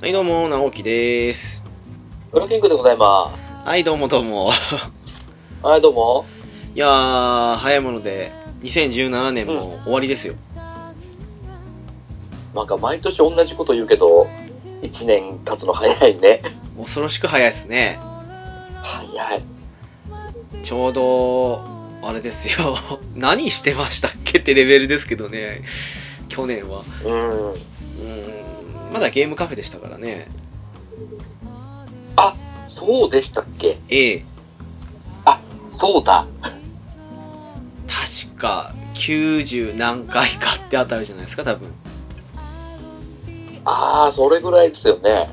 はい、どうも、直樹です。ブロキングでございまはい、どうもどうも。 す。はい、どうも。いやー、早いもので、2017年も終わりですよ。なんか毎年同じこと言うけど、1年経つの早いね。恐ろしく早いですね。早い。ちょうど、あれですよ。 何してましたっけってレベルですけどね。去年は。うん。うん、まだゲームカフェでしたからね。そうでしたっけええ、そうだ。確か、90何回かってあたるじゃないですか、多分。ああ、それぐらいですよね。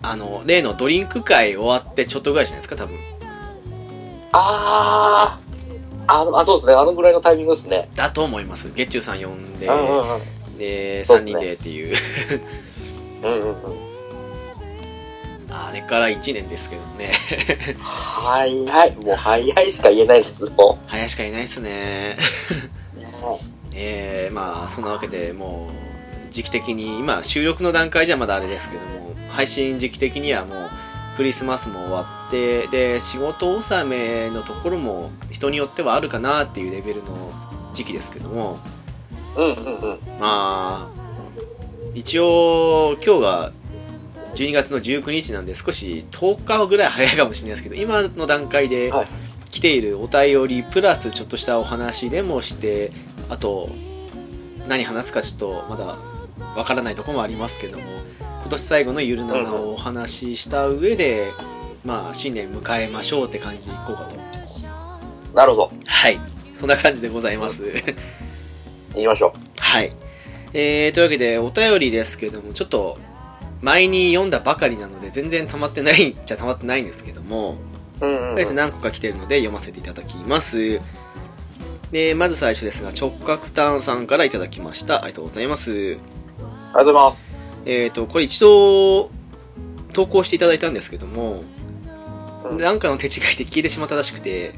あの、例のドリンク会終わってちょっとぐらいじゃないですか、多分。ああ、あの、あ、そうですね。あのぐらいのタイミングですね。だと思います。月中さん呼んで、うんで、そう3ですね人でっていう。うんうん。うんうんうん。あれから1年ですけどね。 早い。もう早いしか言えないですけど。早しかいないっすね。 えー、まあ、そんなわけでもう、時期的に、今、収録の段階じゃまだあれですけども、配信時期的にはもう、クリスマスも終わって、で、仕事納めのところも、人によってはあるかなっていうレベルの時期ですけども、うんうんうん。まあ、一応、今日が12月の19日なんで、少し10日ぐらい早いかもしれないですけど、今の段階ではい来ているお便り、プラスちょっとしたお話でもして、あと、何話すかちょっとまだわからないところもありますけども、今年最後のゆるななをお話しした上で、まあ、新年迎えましょうって感じでいこうかと。なるほど。はい。そんな感じでございます。行きましょはい。えー、というわけで、お便りですけども、ちょっと、前に読んだばかりなので、全然溜まってないっちゃ溜まってないんですけども、う。うんうん、とうん。りあえず何個か来てるので読ませていただきます。で、まず最初ですが、直角炭さんからいただきました。ありがとうございます。ありがとうございます。えーと、これ一度、投稿していただいたんですけども、うんなんかの手違いで消えてしまったらしくて、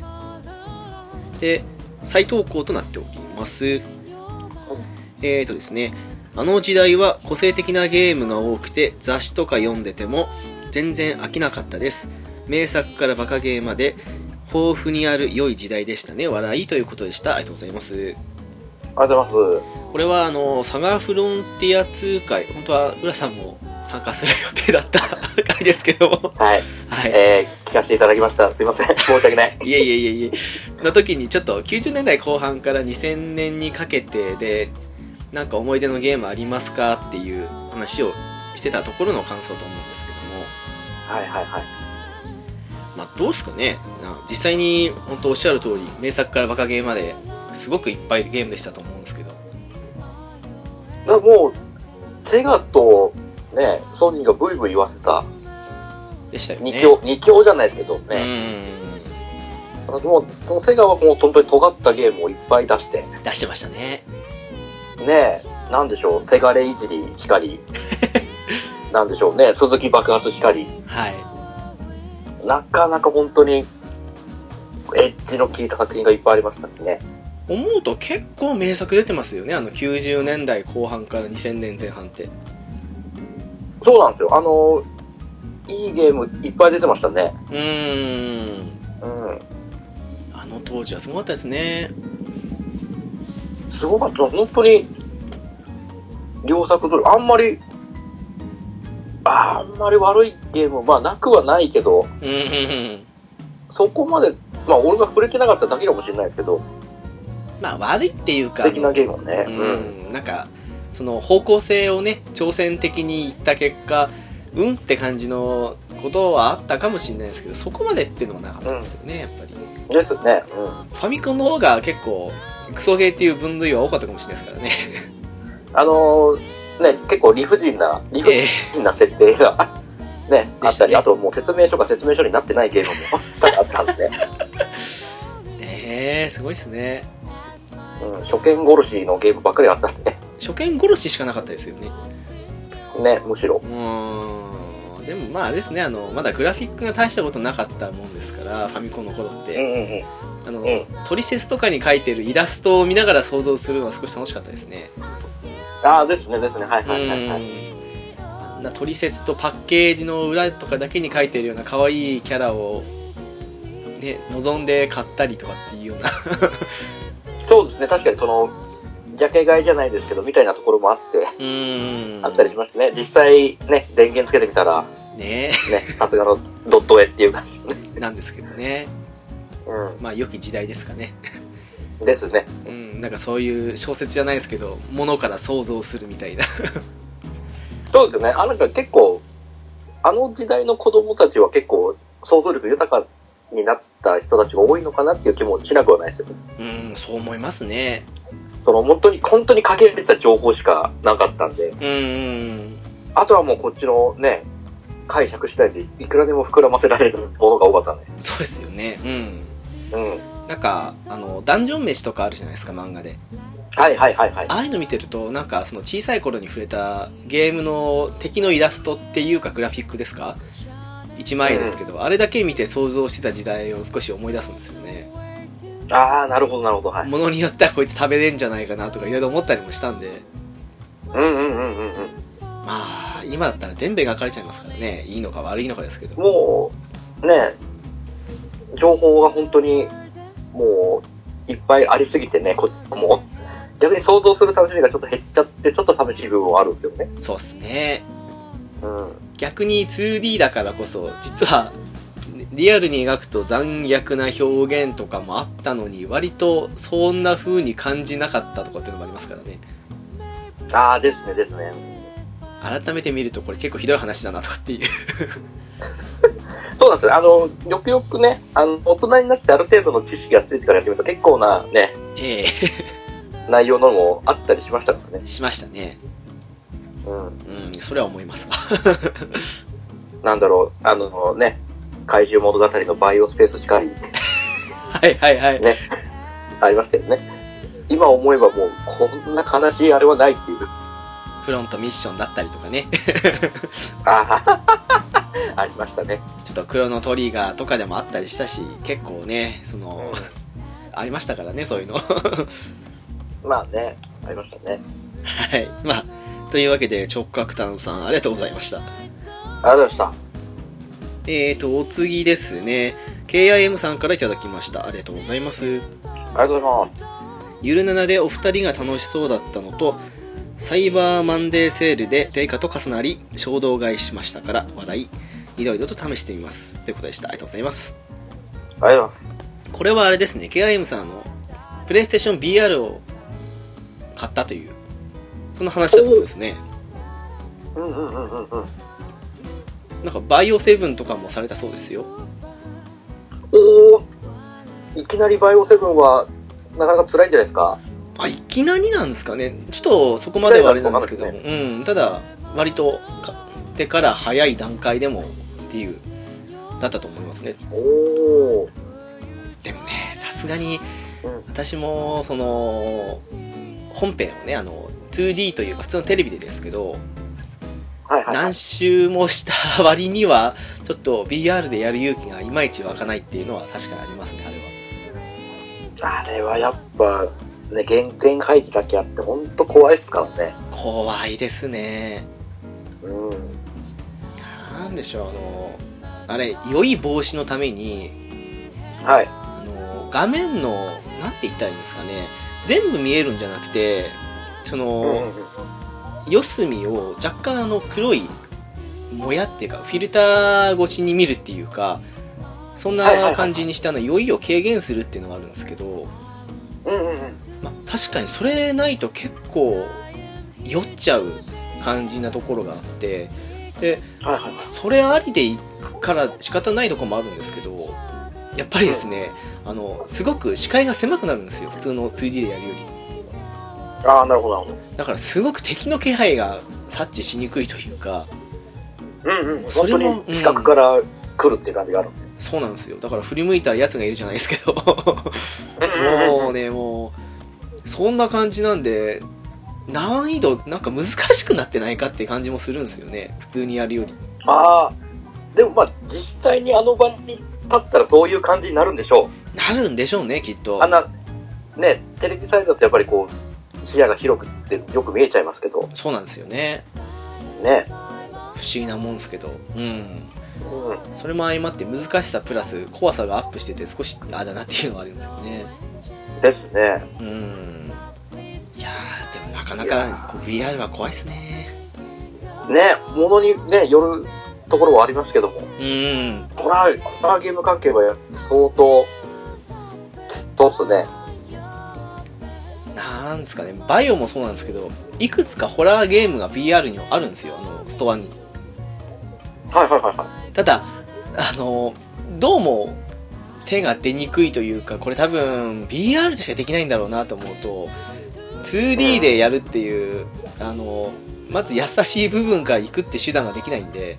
で、再投稿となっております。えーとですね、あの時代は個性的なゲームが多くて雑誌とか読んでても全然飽きなかったです。名作からバカゲーまで豊富にある良い時代でしたね。笑いということでした。ありがとうございます。ありがとうございまこれはあの、サガフロンティア2会、本当は浦さんも参加する予定だった 会ですけども、す。はい。はい。えー、聞かせていただきました。すいません。申し訳ない。いえいえいえいえ、の時にちょっと90年代後半から2000年にかけてで、なんか思い出のゲームありますかっていう話をしてたところの感想と思うんですけども、はいはいはい。まあどうですかね、な実際に本当おっしゃる通り、名作からバカゲーまで、すごくいっぱいゲームでしたと思うんですけど、なもう、セガと、ね、ソニーがブイブイ言わせた、でしたよね。二強、二強じゃないですけどうね。ーあのもう、そのセガはもう本当に尖ったゲームをいっぱい出して、ん、出してましたね。ね、なんでしょう、セガレいじり光、なんでしょうね、鈴木爆発光、はい。なかなか本当に、エッジの効いた作品がいっぱいありましたね。思うと結構名作出てますよね、あの90年代後半から2000年前半って。そうなんですよ。あの、いいゲームいっぱい出てましたね。うーん。うん。あの当時はすごかったですね。すごかった。本当に、良作どれ、あんまり、あんまり悪いゲーム、まあなくはないけど、うんうんうん。そこまで、まあ俺が触れてなかっただけかもしれないですけど、まあ悪いっていうか、素敵なゲームね。うん。うん、なんか、その方向性をね、挑戦的にいった結果、うんって感じのことはあったかもしれないですけど、そこまでっていうのはなかったですよね、やっぱり。ですね。うん。ファミコンの方が結構、クソゲーっていう分類は多かったかもしれないですからね。あのーね、結構理不尽な、理不え尽な設定が、 ね、あでっしたたねり、あともう説明書が説明書になってないゲームも 多々あったんですね。え ねえ、すごいですね。うん。初見殺しのゲームばっかりあったんで、初見殺ししかなかったですよね。ね、むしろ。うーん。でもまあですね、あの、まだグラフィックが大したことなかったもんですから、ファミコンの頃って。うんうんうん。あの、うんトリセツとかに書いてるイラストを見ながら想像するのは少し楽しかったですね。ああ、ですね、ですね。はいはいはいはい。うんあな取説とパッケージの裏とかだけに書いてるような可愛いキャラを、ね、望んで買ったりとかっていうようなそうですね、確かにその、ジャケ買いじゃないですけど、みたいなところもあって、うーんあったりしますね。実際ね、電源つけてみたら、ねね、さすがのドット絵っていう感じ。なんですけどねまあ良き時代ですかねうん。ですね。うんなんかそういう小説じゃないですけどものから想像するみたいなそうですよね。あなんか結構、あの時代の子供たちは結構、想像力豊かになった人たちが多いのかなっていう気もしなくはないですよ。うんそう思いますねその本当に、本当に限られた情報しかなかったんで、うーんあとはもうこっちのね、解釈次第でいくらでも膨らませられるものが多かったね。そうですよねうんうん。なんかあのダンジョン飯とかあるじゃないですか漫画ではいはいはいはい。ああいうの見てるとなんかその小さい頃に触れたゲームの敵のイラストっていうかグラフィックですか1枚絵ですけど、あれだけ見て想像してた時代を少し思い出すんですよね、ああ、なるほどなるほど。はい。ものによってはこいつ食べれんじゃないかなとかいろいろ思ったりもしたんでうんうんうんうんうん。まあ今だったら全部描かれちゃいますからねいいのか悪いのかですけどもう、ね、情報が本当に、もう、いっぱいありすぎてね、こもう、逆に想像する楽しみがちょっと減っちゃって、ちょっと寂しい部分はあるんですよね。そうっすねうん。逆に 2D だからこそ実はリアルに描くと残虐な表現とかもあったのに割とそんな風に感じなかったとかっていうのもありますからねああ、ですね、ですね。改めて見るとこれ結構ひどい話だなとかっていうそうなんですよ。あの、よくよくね、あの、大人になってある程度の知識がついてからやってみると結構なね、ええ内容のもあったりしましたからね。しましたねうん。うんそれは思いますわ なんだろう、あのね、怪獣物語のバイオスペースしかり、はいはいはいね、ありましたよね。今思えばもう、こんな悲しいあれはないっていう。フロントミッションだったりとかねああ、ありましたね。ちょっと黒のトリガーとかでもあったりしたし結構ねその、ありましたからねそういうの はまあね、ありましたね。いまあというわけで直角炭さんありがとうございましたありがとうございましえーと、お次ですね。KIM さんからいただきました。ありがとうございます。た。ありがとうございます。ゆるななでお二人が楽しそうだったのと、サイバーマンデーセールで定価と重なり、衝動買いしましたから、話題、いろいろと試してみます。ということでした。ありがとうございます。ありがとうございます。これはあれですね、KIM さんあの、プレイステーション BR を買ったという、その話だと思うんですね。うんうんうんうんうん。なんか、バイオセブンとかもされたそうですよ。おお、いきなりバイオセブンは、なかなか辛いんじゃないですかあいきなりなんですかねちょっとそこまではあれなんですけどいきなうんただ割と買ってから早い段階でもっていうだったと思いますねおお、でもねさすがにうん私もその本編をねあの 2D というか普通のテレビでですけどはいはい、はい。何周もした割にはちょっと BR でやる勇気がいまいち湧かないっていうのは確かにありますねあれはあれはやっぱ、ね、原点回帰だけあって、ほんと怖いっすからね。怖いですねうん。なんでしょうあのあれ良い防止のためにはい。あの画面の何て言ったらいいんですかね全部見えるんじゃなくてそうんうんの、うん四隅を若干あの黒いもやっていうかフィルター越しに見るっていうかそんはいはいはいなはい感じにしてあの酔いを軽減するっていうのがあるんですけど、うんうんうん。まあ、確かにそれないと結構酔っちゃう感じなところがあってではいはい。それありで行くから仕方ないとこもあるんですけどやっぱりですねあのすごく視界が狭くなるんですよ普通の 2D でやるよりああ、なるほど、なるほだからすごく敵の気配が察知しにくいというかど。うんうん。そ本れ当もに、視覚から来るっていう感じがある。そうなんですよだから振り向いたやつがいるじゃないですけどうんもうねもうそんな感じなんで難易度なんか難しくなってないかって感じもするんですよね普通にやるよりまあ、でもまあ、実際にあの場に立ったらそういう感じになるんでしょう。なるんでしょうねきっとあんな、ね、テレビサイズだとやっぱりこう、視野が広くってよく見えちゃいますけど、そうなんですよねね。不思議なもんですけど、うん。うん。それも相まって難しさプラス怖さがアップしてて少しあだなっていうのはあるんですよね。ですね。うん。いやー、でもなかなかこう VR は怖いですね。ね、ものにね、よるところはありますけども、うん。ホラー、ホラーゲーム関係は相当、そうっすね。なんですかね、バイオもそうなんですけど、いくつかホラーゲームが VR にはあるんですよ、あの、ストアに。はいはいはいはただ、あの、どうも手が出にくいというか、これ多分 VR でしかできないんだろうなと思うと、2D でやるっていう、あの、まず優しい部分から行くって手段ができないんで、い。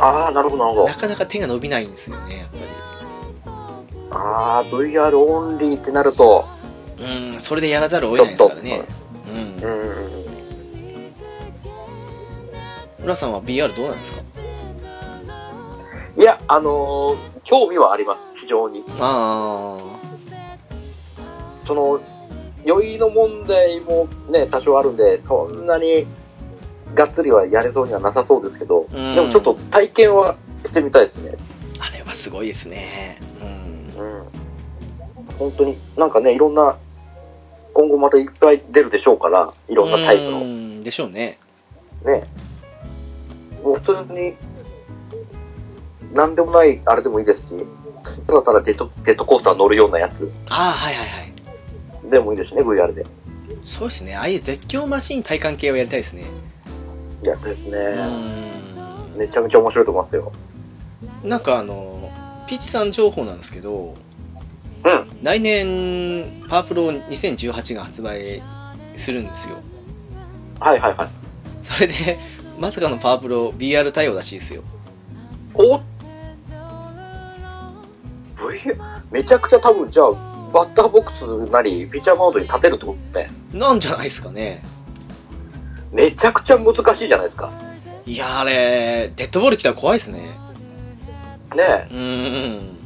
ああ、なるほどなるほなかなか手が伸びないんですよね、やっぱり。ど。ああ、VR オンリーってなると、うん、それでやらざるを得ないですからちねょうっ。んう。ん。浦さんは VR どうなんですかいや、あのー興味はあります、非常に。あその、酔いの問題もね、多少あるんで、そんなに、がっつりはやれそうにはなさそうですけど、うんでもちょっと体験はしてみたいですね。あ、あれはすごいですね。うん。うん。本当に、なんかね、いろんな、今後またいっぱい出るでしょうから、いいろんなタイプの。ね。でしょうね。もう普通に、なんでもないあれでもいいですし、ただただジェットジェットコースター乗るようなやつああ、はいはいはい。でもいいですしね、VR で。そうですね。ああいう絶叫マシン体感系をやりたいですね。いや、ですね。うん。めちゃめちゃ面白いと思いますよ。なんかあの、ピッチさん情報なんですけど、うん。来年、パワープロ2018が発売するんですよ。はいはいはい。それで、まさかのパワープロ VR 対応らしいですよ。お VR? めちゃくちゃ多分じゃあ、バッターボックスなり、ピッチャーマウンドに立てるってことね。なんじゃないですかね。めちゃくちゃ難しいじゃないですか。いやーあれ、デッドボール来たら怖いですね。ねうーん。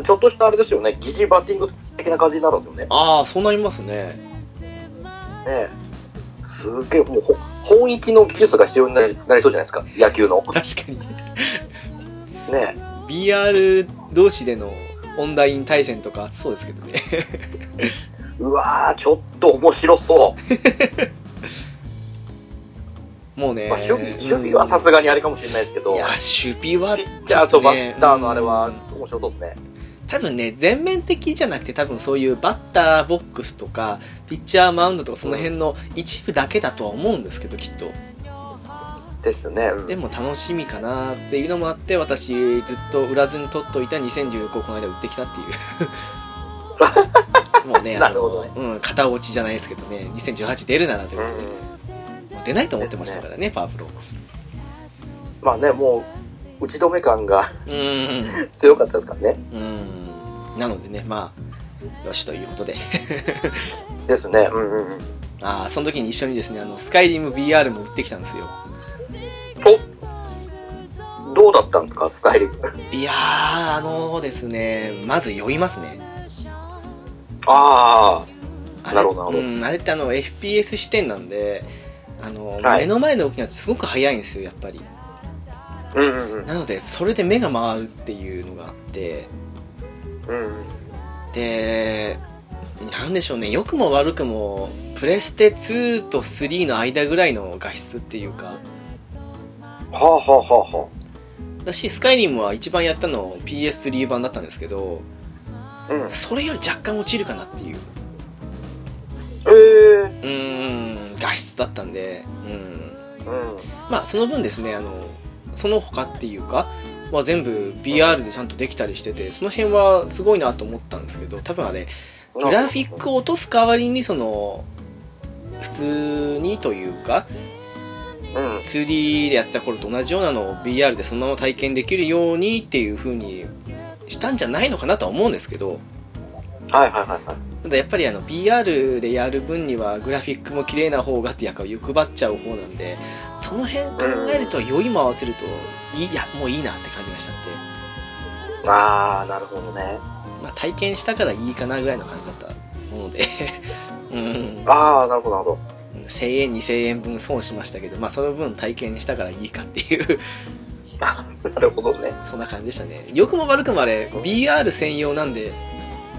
え。ちょっとしたあれですよね。疑似バッティング的な感じになるんですよね。ねああ、そうなりますね。え。すげえ、もうほ、本域の技術が必要になりなりそうじゃないですか。野球 の。確かに。ね BR 同士でのオンライン対戦とか熱そうですけどね。 え。うわー、ちょっと面白そもうね。う。まあ、守備、守備はさすがにあれかもしれないですけうんど。いや、守備はピッチャーとバッターのあれは面白そうですね。多分ね、全面的じゃなくて、多分そういうバッターボックスとか、ピッチャーマウンドとか、その辺の一部だけだとは思うんですけど、きっと。ですよね。うんでも楽しみかなっていうのもあって、私、ずっと売らずに取っといた2016をこの間売ってきた っていう。もうね、あなるほどのね、うん、片落ちじゃないですけどね、2018出るならといううことで、んもう出ないと思ってましたからね、パワープロ。まあね、もう、打ち止め感 がうーん、強かったですからね。うん。なのでね、まあ、よしということで。 ですね。うんうんうん。ああ、その時に一緒にですね、あの、スカイリム BR も売ってきたんですよ。おどうだったんですか、スカイリム。いやー、あのですね、まず酔いますね。ああれなるほどなるほうん、あれってあの FPS 視点なんであの、はい目の前の動きがすごく早いんですよやっぱりあ。うんうんうん。なのでそれで目が回るっていうのがあってうんでなんでしょうね良くも悪くもプレステ2と3の間ぐらいの画質っていうかはあはあはあは私スカイリムは一番やったの PS3 版だったんですけどあ。うん。それより若干落ちるかなっていうえうーん画質だったんでうんえうん。まあその分ですねあのその他っていうか、まあ、全部 BR でちゃんとできたりしててその辺はすごいなと思ったんですけど多分あれグラフィックを落とす代わりにその普通にというかうん。 2D でやってた頃と同じようなのを BR でそのまま体験できるようにっていう風にしたんじゃないのかなとは思うんですけどはいはいはいはい。ただやっぱりあの BR でやる分にはグラフィックも綺麗な方がってやっぱ欲張っちゃう方なんでその辺考えると酔いも合わせるといいやもういいなって感じがしちゃって、ああ、なるほどね。まあ、体験したからいいかなぐらいの感じだったもので うんああ、なるほどなるほど。 1000円2000円分損しましたけどまあその分体験したからいいかっていうなるほどね。そんな感じでしたね良くも悪くもあれ BR 専用なんでうんう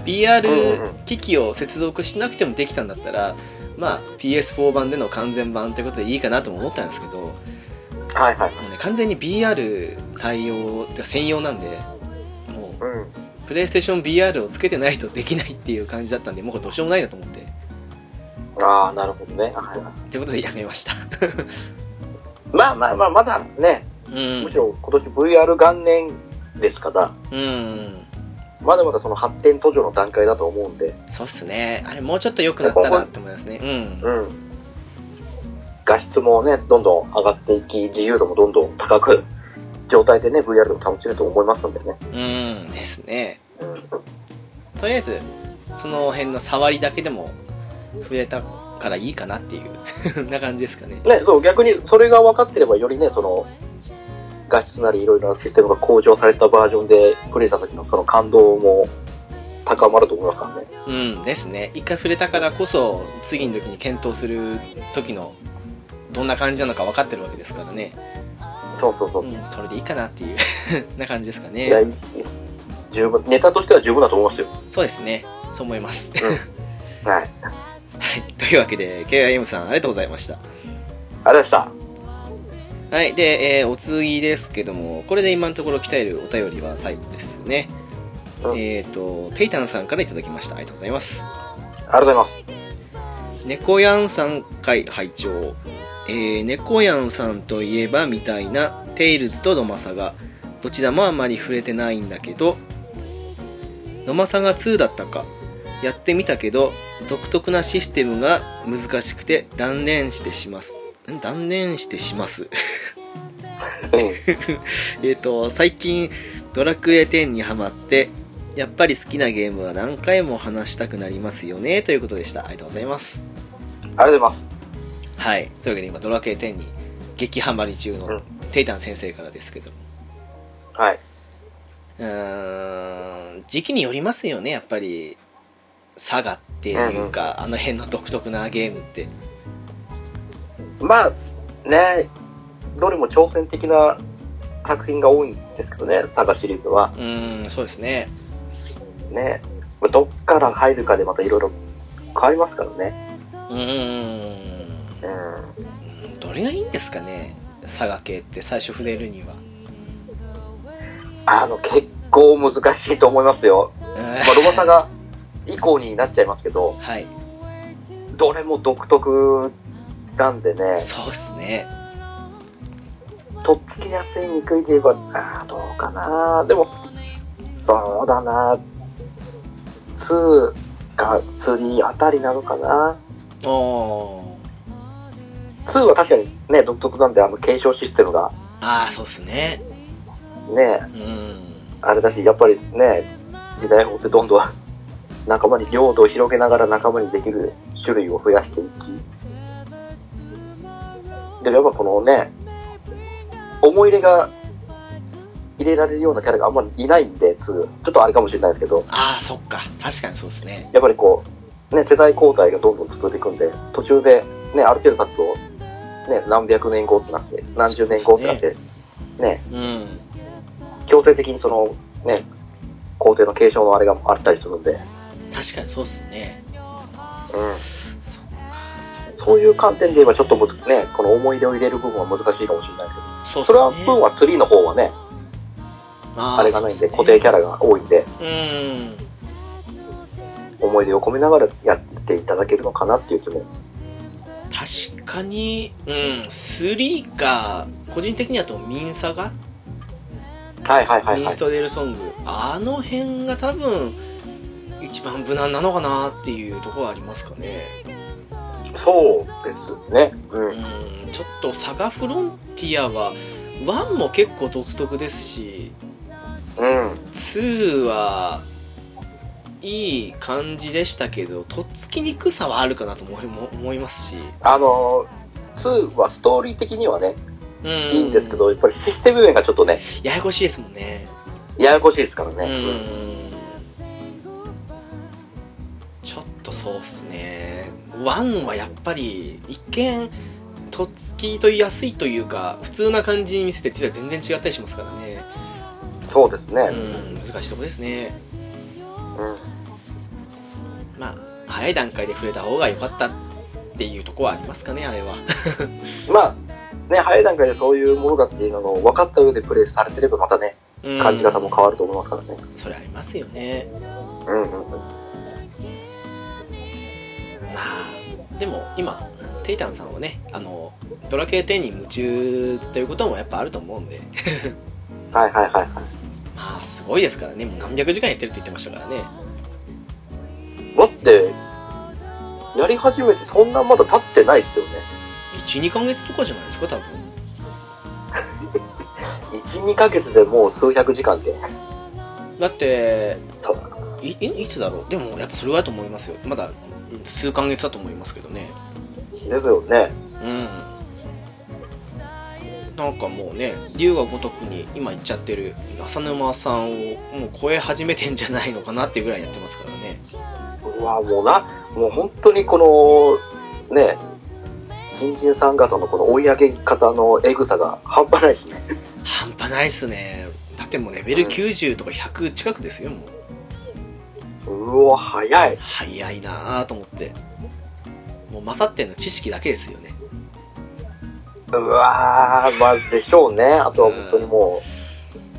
ん BR 機器を接続しなくてもできたんだったらまあ PS4 版での完全版ということでいいかなとも思ったんですけどもはいはい。うね完全に BR 対応てか専用なんでもううん。プレイステーション BR をつけてないとできないっていう感じだったんでもうこれどうしようもないなと思ってああ、なるほどね。はいはいってことでやめま した。まあまあまあ、まだね、うんむし。ろ今年 VR 元年ですから、うん。まだまだその発展途上の段階だと思うんで、そうっすね。あれ、もうちょっと良くなったらって思いますね。うん。うん。画質もね、どんどん上がっていき、自由度もどんどん高く、状態でね、VR でも楽しめると思いますんでね。うん。ですね。うん。とりあえず、その辺の触りだけでも増えたからいいかなっていう、 そんな感じですかね。ね、そう、逆にそれが分かってれば、よりね、その、画質なりいろいろなシステムが向上されたバージョンでプレイした時のその感動も高まると思いますからね。うん。ですね。一回触れたからこそ、次の時に検討する時の、どんな感じなのか分かってるわけですからね。そうそうそう。うん。それでいいかなっていう、 な感じですかいや、ね。いいっすね十分、ネタとしては十分だと思いますよ。そうですね。そう思います。はい。はい。というわけで、KIM さん、ありがとうございました。ありがとうございまはい。で、えーお次ですけども、これで今のところ鍛えるお便りは最後ですね。うんえっ、と、テイタンさんからいただきました。ありがとうございます。した。ありがとうございます。猫やんさん会拝聴えー、猫やんさんといえばみたいな、テイルズとドマサガ。どちらもあんまり触れてないんだけど、ドマサガ2だったか。やってみたけど、独特なシステムが難しくて断念してします。ん断念してします。 えっと、最近、ドラクエ10にハマって、やっぱり好きなゲームは何回も話したくなりますよね、ということでした。ありがとうございます。うん。ありがとうございます。はい。というわけで今、ドラクエ10に激ハマり中うんのテイタン先生からですけど。はい。うーん、時期によりますよね、やっぱり。サガっていうか、あの辺の独特なゲームって。まあ、ね、どれも挑戦的な作品が多いんですけどね、サガシリーズは。うーん、そうですね。ね。まあどっから入るかでまたいろいろ変わりますからね。うーん。うん。うんどれがいいんですかね、サガ系って最初触れるには。あの、結構難しいと思いますよ。ままあ、ロボサガ以降になっちゃいますけど、 はい。どれも独特なんでね、そうっすね。とっつきやすい、にくいといえば、あーどうかなでも、そうだな2か3あたりなのかなおー2は確かにね、独特なんで、あの、検証システムがああそうっすねね、うんあれだし、やっぱりね、時代法ってどんどん仲間に領土を広げながら仲間にできる種類を増やしていき、で、やっぱこのね、思い入れが入れられるようなキャラがあんまりいないんで、2。ちょっとあれかもしれないですけど、ああそっか確かにそうっすねやっぱりこう、ね、世代交代がどんどん続いていくんで、途中でね、ある程度経つと、ね、何百年後ってなって、何十年後ってなって、ね、うん強制的にそのね、皇帝の継承のあれがあったりするんで、確かにそうっすねそっかそうそういう観点で言えばちょっとむずね、この思い出を入れる部分は難しいかもしれないけそうど、っすねそれは分はツリーの方はね、あーあれがないんそうっすねで固定キャラが多いんで、うん思い出を込めながらやっていただけるのかなっていう気も。確かにうん3か個人的にはとミンサガ、はいはいはいミはンいス。トデールソングあの辺が多分一番無難なのかなっていうところはありますかねそうですね。うん。うんちょっとサガフロンティアは1も結構独特ですしうん。 2はいい感じでしたけどとっつきにくさはあるかなと思いも思いますし、あの、2はストーリー的にはね、うん、いいんですけど、やっぱりシステム面がちょっとね、ややこしいですもんねややこしいですからうね。んちょっとそうっすね1はやっぱり一見とっつきと安いというか普通な感じに見せて実は全然違ったりしますからねそうですね。うん難しいとこですねうん。まあ早い段階で触れた方が良かったっていうとこはありますかねあれはまあ、ね、早い段階でそういうものだっていうのを分かった上でプレイされてればまたね、うん感じ方も変わると思いますからね。それありますよねうんうんうん。まあでも今テイタンさんはねあのドラケー10に夢中ということもやっぱあると思うんではいはいはいはまあすごいですからねもう何百時間やってるって言ってましたからねい。だって、やり始めてそんなまだ経ってないっすよね。 12ヶ月とかじゃないですか多分1、2ヶ月でもう数百時間で。だってそう。いいいつだろうでもやっぱそれぐらいだと思いますよまだうん数ヶ月だと思いますけどねですよね。うんなんかもうね龍が如くに今言っちゃってる浅沼さんをもう超え始めてんじゃないのかなっていうぐらいやってますからねうわ、もうな、もう本当にこの、ね、新人さん方のこの追い上げ方のエグさが半端ないですね。半端ないっすねだってもうレベル90とか100近くですよもううわ、早い。早いなぁと思ってもう勝ってんの知識だけですよねうわー、まあでしょうね。あとは本当にも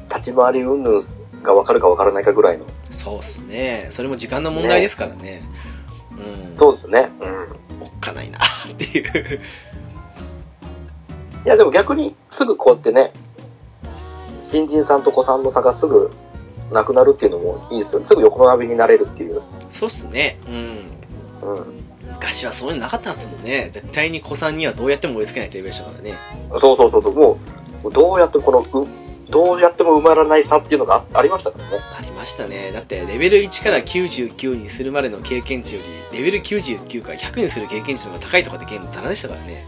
う、立ち回り云々が分かるか分からないかぐらいの。そうっすねそれも時間の問題ですからねうんそうですね。うん。おっかないなっていう いや、でも逆にすぐこうやってね、新人さんと子さんの差がすぐなくなるっていうのもいいですよね。すぐ横並びになれるっていう。そうっすねうんうん。昔はそういうのなかったんですもんね絶対に子さんにはどうやっても追いつけないってレベルでしたからねそうそうそうそう。もう、どうやってこの、うどうやっても埋まらない差っていうのがあありましたからね。ありましたねだってレベル1から99にするまでの経験値よりレベル99から100にする経験値の方が高いとかってゲームザラでしたからね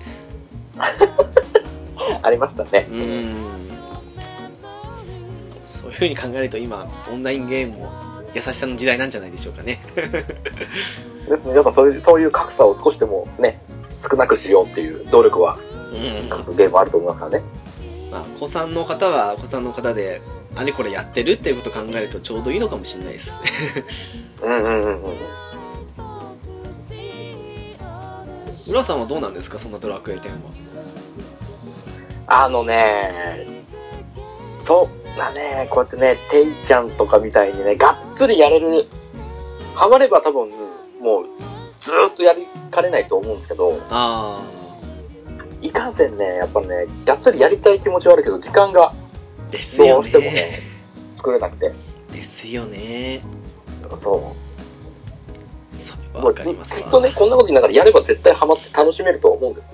ありましたね。うーんそういうふうに考えると今オンラインゲームも優しさの時代なんじゃないでしょうかねですね。やっぱそういう、そういう格差を少しでもね、少なくしようっていう努力は、うん各ゲームあると思いますからね。まあ子さんの方は子さんの方であれこれやってるっていうことを考えるとちょうどいいのかもしれない ですうんうんうんうん。浦さんはどうなんですかそんなドラクエ10はあのね、そうだね、こうやってね、ていちゃんとかみたいにね、がっつりやれる、ハマれば多分、もう、ずーっとやりかねないと思うんですけど、あいかんせんね、やっぱね、がっつりやりたい気持ちはあるけど、時間があですどようしてもねね、作れなくて、ですよねそ。そうれもわうかきりますきっわとね、こんなこと言いながらやれば絶対ハマって楽しめると思うんですよ。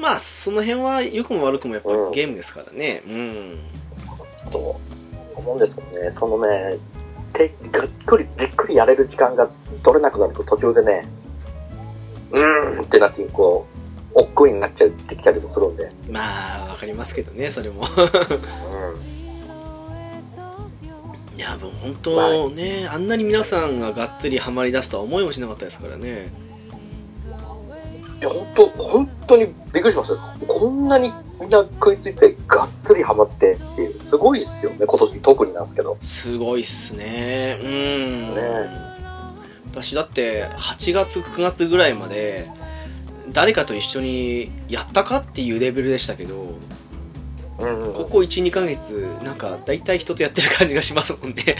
まあその辺は良くも悪くもやっぱうんゲームですからねうんと思うんですけどね、そのね、てがっくり、じっくりやれる時間が取れなくなると途中でね、うーんってなって、こう、億劫になっちゃってきたりもするんで、まあわかりますけどねそれもういやもう本当ねあんなに皆さんががっつりハマりだすとは思いもしなかったですからねん。いや、本当本当にびっくりしましたよ。こんなにみんな食いついて、がっつりハマってっていう、すごいっすよね、今年特になんですけど。すごいっすねうんね私だって8月9月ぐらいまで誰かと一緒にやったかっていうレベルでしたけどうんうん、ここ12ヶ月なんか大体人とやってる感じがしますもん ね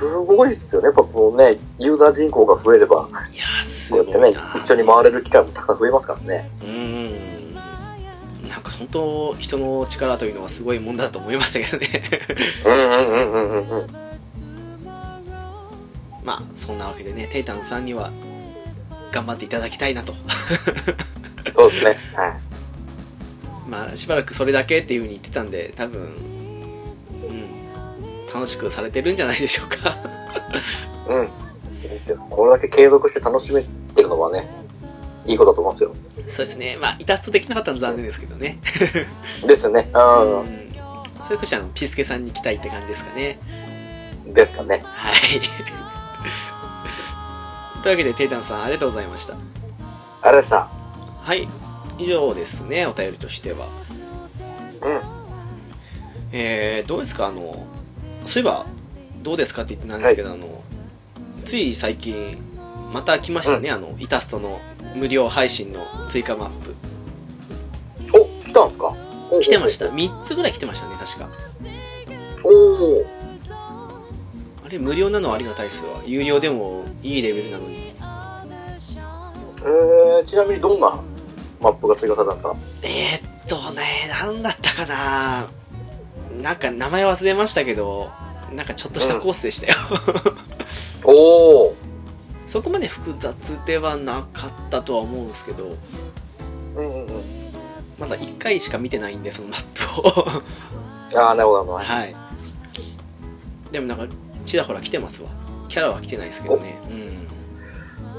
すごいっすよね。やっぱこうね、ユーザー人口が増えれば、いやーすこうやってごいねな、一緒に回れる機会もたくさん増えますからね。うんなんか本当人の力というのはすごいもんだと思いましたけどねうんうんうんうんうんうん。まあそんなわけでねテイタンさんには頑張っていただきたいなと そうですね。はい。まあしばらくそれだけっていうふうに言ってたんで多分うん楽しくされてるんじゃないでしょうか うん。これだけ継続して楽しめてるのはね、いいことだと思うんですよ。そうですねまあイタストできなかったのは残念ですけどねですよね。ううんそれこそあのピスケさんに期待って感じですかねん。ですかね。 はいというわけでテイタンさんありがとうございましたあれさ、はい以上ですねお便りとしてはうん。えー、どうですかあのそういえばどうですかって言ってなんですけど、あのつい最近また来ましたね、あのイタストの無料配信の追加マップお、来たんすか来てました。3つぐらい来てましたね確かおお。あれ無料なのはありがたいですわ有料でもいいレベルなのにえー、ちなみにどんなマップが追加されたんですかえー、っとね何だったかななんか名前忘れましたけどなんかちょっとしたコースでしたよ、おお。そこまで複雑ではなかったとは思うんですけどうんうんうん。まだ1回しか見てないんでそのマップをああ、なるほど、なるほはい。でもなんか、ちらほら来てますわ。キャラは来てないですけどね。うん。ど。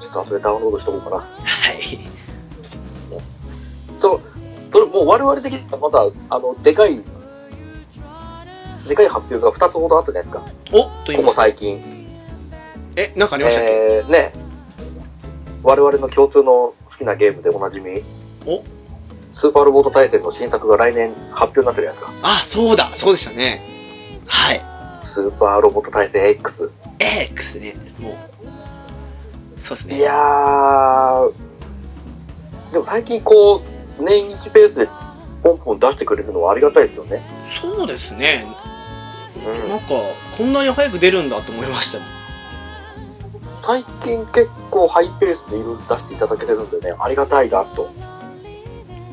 ちょっと後でダウンロードしとこうかな。はい。その、それもう我々的にはまだ、あの、でかい、でかい発表が2つほどあったじゃないですか。おと言いこまこすと最近。え、なんかありましたっけ、えー、ね。我々の共通の好きなゲームでおなじみ。おスーパーロボット対戦の新作が来年発表になってるじゃないですか。あ、そうだそうでしたね。はい。スーパーロボット対戦 X。 X ね。もう。そうですね。いやー、でも最近こう、年一ペースでポンポン出してくれるのはありがたいですよね。そうですね。うんなんか、こんなに早く出るんだと思いましたもん。最近結構ハイペースでいろいろ出していただけてるんでね、ありがたいなと。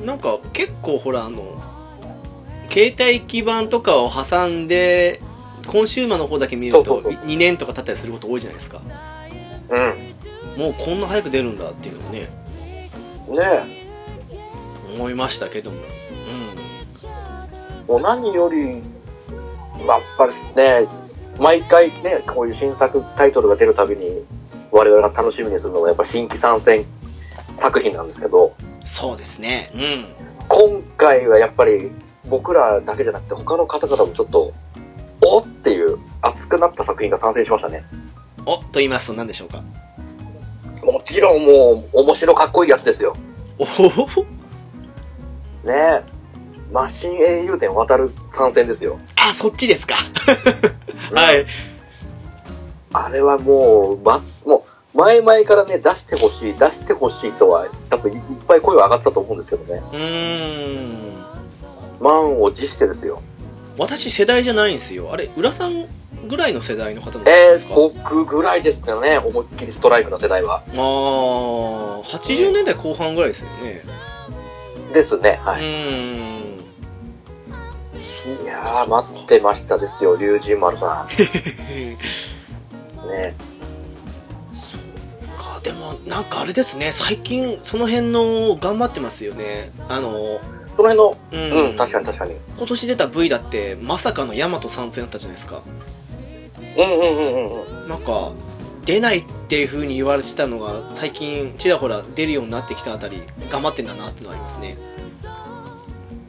なんか結構ほらあの携帯基盤とかを挟んでコンシューマーの方だけ見るそとうそうそ2年とか経ったりすること多いじゃないですかうん。もうこんな早く出るんだっていうのをねね思いましたけどもうえ、もう何より、まあやっぱりね、毎回ね、こういう新作タイトルが出るたびに、我々が楽しみにするのがやっぱ新規参戦作品なんですけど、んそうですねうん今回はやっぱり僕らだけじゃなくて他の方々もちょっと、おっていう熱くなった作品が参戦しましたね。おと言いますと何でしょうかもちろんもう面白かっこいいやつですよ。おおねえ。マシン英雄伝渡る参戦ですよ。あそっちですか はいあれはもう、ま、もう、前々からね、出してほしい、出してほしいとは、多分いっぱい声は上がってたと思うんですけどね。うーん満を持してですよ。私世代じゃないんですよあれ浦さんぐらいの世代の方なんえですか、ー、僕ぐらいですよね、思いっきりストライクの世代は。ああ80年代後半ぐらいですよねですね、はうい。ーんそういやー、待ってましたですよ、龍神丸さん。ね。かでもなんかあれですね最近その辺の頑張ってますよねあのその辺の、うんうん、確かに確かに。今年出た V だってまさかのヤマト参戦だったじゃないですかうんうんうんうんうん。なんか出ないっていう風に言われてたのが最近ちらほら出るようになってきたあたり頑張ってんだなってのありますね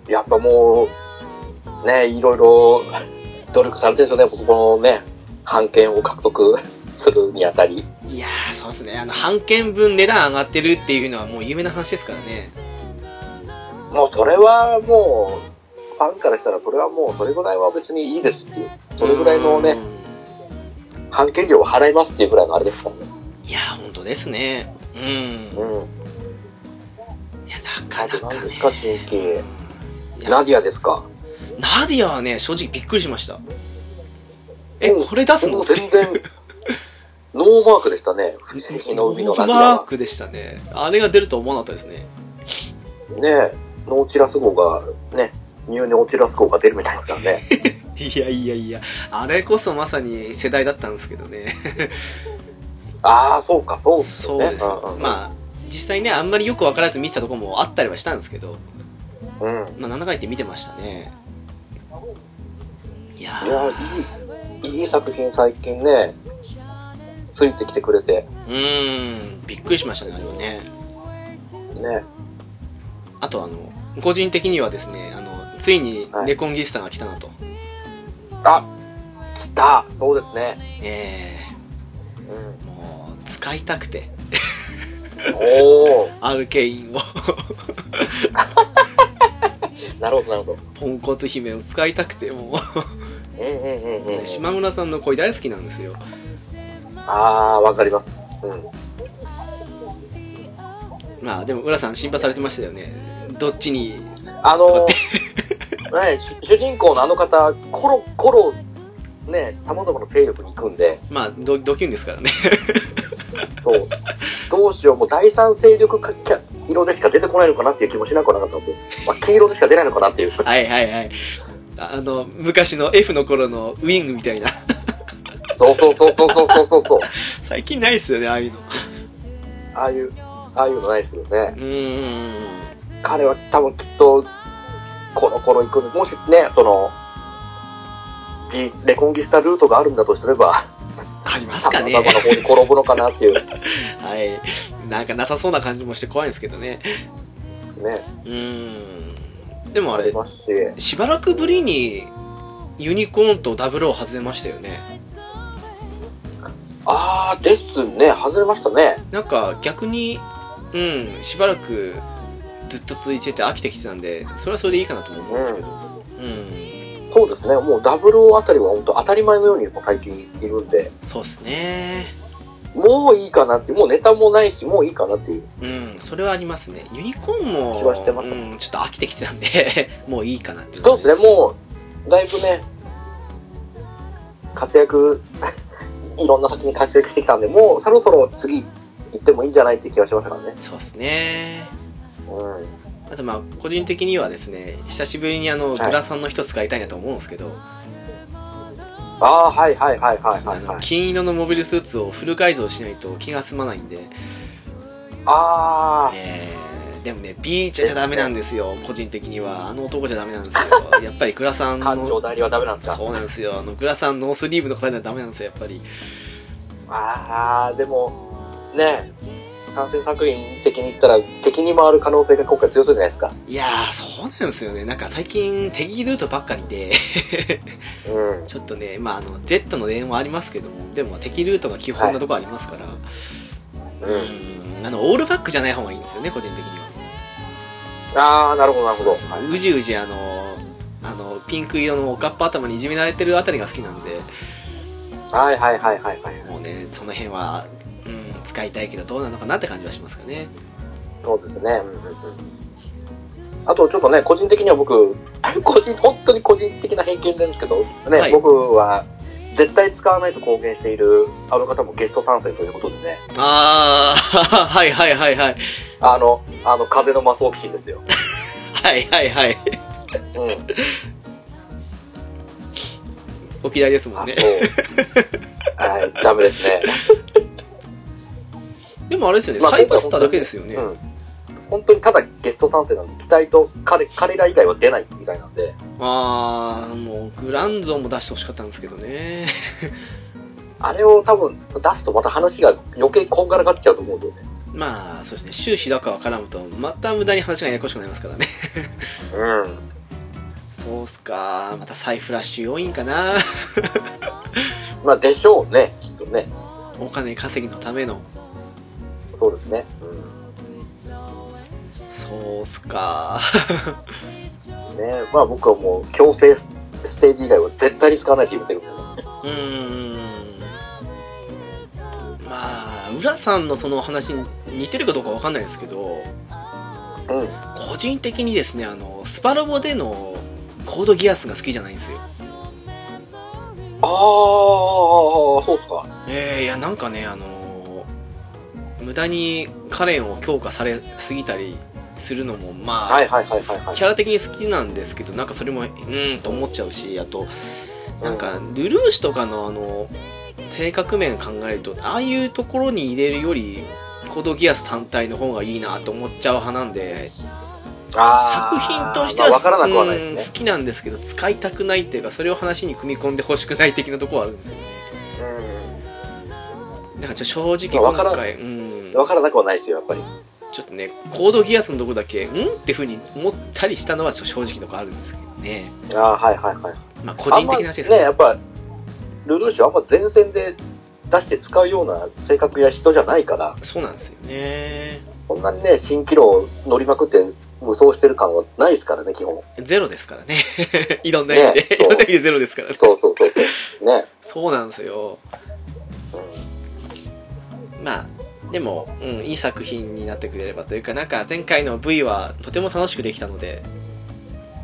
やっぱもう、ね、いろいろ努力されてるんですよね、僕このね、判権を獲得するにあたり。いやーそうですねあの半券分値段上がってるっていうのはもう有名な話ですからねもうそれはもう、ファンからしたらそれはもうそれぐらいは別にいいですっていう。それぐらいのうね、ん判権料を払いますっていうぐらいのあれですからね。いやー本当ですねうんうん。いやなかあとなか何でねすか、新規。いやナディアですか。ナディアはね、正直びっくりしました。え、うんこれ出すのっもうて全然、ノーマークでしたね。不正義の海のナディマアークでしたね。あれが出ると思わなかったですね。は。ねノーチラス号が、ね、ニューネオチラス号が出るみたいですからね。いやいやいや、あれこそまさに世代だったんですけどね。ああ、そうか、そうですそようね。ですよ。あ、まあ、実際ね、あんまりよくわからず見てたとこもあったりはしたんですけど、うん。まあ、なんだか言って見てましたね。いやいやー、いい、いい作品最近ね、ついてきてくれて、うーん、びっくりしましたね、あれはね。ね。あと、あの、個人的にはですね、あの、ついにネコンギスタが来たなと。あ、来たそうですね。えうん。ー、もう、使いたくて。おおアルケインをなるほどなるほどポンコツ姫を使いたくてもうんうんうんうう ん島村さんの声大好きなんですよああわかりますうんまあでも浦さん心配されてましたよねどっちにあのはい主主人公のあの方コロコロねさまざまな勢力に行くんでまあドドキュンですからねそうどうしようもう第三勢力かキャ色でしか出てこないのかなっていう気もしなくはなかったんですよ、 まあ、黄色でしか出ないのかなっていう はいはいはいああの昔の F の頃のウィングみたいな そうそうそうそうそうそうそうそう最近ないですよねああいうのああいうああいうのないですよねうーん彼は多分きっとコロコロ行くもしねそのリレコンギスタルートがあるんだとすればありますさかまざねまな方に転ぶのかなっていうねはいなんかなさそうな感じもして怖いんですけどねうーんでもあありれますししばらくぶりにユニコーンとダブルを外れましたよねああですね外れましたねなんか逆にうんしばらくずっと続いてて飽きてきてたんでそれはそれでいいかなとも思うんですけどうんそうですねもうダブルあたりは本当当たり前のようにもう最近いるんでそうっすねもういいかなってもうネタもないしもういいかなっていううんそれはありますねユニコーンも気はしてますうん、ちょっと飽きてきてたんで もういいかなっていそうですねもうだいぶね活躍 いろんな先に活躍してきたんでもうそろそろ次行ってもいいんじゃないっていう気がしましたからねうそうっすねうんあとまあ個人的にはですね久しぶりにあのはいグラさんの人使いたいなと思うんですけど、ああー、はいはいはいはいはい、あはのい。金色のモビルスーツをフル改造しないと気が済まないんで、あえーでもねビーチャじゃダメなんですよ個人的にはあの男じゃダメなんですよやっぱりグラさあ、ん感情の代理はダメなんですか。そうなんですよあのグラさんノースリーブの方じゃダメなんですよやっぱりああ、でも、ねえ、参戦作品的に言ったら、敵に回る可能性が今回強そうじゃないですか。いやーそうなんですよねなんか最近敵ルートばっかりで うん。ちょっとねまああの Z の連はありますけどもでも敵ルートが基本なとこありますから、うん。うんあのオールバックじゃない方がいいんですよね個人的にはああ、なるほどなるほど。そうそううじうじあのあのピンク色のおかっぱ頭にいじめられてるあたりが好きなんではいはいはいはいはい。もうねその辺は、うん、使いたいけどどうなのかなって感じはしますかねそうですね。うんうんうん。あとちょっとね、個人的には僕、 個人、本当に個人的な偏見なんですけど、ね、はい僕は、絶対使わないと公言している、あの方もゲスト参戦ということでね、ああ はいはいはいはいあの、あの、風のマスオキシンですよ。はいはいはい うんお嫌いですもあんとね、はい、ダメですね。でもあれですよね、まあサイバスターだけですよね、うん。本当にただゲスト参戦なんで、期待と彼彼ら以外は出ないみたいなんで、ああもうグランゾンも出してほしかったんですけどね あれを多分出すとまた話が余計こんがらがっちゃうと思うんだよね。まあそうですね終始だか絡むとまた無駄に話がややこしくなりますからね うん。そうっすかまた再フラッシュ要因かな まあ、でしょうね、きっとね。お金稼ぎのためのそうですね。うん。そうっすか ねまあ僕はもう強制ステージ以外は絶対に使わないって言ってるんでね。うーんまあ浦さんのその話に似てるかどうかわかんないですけどうん。個人的にですねあのスパロボでのコードギアスが好きじゃないんですよああ、そうっすか。えー、いやなんかねあの無駄にカレンを強化されすぎたりするのもまあ、はいはいはいはい、はい。キャラ的に好きなんですけどなんかそれもうーんと思っちゃうしあとなんかルルーシュとかのあの性格面考えるとああいうところに入れるよりコードギアス単体の方がいいなと思っちゃう派なんで作あー品としてまあは、わからなくはないですねうん。好きなんですけど使いたくないっていうかそれを話に組み込んでほしくない的なところはあるんですよねうだからちょ正直まあわから今回うんん。わからなくはないですよ、やっぱり。ちょっとねコードギアスのとこだけうんってふうに思ったりしたのはちょ正直のとこあるんですけどねああ、はいはいはい。まあ個人的な話ですけどあんまね、やっぱ、ルルーシュはあんま前線で出して使うような性格や人じゃないから、そうなんですよね。こんなにね、新機能を乗りまくって無双してる感はないですからね、基本。ゼロですからね。 いろんな意味でね。いろんな意味でゼロですからね。そうそうそうそう。ね。そうなんですよ。うんまあ、でも、うん、いい作品になってくれればというか、なんか前回の V はとても楽しくできたので、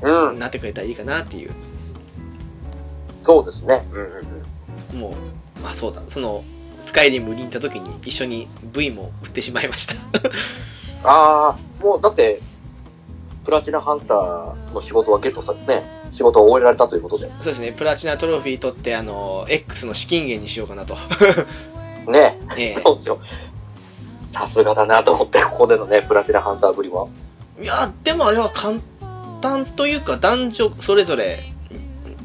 うん、なってくれたらいいかなっていう。そうですね。うんうんうん。もう、まあそうだ、その、スカイリムに行った時に一緒に V も売ってしまいました。ああ、もうだって、プラチナハンターの仕事はゲットされね、仕事を終えられたということで。そうですね、プラチナトロフィー取って、あの、X の資金源にしようかな と。ね、えそうですよ。さすがだなと思って、ここでのね、プラチナハンターぶりは。えいや、でもあれは簡単というか、男女それぞれ、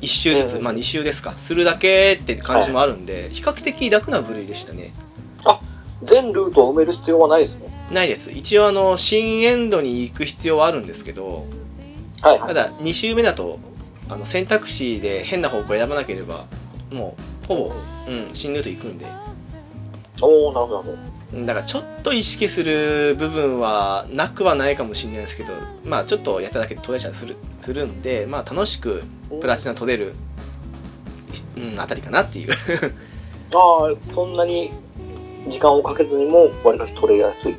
1周ずつ、うんまあ2周ですか、するだけって感じもあるんで、比較的楽な部類でしたね。全ルートを埋める必要はないですね。ないです。一応、あの、新エンドに行く必要はあるんですけど、はいはたい。だ、2周目だと、あの、選択肢で変な方向を選ばなければ、もう、ほぼ、うん、新ルート行くんで。おおなるほどなるうんだからちょっと意識する部分はなくはないかもしれないですけど、まあちょっとやっただけで取れちゃうするするんで、まあ楽しくほど。プラチナ取れる、うん、あたりかなっていう。 ああ、そんなに時間をかけずにも、割かし取れやすい。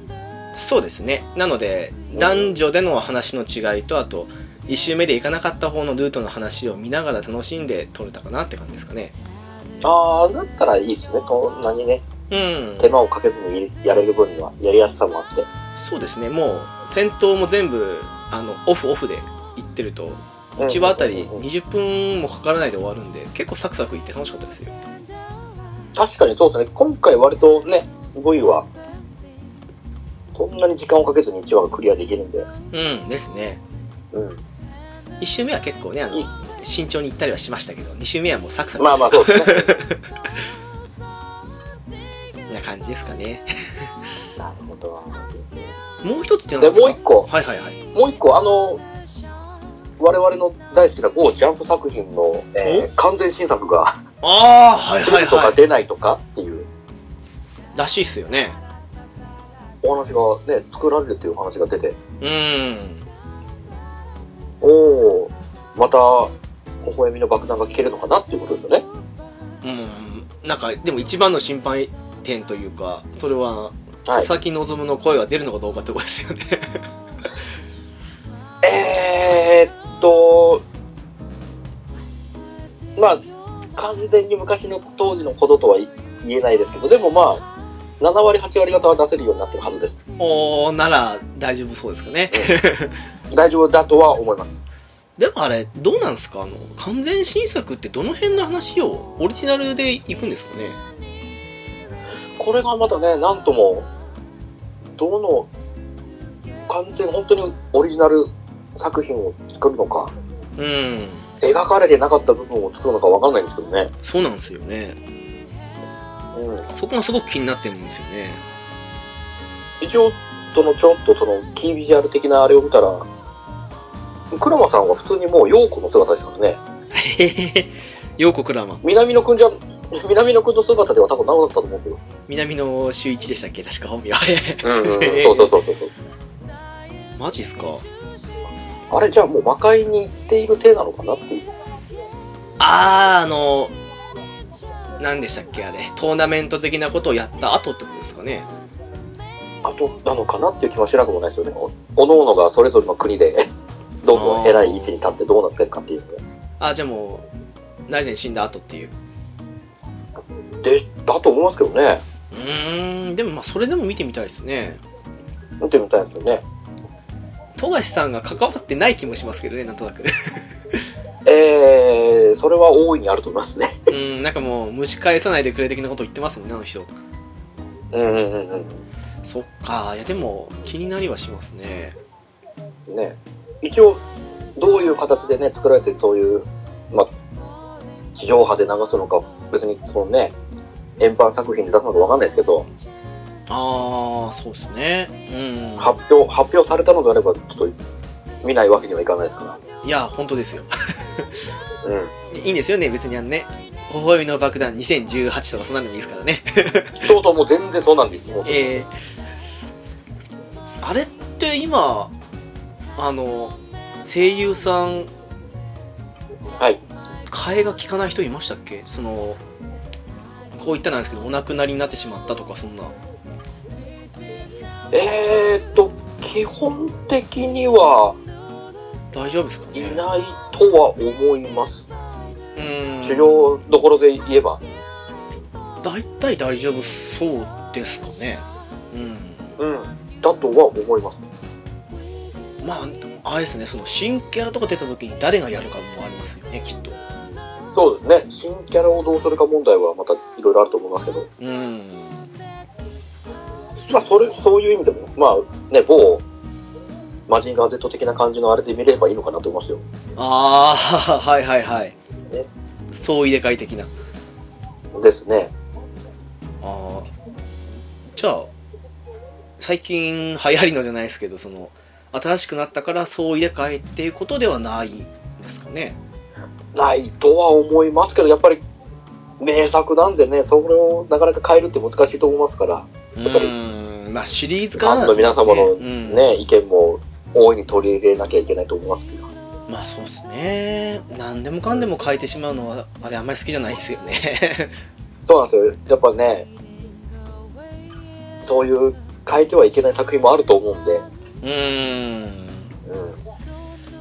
そうですね。なので、うん男女での話の違いと、あと、1周目で行かなかった方のルートの話を見ながら楽しんで取れたかなって感じですかね。ああ、だったらいいですね。そんなにね、うん。手間をかけずにやれる分には、やりやすさもあって。そうですね。もう、戦闘も全部、あの、オフオフで行ってると、1話あたりうんうんうん20分もかからないで終わるんで、結構サクサクいって楽しかったですよ。確かにそうですね。今回割とね、V は、そんなに時間をかけずに1話がクリアできるんで。うんですね。うん。 1周目は結構ね、あのいい、慎重に行ったりはしましたけど、2周目はもうサクサクまあまあそうです ね。な感じですかね。 なるほど。もう一つってなんですでかもう一個はいはいはい。もう一個、あの、我々の大好きな某ジャンプ作品の、えー完全新作がああ、はい出はいるとはかい。出ないとかっていうらしいっすよね。お話がね、作られるっていうお話が出て、うーん。おおまた、微笑みの爆弾が聞けるのかなっていうことですよね。うん。なんか、でも一番の心配点というか、それは、はい佐。々木希の声が出るのかどうかってことですよね。 えーっと、まあ、完全に昔の当時のほどとは言えないですけど、でもまあ、7割、8割方は出せるようになってるはずです。おー、なら大丈夫そうですかね。大丈夫だとは思います。でもあれ、どうなんですかあの、完全新作ってどの辺の話をオリジナルで行くんですかねこれがまたね、なんとも、どの、完全、本当にオリジナル作品を作るのか、うん。描かれてなかった部分を作るのかわかんないんですけどね。そうなんですよね。うん。そこがすごく気になってるんですよ ね。一応、その、ちょっとその、キービジュアル的なあれを見たら、黒間さんは普通にもう陽子の姿ですからね。へへへ。ようこくらま。南野くん じゃ、南野くんの姿では多分なかったと思うんですよ。南の周一でしたっけ確か本名。 うん、そうそうそうそう。マジっすかあれ、じゃあもう魔界に行っている体なのかなっていう。あー、あの、何でしたっけあれ。トーナメント的なことをやった後ってことですかね。あとなのかなっていう気はしなくもないですよね。おおのおのがそれぞれの国で、 どんどん偉い位置に立ってどうなってるかっていうのねあー、じゃあもう、大臣死んだ後っていう。で、だと思いますけどね。うーん、でもまあ、それでも見てみたいですね。見てみたいですよね。富樫さんが関わってない気もしますけどね、なんとな く。えー、それは大いにあると思いますね。うん、なんかもう、蒸し返さないでくれ的なこと言ってますもんね、あの人。うんうんうんそっか、いやでも、気になりはしますね。うん。ね。一応、どういう形でね、作られてそういう、まあ、地上波で流すのか、別にそのね、円盤作品で出すのかわかんないですけど、あー、そうですね。うん。発表、発表されたのであれば、ちょっと見ないわけにはいかないですかいや、本当ですよ。ら。うん。いいんですよね、別にあのね。微笑みの爆弾2018とかそんなのもいいですからね。そうそう、もう全然そうなんですよ。えー、あれって今、あの、声優さん、はい。替えが利かない人いましたっけその、こう言ったらなんですけど、お亡くなりになってしまったとか、そんな。えーっと、基本的には大丈夫ですかいねないとは思います。うーん。狩猟どころで言えば。大体大丈夫そうですかね。うん。うん。だとは思います。まあ、あれですね、その新キャラとか出た時に誰がやるかもありますよね、きっと。そうですね。新キャラをどうするか問題はまたいろいろあると思いますけど。うん。まあ、それ、そういう意味でも、まあ、ね、某、マジンガー Z 的な感じのあれで見ればいいのかなと思いますよ。ああ、 はいはいはいえ。総入れ替え的な。ですね。ああ。じゃあ、最近流行りのじゃないですけど、その、新しくなったから総入れ替えっていうことではないんですかね。ないとは思いますけど、やっぱり、名作なんでね、それをなかなか変えるって難しいと思いますから、うっぱりーん。まあ、シリーズフ化ァなンんでのすね皆様のうんね、意見も大いに取り入れなきゃいけないと思いますけど。まあそうですね。何でもかんでも変えてしまうのは、あれあんまり好きじゃないですよね。 そうなんですよ。やっぱね、そういう変えてはいけない作品もあると思うんで、うーん。うん。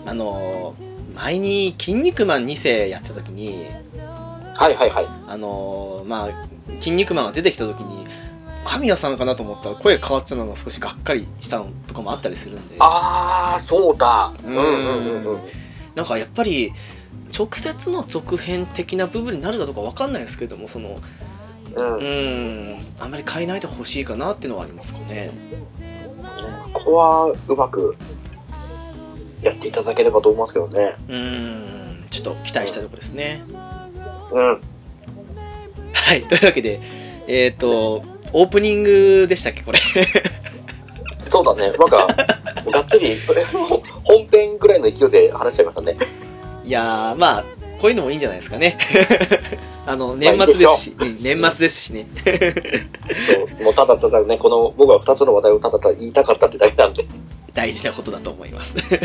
あの前に「筋肉マン2世」やった時にはいはいはい。あのまあ「筋肉マン」が出てきた時に神谷さんかなと思ったら声変わってたのが少しがっかりしたのとかもあったりするんであー、そうだ。うんうんうんうん。なんかやっぱり直接の続編的な部分になるかどうかわかんないですけどもそのうんうーんあんまり変えないでほしいかなっていうのはありますかねここはうまくやっていただければと思いますけどね。うーんちょっと期待したいところですねうん。はいというわけでえっ、とオープニングでしたっけこれそうだね。な んか、がっつり、 本編ぐらいの勢いで話しちゃいましたね。いやー、まあ、こういうのもいいんじゃないですかね。 あの、年末ですし、うん年末ですしね。そうもうただただね、この、僕は2つの話題をただただ言いたかったってだけなんで。大事なことだと思います。 う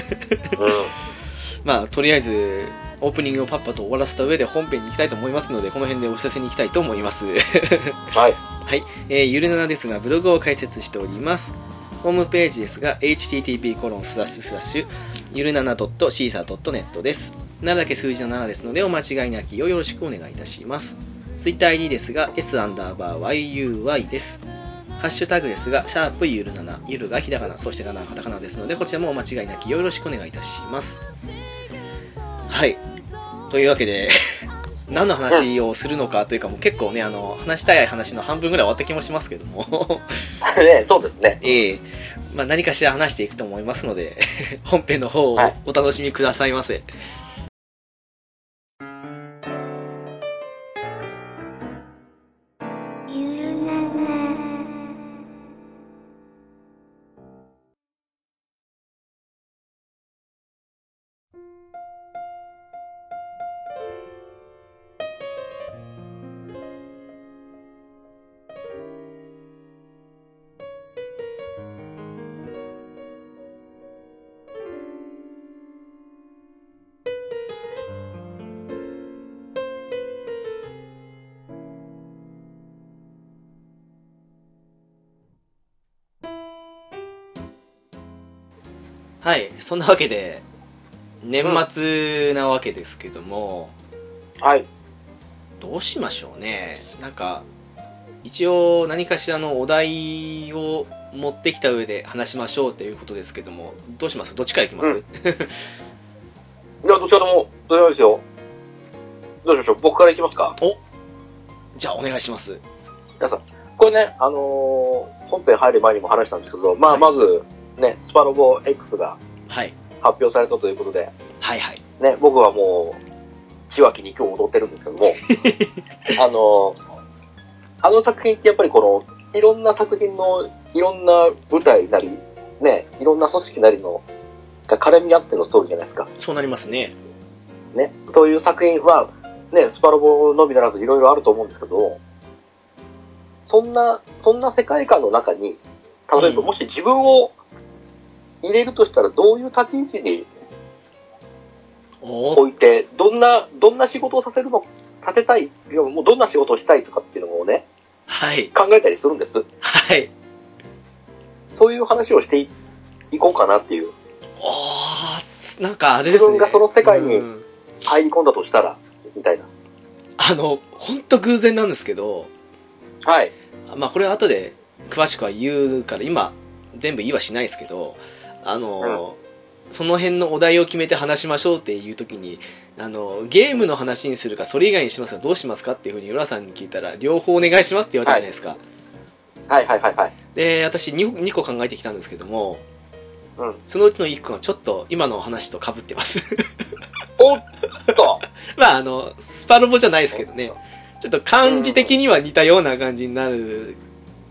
まあ、とりあえず、オープニングをパッパと終わらせた上で本編に行きたいと思いますので、この辺でお知らせに行きたいと思います。ん。はい。 はい、えーゆるななですが、ブログを開設しております。ホームページですが、http:// コロンスラッシュスラッシュゆるなな .caesar.net です。7だけ数字の7ですので、お間違いなきをよろしくお願いいたします。TwitterID ですが、s アンダーバー yuy です。ハッシュタグですが、シャープゆるなな、ゆるがひらがな、そしてななはカタカナですので、こちらもお間違いなきよろしくお願いいたします。はい。というわけで、何の話をするのかというか、もう結構ね、あの、話したい話の半分ぐらい終わった気もしますけども、 ね、そうですね。ええまあ何かしら話していくと思いますので、 本編の方をはいお楽しみくださいませ。はい、そんなわけで、年末なわけですけども、はい。どうしましょうね。なんか、一応何かしらのお題を持ってきた上で話しましょうということですけども、どうしますどっちからいきます、うんじゃあ、どちらとも、どうですよ。どうしましょう。僕からいきますか。じゃあお願いします。これね、あのー本編入る前にも話したんですけど、まあ、はいまず、ね、スパロボ X がはい。発表されたということで、はいはい。ね、僕はもう、ちわきに今日踊ってるんですけ ども、あのーあの作品ってやっぱりこの、いろんな作品の、いろんな舞台なり、ね、いろんな組織なりの、が絡み合ってのストーリーじゃないですか。そうなりますね。ね、そういう作品は、ね、スパロボのみならずいろいろあると思うんですけど、そんな、そんな世界観の中に、例えばうんもし自分を入れるとしたらどういう立ち位置におー置いて、どんな、どんな仕事をさせるの、させたい、いやもうどんな仕事をしたいとかっていうのをね、はい。考えたりするんです。はい。そういう話をしていいこうかなっていう。あー、なんかあれですね。自分がその世界にうん入り込んだとしたら、みたいな。あの、ほんと偶然なんですけど、はい。まあこれは後で詳しくは言うから、今、全部言いはしないですけど、あの、その辺のお題を決めて話しましょうっていう時に、あの、ゲームの話にするか、それ以外にしますか、どうしますかっていうふうに浦さんに聞いたら、両方お願いしますって言われたじゃないですか。はいはいはいはい。で、私2個、二個考えてきたんですけども、うんそのうちの1個がちょっと今のお話と被ってます。 おっとまああの、スパロボじゃないですけどね。ちょっと漢字的には似たような感じになる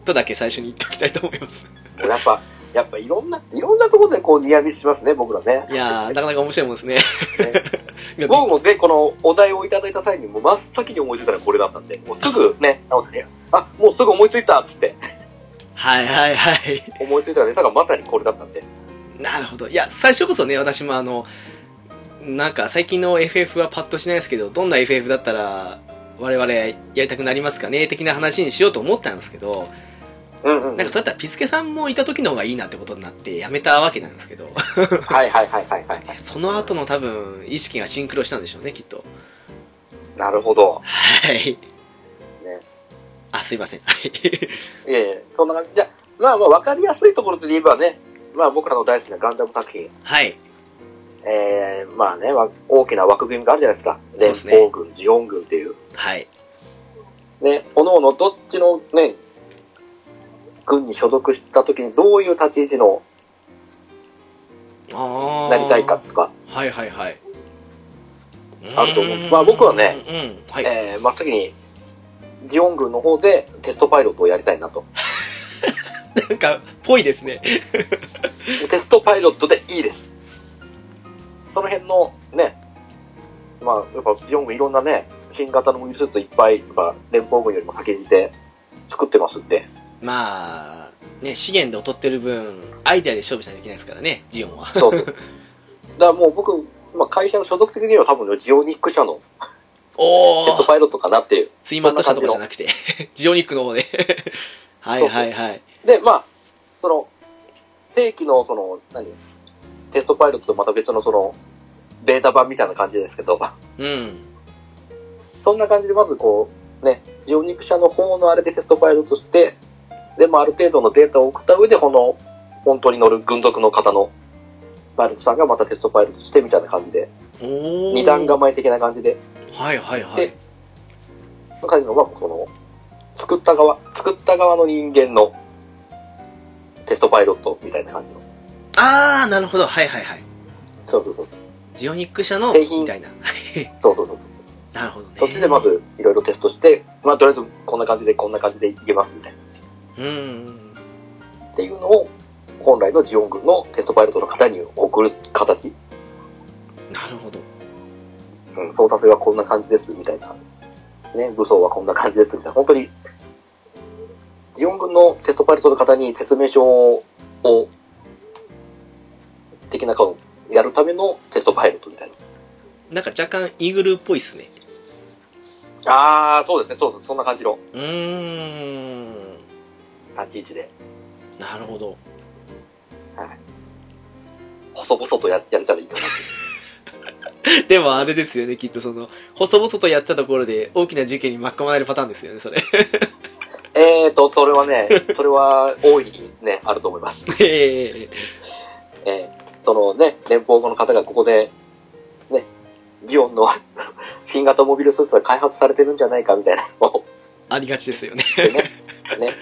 とだけ最初に言っておきたいと思います。やっぱ、やっぱいろんな、いろんなところでこうニアミスしますね、僕らね。いやー、なかなか面白いもんですね。 いやび僕もね、このお題をいただいた際にもう真っ先に思いついたらこれだったんで、もうすぐね、直人にあ、もうすぐ思いついたっつって、はいはいはい。思いついたらネタがまさにこれだったんで。なるほど。いや、最初こそね、私もあの、なんか最近の FF はパッとしないですけど、どんな FF だったら我々やりたくなりますかね的な話にしようと思ったんですけど、うんうん。なんかそうやったらピスケさんもいた時の方がいいなってことになってやめたわけなんですけど、はいはいはいはいはい。その後の多分意識がシンクロしたんでしょうね、きっと。なるほど。はい。ね。あ、すいません。 はい。いえいえ、そんな感じ。じゃあまあまあわかりやすいところで言えばね、まあ僕らの大好きなガンダム作品、はい。えー、まあね、わ大きな枠組みがあるじゃないですか。そうですね連邦軍、ジオン軍っていう。はい。ね、おのおのどっちのね、軍に所属した時にどういう立ち位置のあーなりたいか。とか、はいはいはい。あると思うまあ僕はね。うん。はい。えー、真っ先に、ジオン軍の方でテストパイロットをやりたいなと。なんか、ぽいですね。テストパイロットでいいです。その辺のね、まあ、やっぱジオン軍いろんなね、新型のウイルスといっぱい、やっぱ連邦軍よりも先にいて作ってますんで、まあ、ね、資源で劣ってる分、アイデアで勝負しないといけないですからね、ジオンは。そう だからもう僕、まあ、会社の所属的には多分ジオニック社のテおストーパイロットかなっていう。ツイマット社とかじゃなくて、ジオニックの方 で。はいはいはい。で、まあ、その、正規の、その、何テストパイロットとまた別の、その、ベータ版みたいな感じですけど、うん。そんな感じでまずこう、ね、ジオニク社の方のあれでテストパイロットして、で、まあ、ある程度のデータを送った上で、この、本当に乗る軍属の方の、パイロットさんがまたテストパイロットしてみたいな感じで、おー。二段。構え的な感じで、はいはいはいで。その感じの、まあ、この、作った側、作った側の人間の、テストパイロットみたいな感じの。あー、なるほど。はいはいはい。そうそうそう。ジオニック社の、製品みたいな。はいそうそうそう。なるほどね。そっちでまずいろいろテストして、まあとりあえずこんな感じでこんな感じでいけますみたいな。うん。っていうのを、本来のジオン軍のテストパイロットの方に送る形。なるほど。うん、操作性はこんな感じですみたいな。ね、武装はこんな感じですみたいな。本当に、ジオン軍のテストパイロットの方に説明書を、的なことをやるためのテストパイロットみたいな。なんか若干イーグルっぽいっすね。ああ、そうですね、そうです。そんな感じのうーん。立ち位置で、なるほど。細々とややれたらいいかな。でもあれですよね、きっとその、細々とやったところで大きな事件に巻き込まれるパターンですよね、そ れ。えーと、それはね、それは大いにね、あると思います。えええーそのね、連邦語の方がここで、ね、ジオンの 新型モビルスーツが開発されてるんじゃないかみたいなのをありがちですよね。言ってね、ね、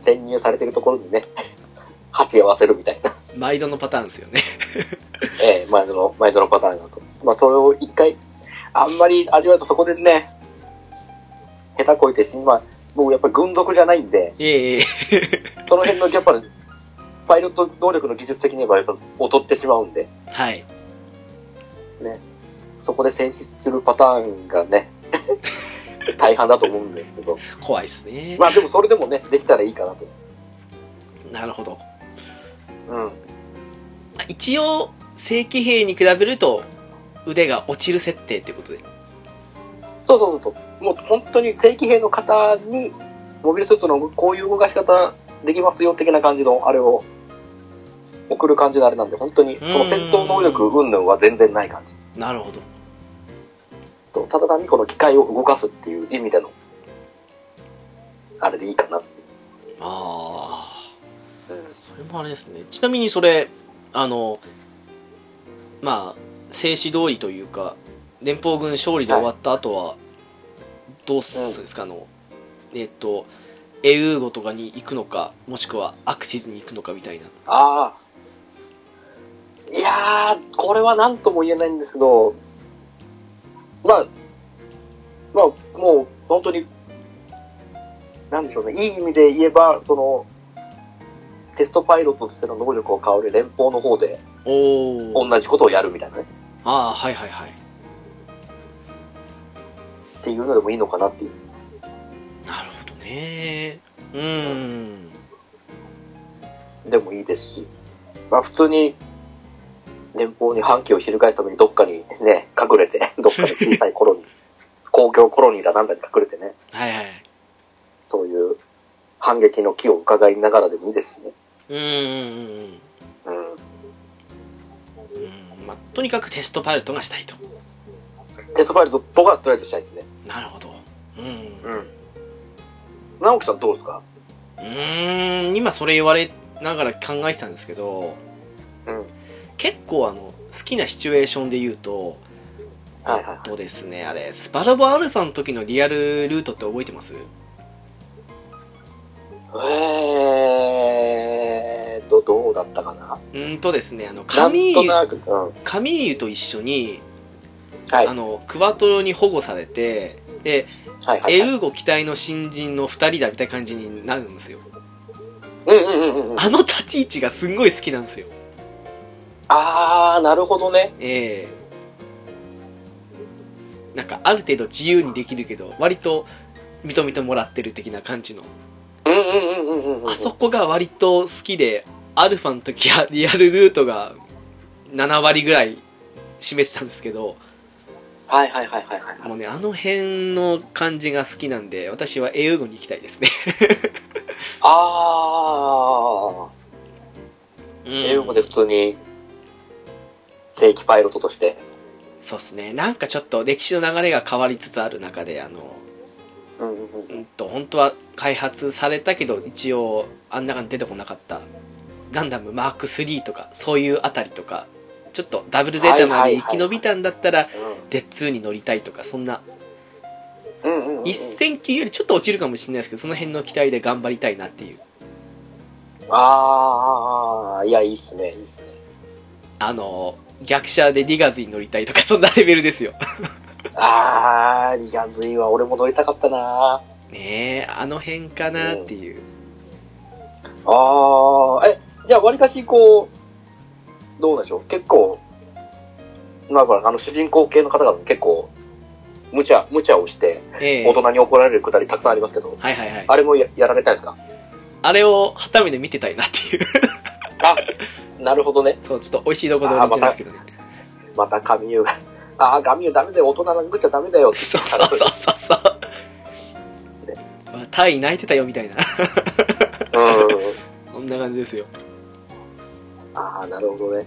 潜入されてるところにね、鉢合わせるみたいな、毎度のパターンですよね。えー、毎度の、毎度のパターンだと。まあ、それを一回、あんまり味わうとそこでね、下手こいてし、まあ、僕やっぱり軍属じゃないんで、ええその辺のやっぱり、パイロット能力の技術的にはやっぱ劣ってしまうんで、はい。そこで戦死するパターンがね、 大半だと思うんですけど。怖いですね。まあでもそれでもね、できたらいいかなと。なるほど。うん。一応、正規兵に比べると、腕が落ちる設定ってことで。そうそうそうそう。もう本当に正規兵の方に、モビルスーツのこういう動かし方できますよ的な感じのあれを送る感じのあれなんで、本当に、この戦闘能力云々は全然ない感じ。なるほど。とただ単にこの機械を動かすっていう意味での、あれでいいかなって。あうんあ、それもあれですね。ちなみにそれ、あの、まあ、静止通りというか、連邦軍勝利で終わった後は、どうするんですか、あの、えっと、エウーゴとかに行くのか、もしくはアクシズに行くのかみたいな。ああ。いやー、これは何とも言えないんですけど、まあ、まあ、もう本当に、なんでしょうね、いい意味で言えば、その、テストパイロットとしての能力を買う連邦の方でお同お。じことをやるみたいなね、ああ、はいはいはい。っていうのでもいいのかなっていう。なるほどね。うーん。でもいいですし、まあ普通に、連邦に反旗を翻すためにどっかにね、隠れて、どっかに小さいコロニー、公共コロニーだなんだに隠れてね、はいはい。そういう反撃の気を伺いながらでもいいですしね。うーんうんうん。ううんまあ、とにかくテストパイロットがしたいと。ん。テストファイルとかとりあえずしたいですね。。なるほど。うん。うん直樹さんどうですかーん、今それ言われながら考えてたんですけど、うん。結構あの、好きなシチュエーションで言うと、はいはいはいとですね、あれ、スパロボアルファの時のリアルルートって覚えてますえーと、どうだったかなうーんとですね、あの、なカミんとーユ、なく、うん。はカミーユと一緒に、い。あの、クワトロに保護されて、で、はいはい。エウーゴ機体の新人の二人だみたいな感じになるんですよ。うんうんうんうん。あの立ち位置がすんごい好きなんですよ。あー、なるほどね。ええなんかある程度自由にできるけど割と認めてもらってる的な感じのうんうんうんうんうん。あそこが割と好きでアルファの時はリアルルートが7割ぐらい占めてたんですけどはいはいはいはいはい。もうねあの辺の感じが好きなんで私は英語に行きたいですねあー、英語で普通に、正規パイロットとして。そうっすねなんかちょっと歴史の流れが変わりつつある中であのうんうんうんうんと本当は開発されたけど一応あん中に出てこなかったガンダムマーク3とかそういうあたりとかちょっとダブルゼータまで生き延びたんだったら Z2 に乗りたいとかそんなうんうんうんうん。一戦級よりちょっと落ちるかもしれないですけどその辺の期待で頑張りたいなっていうああ、いや、いいっすね、いいっすね。あの逆車でリガズに乗りたいとかそんなレベルですよああ、リガズイは俺も乗りたかったなねえあの辺かなっていうああ、え、じゃあ、わりかし、こう、どうなんでしょう、結構、なんか、あの、主人公系の方々も結構、無茶、無茶をして、ええ大人に怒られるくだりたくさんありますけど、はいはいはいあれもややられたいですかあれを旗目で見てたいなっていうあ、 なるほどね。そうちょっと美味しいとこで俺見てないですけどねまた、神優が。ああ、神優ダメだよ、大人が食っちゃダメだよってそうそうそうそうそう。タイ泣いてたよみたいな。 うん。こんな感じですよ。ああ、なるほどね。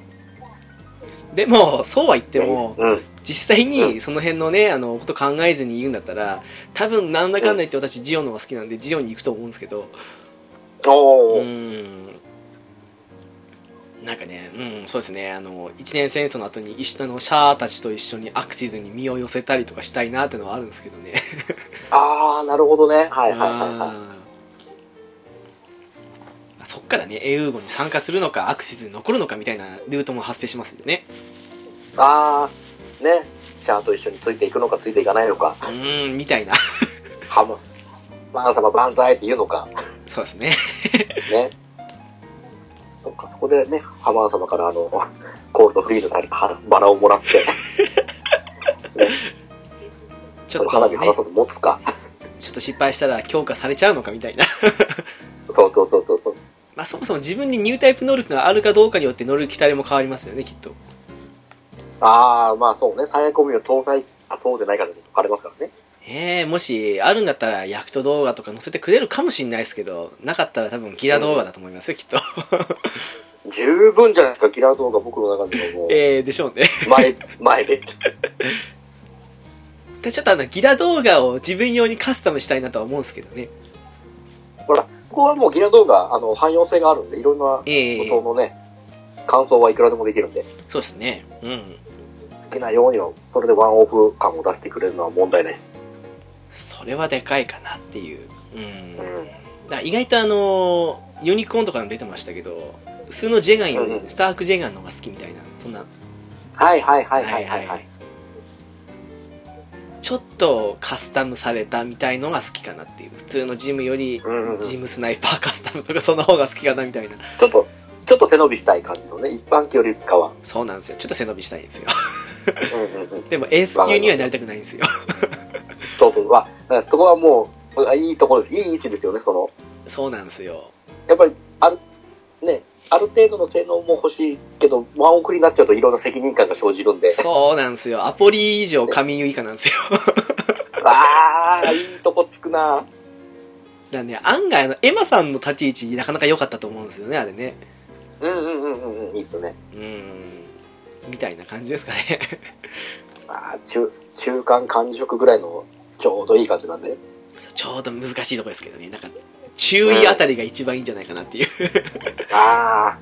でも、そうは言っても、うん。実際にその辺のね、あの、こと考えずに言うんだったら、多分なんだかんだ言って私、ジオンの方が好きなんで、ジオンに行くと思うんですけど、うおー。ーん。なんかね、うん、そうですね、あの、一年戦争の後に一緒のシャアたちと一緒にアクシズに身を寄せたりとかしたいなってのはあるんですけどね。ああ、なるほどね。はいはいはい、はい。うんそっからね、英雄語に参加するのか、アクシズに残るのかみたいなルートも発生しますよね。ああ、ね。シャアと一緒についていくのかついていかないのか。うーん、みたいな。ハム。マナ様万歳って言うのか。そうですね。ね。そっか、そこでね、ハマー様からあの、コールドフリーのバラをもらって、ちそょのっと、花火ね花、そうと持つか。ちょっと失敗したら強化されちゃうのかみたいな。そうそうそうそうそう。まあそもそも自分にニュータイプ能力があるかどうかによって乗る機体も変わりますよね、きっと。ああ、まあそうね、最悪見を搭載、あ、そうでないからちょっと変われますからね。ええもし、あるんだったら、ヤクト動画とか載せてくれるかもしれないですけど、なかったら多分ギラ動画だと思いますよ、きっと。十分じゃないですか、キラー動画僕の中でももう。ええでしょうね。前、前で。でちょっとあの、ギラ動画を自分用にカスタムしたいなとは思うんですけどね。ほら、ここはもうギラ動画、あの、汎用性があるんで、いろんなええ無双のね、感想はいくらでもできるんで、そうですね。うん。好きなようには、それでワンオフ感を出してくれるのは問題ないです。それはでかいかなっていう。うん。うだからん。意外とあの、ユニコーンとかも出てましたけど、普通のジェガンよりうんスタークジェガンの方が好きみたいな、そんな。はいはいはいはいはい。はいちょっとカスタムされたみたいのが好きかなっていう。普通のジムよりうんうんうんジムスナイパーカスタムとかその方が好きかなみたいなちょっと、ちょっと背伸びしたい感じのね、一般機よりかは。そうなんですよちょっと背伸びしたいんです ようんうんうん。でもエース級にはなりたくないんですよそうそう。まあ、だからそこはもう、いいところです。いい位置ですよね、その。そうなんですよやっぱり、ある、ね、ある程度の性能も欲しいけど、ワンオクになっちゃうといろんな責任感が生じる んで。そうなんですよアポリ以上神優以下なんですよああ、いいとこつくなだからね案外あのエマさんの立ち位置なかなか良かったと思うんですよねあれねうんうんうんうんうん、いいっすね。うんみたいな感じですかね ああ、中、中間完熟ぐらいのちょうどいい感じなんで。ちょうど難しいとこですけどねなんか注意あたりが一番いいんじゃないかなっていうああ、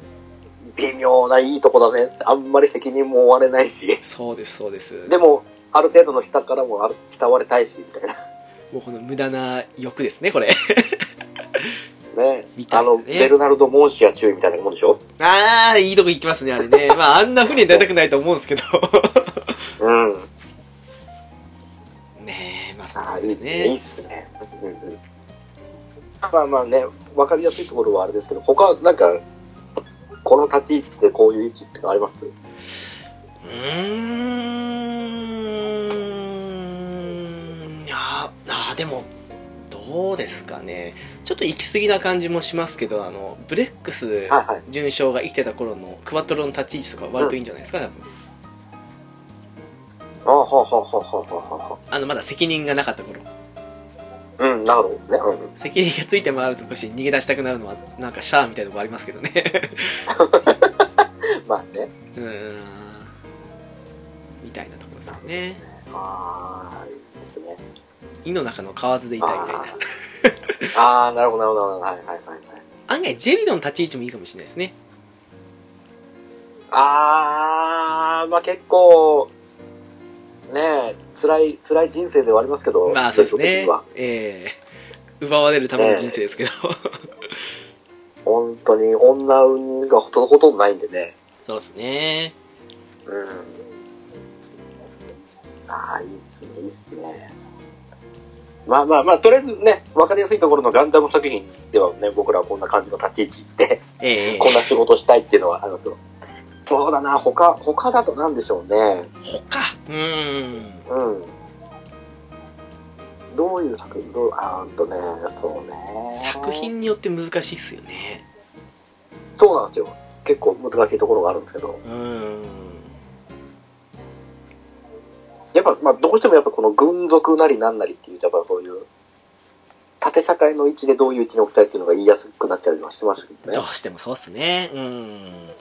微妙ないいとこだね。あんまり責任も負われないし。 そうですそうですでも、ある程度の下からもある慕われたいし、みたいな。もうこの無駄な欲ですねこれ ね。みたあいなの、ベねルナルド・モンシア注意みたいなもんでしょああいいとこ行きますねあれねまああんな船になりたくないと思うん ですけどうん。ねえまあそんなあもあ、んいでいっすすねね。いいっすね。うんうん。まあまあね、わかりやすいところはあれですけど、他はなんか、この立ち位置ってこういう位置ってのありますうーんああでもどうですかねちょっと行き過ぎな感じもしますけどあのブレックスはいはい。準将が生きてた頃のクワトロの立ち位置とか割といいんじゃないですか多分ああ、はあはあはあはあはあはあのまだ責任がなかった頃あ。うん、なるほどね。うんうん。責任がついて回ると少し逃げ出したくなるのはなんかシャアみたいなとこありますけどね まあね。うーんみたいなところですかねああ、いいですね。井の中の蛙でいたいみたいなあああー、なるほど、なるほど、なるほど。はいはいはい。はい案外ジェリドの立ち位置もいいかもしれないですねああ、まあ結構、ねえ、辛い、辛い人生ではありますけど、まあそうですベねルト的には。ええ奪われるための人生ですけど、本当に女運がほとほとんどないんでね。そうですねうん。ああ、いいっすね、いいっすね。まあまあまあ、とりあえずね、わかりやすいところのガンダム作品ではね、僕らはこんな感じの立ち位置で、ええこんな仕事したいっていうのはあると。そうだな、他、他だとなんでしょうね。ほかうーんうん。どういう作品どう、あーんとね、そうね。作品によって難しいっすよねそうなんですよ。結構難しいところがあるんですけど。うーんやっぱ、まあ、どうしてもやっぱこの軍属なりなんなりっていう、やっぱそういう、縦社会の位置でどういう位置に置きたいっていうのが言いやすくなっちゃうのはしてましたけどどうね。してもそうっすねうーんうん。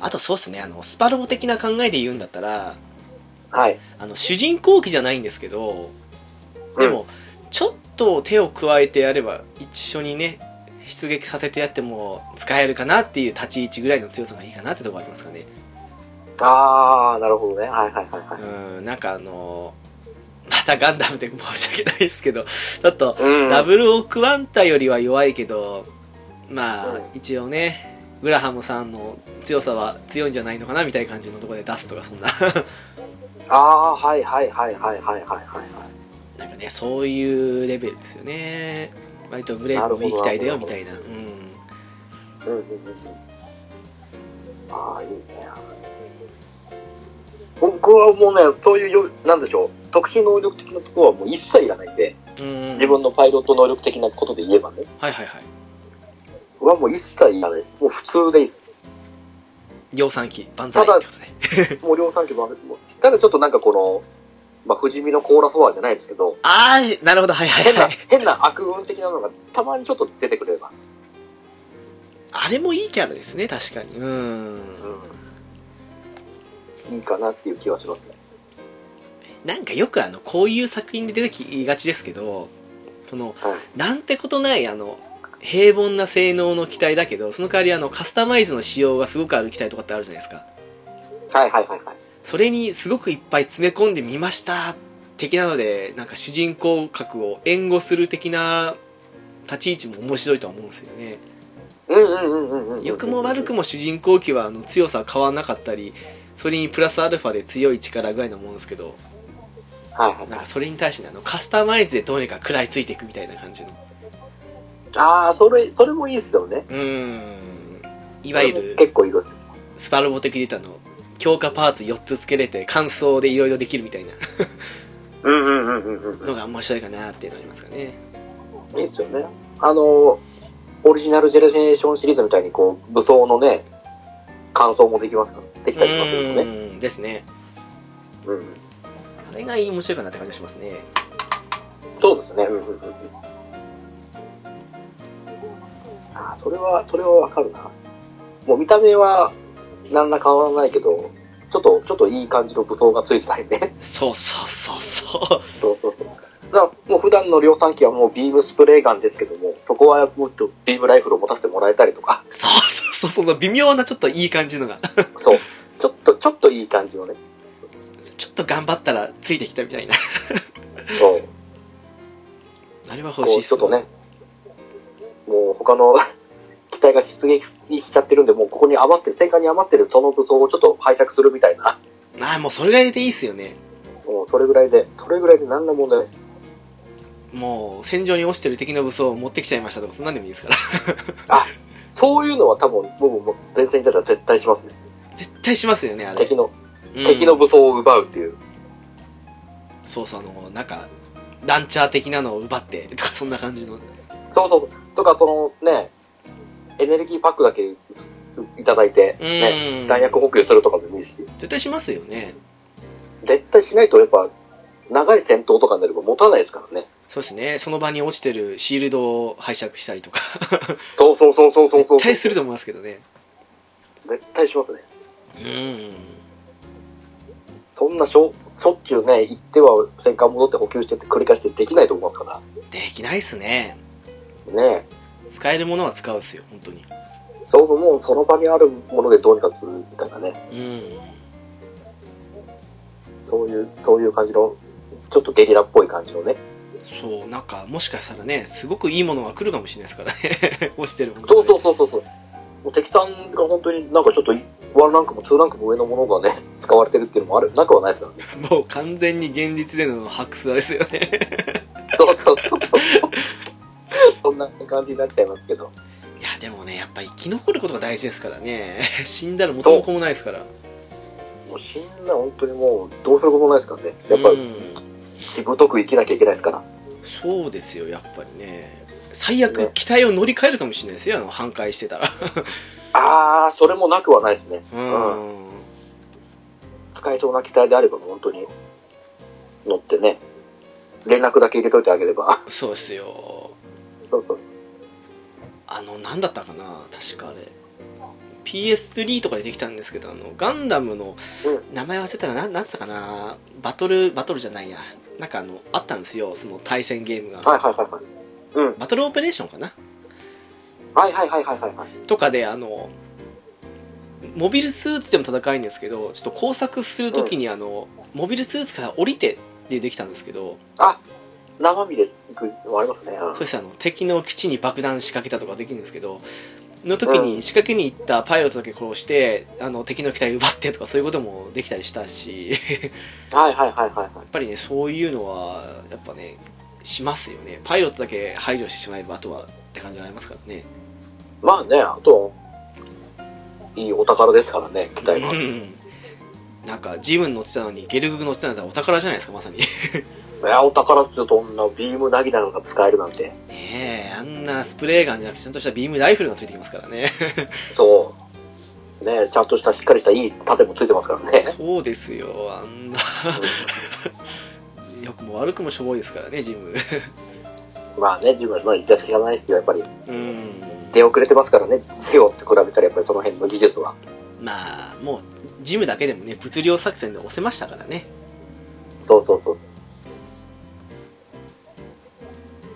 あとそうっすねあのスパロボ的な考えで言うんだったらはい。あの主人公機じゃないんですけどでも、ちょっと手を加えてやれば一緒にね出撃させてやっても使えるかなっていう立ち位置ぐらいの強さがいいかなってとこありますかねあー、なるほどね。はいはいはいはい。うん、なんかあの、またガンダムで申し訳ないですけど、ちょっと、うん。ダブルオクワンタよりは弱いけど、まあ、うん一応ね、グラハムさんの強さは強いんじゃないのかなみたいな感じのところで出すとか、そんな、 あー、はいはいはいはいはいはいはい。なんかね、そういうレベルですよね。割とブレイクもいい機体だよ、なみるほどたいな。うん。うんうんうんうん。ああ、いいね。僕はもうね、そういうよ、なんでしょう。特殊能力的なところはもう一切いらないんで、うん自分のパイロット能力的なことで言えばね、はいはいはいはもう一切いらないです。もう普通でいいです。量産機万歳ってただことねもう量産機もある。もうただちょっとなんかこの、まあ、不死身のコーラソワーじゃないですけど、ああなるほどはいはい変は な、い変な悪運的なのがたまにちょっと出てくれば。あれもいいキャラですね確かにうんうん。いいかなっていう気はしますね。なんかよくあのこういう作品で出てきがちですけどこのはい。なんてことないあの平凡な性能の機体だけどその代わりあのカスタマイズの仕様がすごくある機体とかってあるじゃないですかはいはいはいはい。それにすごくいっぱい詰め込んでみました的なのでなんか主人公格を援護する的な立ち位置も面白いとは思うんですよねうんうんうんうんうんうん。良くも悪くも主人公機はあの強さは変わらなかったりそれにプラスアルファで強い力ぐらいのもんですけどはいはいなんはいか。それに対してねあのカスタマイズでどうにか食らいついていくみたいな感じのああ、それ、それもいいっすよね。うーんいわゆそれもる結構いるっす。スパロボ的に言うとあの強化パーツ4つつけれて乾燥でいろいろできるみたいなうんうんうんうんうんのが面白いかなっていうのありますかねいいですよね。あの、オリジナルジェネレーションシリーズみたいに、こう、武装のね、感想もできますから、できうたりしますよね。ーんですねうん。あれがいい面白いかなって感じがしますねそうですね。うんうんうんうん。あーそれは、それはわかるな。もう見た目は、何ら変わらないけど、ちょっと、ちょっといい感じの武装がついてたりね。そうそうそうそうそうそうそう。だからもう普段の量産機はもうビームスプレーガンですけども、そこはもっとビームライフルを持たせてもらえたり とか、そうそうそうその微妙なちょっといい感じのがそう、ちょっと、ちょっといい感じのね、ちょっと頑張ったらついてきたみたいなそう、あれは欲しいこうっちすょっとね、もう他の機体が出撃しちゃってるんで、もうここに余ってる、戦艦に余ってるその武装をちょっと拝借するみたいな、ああもうそれぐらいでいいっすよねもうそれぐらいで、それぐらいで何ら問題ない。もう戦場に落ちてる敵の武装を持ってきちゃいましたとかそんなんでもいいですからそういうのは多分、僕も前線に出たら絶対しますね。絶対しますよねあれ敵の、うん敵の武装を奪うっていう。そうそうあのなんかランチャー的なのを奪ってとかそんな感じのそうそうそう。とか、そのね、エネルギーパックだけいただいて、ね、うん弾薬補給するとかでもいいし、絶対しますよね絶対しないとやっぱ、長い戦闘とかになれば持たないですからね。そうですねその場に落ちてるシールドを拝借したりとかそうそうそうそうそうそう。絶対すると思いますけどね絶対しますね。うんそんなしょ、しょっちゅうね、行っては戦艦戻って補給してって繰り返してできないと思いますかできないっすねら。ね使えるものは使うっすよ本当にそうそう、もうその場にあるものでどうにかするみたいなね。うんそういう、そういう感じの、ちょっとゲリラっぽい感じのね。そうなんかもしかしたらねすごくいいものが来るかもしれないですからね 落ちてるものがねそうそうそうそうそう。もう敵さんが本当になんかちょっとワンランクもツーランクも上のものがね、 使われてるっていうのもある、なくはないですからね。もう完全に現実での白砂ですよね そうそうそうそう。そんな感じになっちゃいますけど。いやでもねやっぱ生き残ることが大事ですから ね死んだら元も子もないですからもう死んだ本当にもうどうすることもないですからね。やっぱうりん、しぶとく生きなきゃいけないですから。そうですよやっぱりね最悪ね機体を乗り換えるかもしれないですよあの反壊してたらあー、それもなくはないですね。うん、使えそうな機体であれば本当に乗ってね、連絡だけ入れといてあげれば。そうですよそうそう。あの何だったかな確かあれ PS3 とかでできたんですけどあのガンダムのう名前忘れたら何だったかなバトルバトルじゃないやなんかあのあったんですよその対戦ゲームが、はいはいはいはい。うん。バトルオペレーションかなはいはいはいはいはいはい。とかであのモビルスーツでも戦えるんですけどちょっと工作するときにあの、モビルスーツから降りてってできたんですけど生身で行くのもありますね。うんそしたらあの敵の基地に爆弾仕掛けたとかできるんですけどの時に仕掛けに行ったパイロットだけ殺してあの敵の機体奪ってとかそういうこともできたりしたし やっはいはいはいはいはい。ぱりねそういうのはやっぱねしますよねパイロットだけ排除してしまえばあとはって感じがありますからねまあね、あと、いいお宝ですからね、機体はう。んなんかジムに乗ってたのにゲルググ乗ってたのはお宝じゃないですかまさにいや、お宝っすよ、どんなビームなぎなのが使えるなんて。ねえあんなスプレーガンじゃなくてちゃんとしたビームライフルがついてきますからねそう。ねちゃんとした、しっかりしたいい盾もついてますからね。そうですよあんな良くも悪くもしょぼいですからねジムまあね、自分はまあ言い方聞かないですけど、やっぱりうん出遅れてますからね、ジオって比べたらやっぱりその辺の技術は。まあもうジムだけでもね物量作戦で押せましたからねそうそうそう。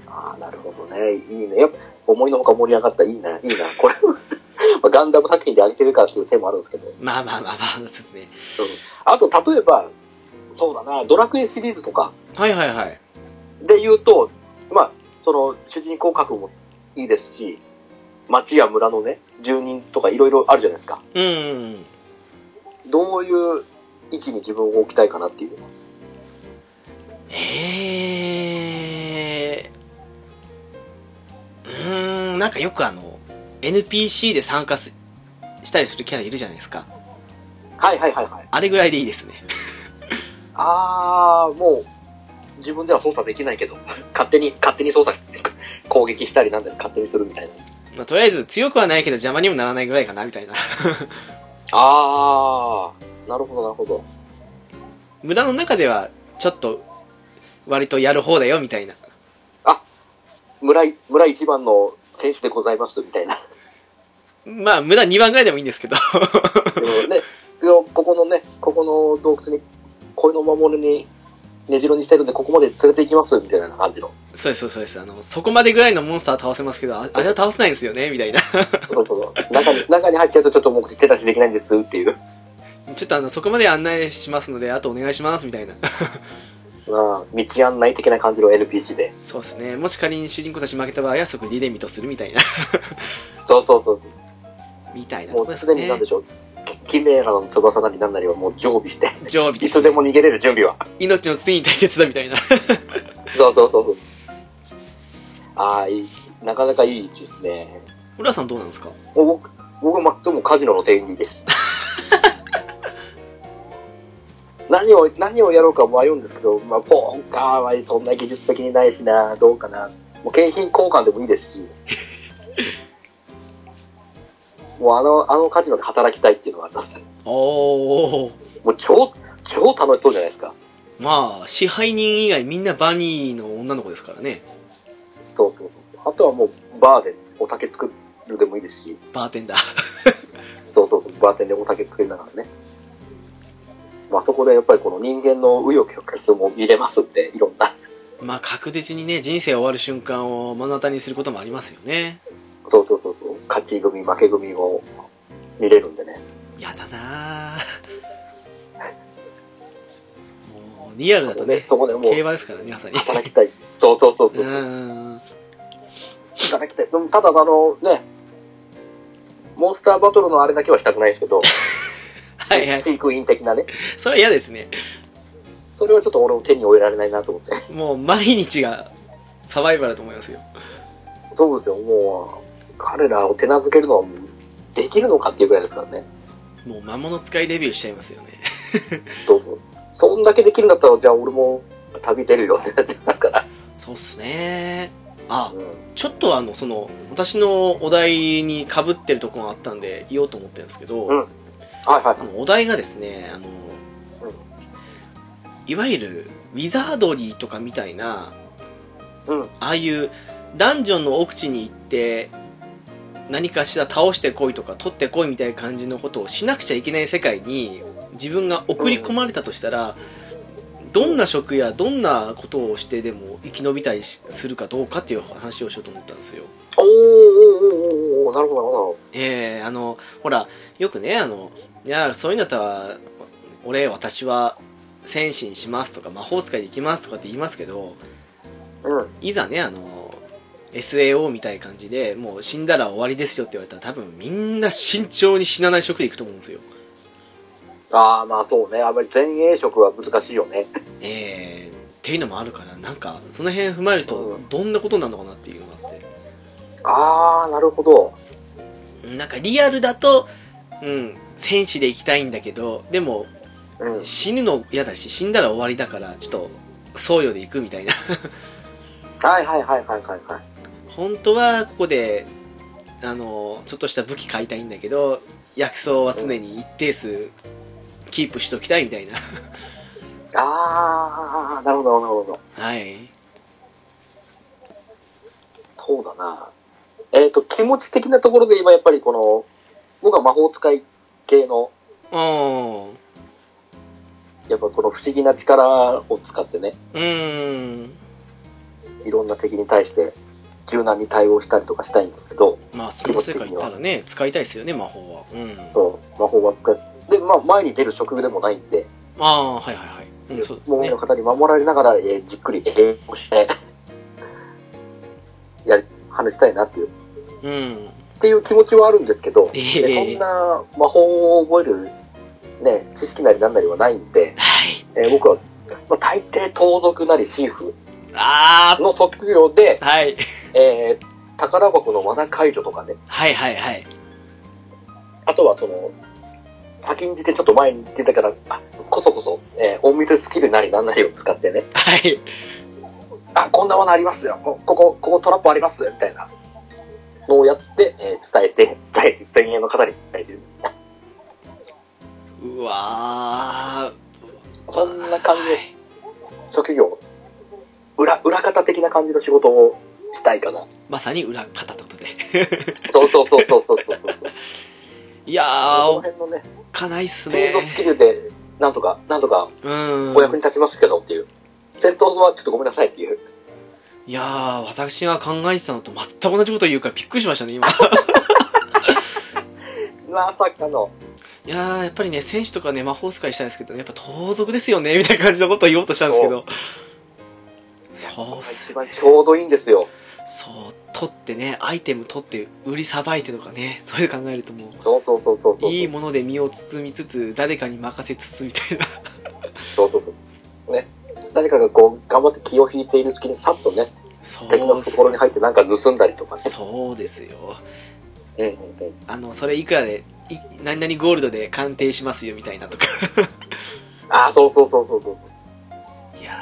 ああ、なるほどね。いいね。やっぱ思いのほか盛り上がった。いいな、いいな。これ、 まあ、ガンダム作品で上げてるからっていうせいもあるんですけど。まあまあまあまあそうですねあと、例えば、そうだな、ドラクエシリーズとかはいはいはいで言うと、まあ、その、主人公格もいいですし、町や村のね、住人とかいろいろあるじゃないですか。うんうんどういう位置に自分を置きたいかなっていう。えー、うーんなんかよくあの NPC で参加すしたりするキャラいるじゃないですかはいはいはいはい。あれぐらいでいいですねあー、もう、自分では操作できないけど、 勝手に、勝手に操作して、攻撃したりなんだり勝手にするみたいな。まあとりあえず強くはないけど邪魔にもならないぐらいかなみたいな あー、なるほどなるほど。村の中ではちょっと割とやる方だよみたいな村い、村一番の選手でございます、みたいな。まあ村2番ぐらいでもいいんですけど うんね、ここのね、ここの洞窟に、これの守りに、根城にしてるんで、ここまで連れて行きます、みたいな感じの。そうですそうですそうですあのそこまでぐらいのモンスターは倒せますけどああれは倒せないんですよねみたいな そうそうそう中に、中に入っちゃうとちょっと目的手出しできないんです、っていう。ちょっとあのそこまで案内しますのであとお願いしますみたいな まあ、道案内的な感じの NPC で。そうですねもし仮に主人公たちに負けた場合は即リレミとするみたいな そうそうそう。みたいなともこうですすでにねなんでしょう、キメラの翼なりなんなりはもう常備して、常備でい すつでも逃げれる準備は。命の次に大切だみたいな そうそうそうそう。ああ、いい、なかなかいい位置ですね。浦さんどうなんですかもう僕、僕はまっともカジノの店員です。何を、何をやろうか迷うんですけど、まあ、ポーカーはそんな技術的にないしな、どうかな。もう景品交換でもいいですし。もうあの、あのカジノで働きたいっていうのがあります。おおもう超、超楽しそうじゃないですか。まあ支配人以外みんなバニーの女の子ですからねそうそうそう。あとはもうバーでお酒作るでもいいですし、バーテンダー そうそうそう、バーテンでお酒作りながらね。まあそこでやっぱりこの人間の紆余曲折も見れますって、いろんな。まあ確実にね人生終わる瞬間を目の当たりにすることもありますよねそうそうそうそう、勝ち組、負け組を見れるんでね。やだなあ もうリアルだとねそこでもう競馬ですからねまさに働きたい。そうそうそううそう、ーん働きたい。でもただあのね、モンスターバトルのあれだけはしたくないですけど、 はいはい飼育員的なね。それは嫌ですねそれはちょっと俺も手に負えられないなと思って。もう毎日がサバイバルだと思いますよそうですよ、もう、彼らを手なずけるのはもうできるのかっていうぐらいですからね。もう魔物使いレビューしちゃいますよねどうぞ。そんだけできるんだったら、じゃあ俺も旅出るよってなってますから。そうっすねあうん。ちょっとあのその私のお題にかぶってるとこがあったんで言おうと思ってるんですけど、うんはいはいあ。のお題がですねあのうんいわゆるウィザードリーとかみたいなうん。ああいうダンジョンの奥地に行って何かしら倒してこいとか取ってこいみたいな感じのことをしなくちゃいけない世界に自分が送り込まれたとしたら、どんな職やどんなことをしてでも生き延びたりしするかどうかっていう話をしようと思ったんですよ。おーおーおーおーおーなるほどなるほえー、あのほらよくねあのいやそういうのだったら俺私は戦士にしますとか魔法使いで行きますとかって言いますけど、ど。うん。いざね、あの、SAO みたいな感じで、もう死んだら終わりですよって言われたら、多分みんな慎重に死なない職でいくと思うんですよ。ああ、まあそうね。あんまり前衛色は難しいよね。えー、っていうのもあるから、なんか、その辺踏まえるとう、どんなことなのかなっていうのがあって。ああ、なるほど。なんかリアルだと、うん、戦士で行きたいんだけど、でも、うん。死ぬの嫌だし、死んだら終わりだから、ちょっと、僧侶で行くみたいな。 はいはいはいはいはいはい。本当は、ここで、あの、ちょっとした武器買いたいんだけど、薬草は常に一定数、キープしときたいみたいな。 あー、なるほどなるほど。はい。そうだな。えっ、と、気持ち的なところで言えば、やっぱりこの、僕は魔法使い系の、あー。やっぱこの不思議な力を使ってね、うーん。いろんな敵に対して柔軟に対応したりとかしたいんですけど、まあ、その世界行ったらね、使いたいですよね、魔法は。うん。そう魔法は使い、で、まあ、前に出る職業でもないんで、ああ、はいはいはい。うん、そうですもうねの。方に守られながら、えーじっくり英語して、 やり、話したいなっていう、うん。っていう気持ちはあるんですけど、えでそんえな魔法を覚える、ね、知識なりなんなりはないんで、はい。えー僕は、まあ、大抵盗賊なりシーフあの職業で、あ、はい。えー宝箱の罠解除とかね、はいはいはい。あとはその、先んじてちょっと前に出たから、あこそこそ、えー隠密スキルなりなんなりを使ってね、はい。あ、こんな罠ありますよ、こここ、ここトラップあります、みたいなのをやって、えー伝えて、伝えて、前衛の方に伝えてる。うわー。そんな感じはでい職業、裏、裏方的な感じの仕事をしたいかな。まさに裏方ってこと で。そうそうそうそうそうそうそう。いやー、このおっ辺のね、かないっすフィールドスキね。ルで、なんとか、なんとかうんお。役に立ちますけどっていう。戦闘はちょっとごめんなさいっていう。いやー、私が考えてたのと全く同じこと言うからびっくりしましたね、 今。まさかの。いやー、やっぱりね、戦士とかね、魔法使いしたいんですけど、やっぱ盗賊ですよね、みたいな感じのことを言おうとしたんですけど。そうっす一番ちょうどいいんですよ。そう取ってねアイテム取って売りさばいてとかねそういうの考えるともそうそうそうそううそう。いいもので身を包みつつ誰かに任せつつみた いなそうそうそう。ね。誰かがこう、頑張って気を引いている隙にさっとね、そ敵のうとすころに入ってなんか盗んだりとかね。そうですようんうんうん。あのそれいくらでい何々ゴールドで鑑定しますよみたいなとか ああ、そうそうそうそうそう。いや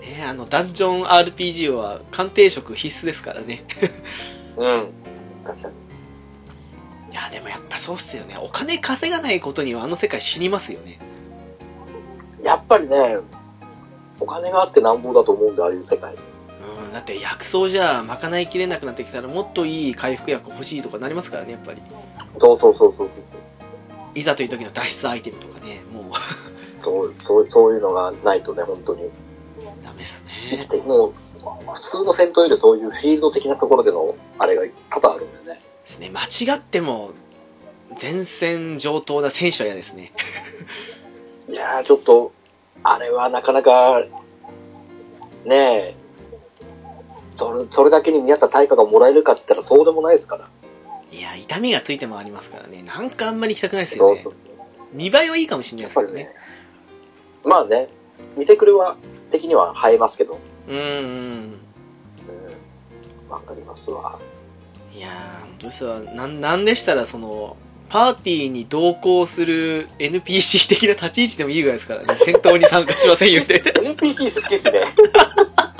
ーねあのダンジョン RPG は鑑定職必須ですからねうん。確かに。いやーでもやっぱそうっすよねお金稼がないことにはあの世界死にますよねやっぱりね、お金があってなんぼだと思うんで、ああいう世界。うんだって薬草じゃ賄いきれなくなってきたらもっといい回復薬欲しいとかなりますからねやっぱりそうそうそうそうそう。いざという時の脱出アイテムとかね、もう そうそうそういうのがないとね、本当に。ダメです生きね。てもう普通の戦闘よりそういうフィールド的なところでのあれが多々あるんだよねですね、間違っても、前線上等な選手は嫌ですね。いやーちょっとあれはなかなかねえそれそれだけに見合った対価がもらえるかって言ったらそうでもないですからいや、痛みがついてもありますからね、なんかあんまり行きたくないですそようねそう。見栄えはいいかもしれないやですけっぱどりねね。まあね見てくれは的には映えますけどうーん。うんわかりますわいやー、本当ですわ。なん、なんでしたら、その、パーティーに同行する NPC 的な立ち位置でもいいぐらいですからね、戦闘に参加しませんよ、みたい NPC 好きですねあ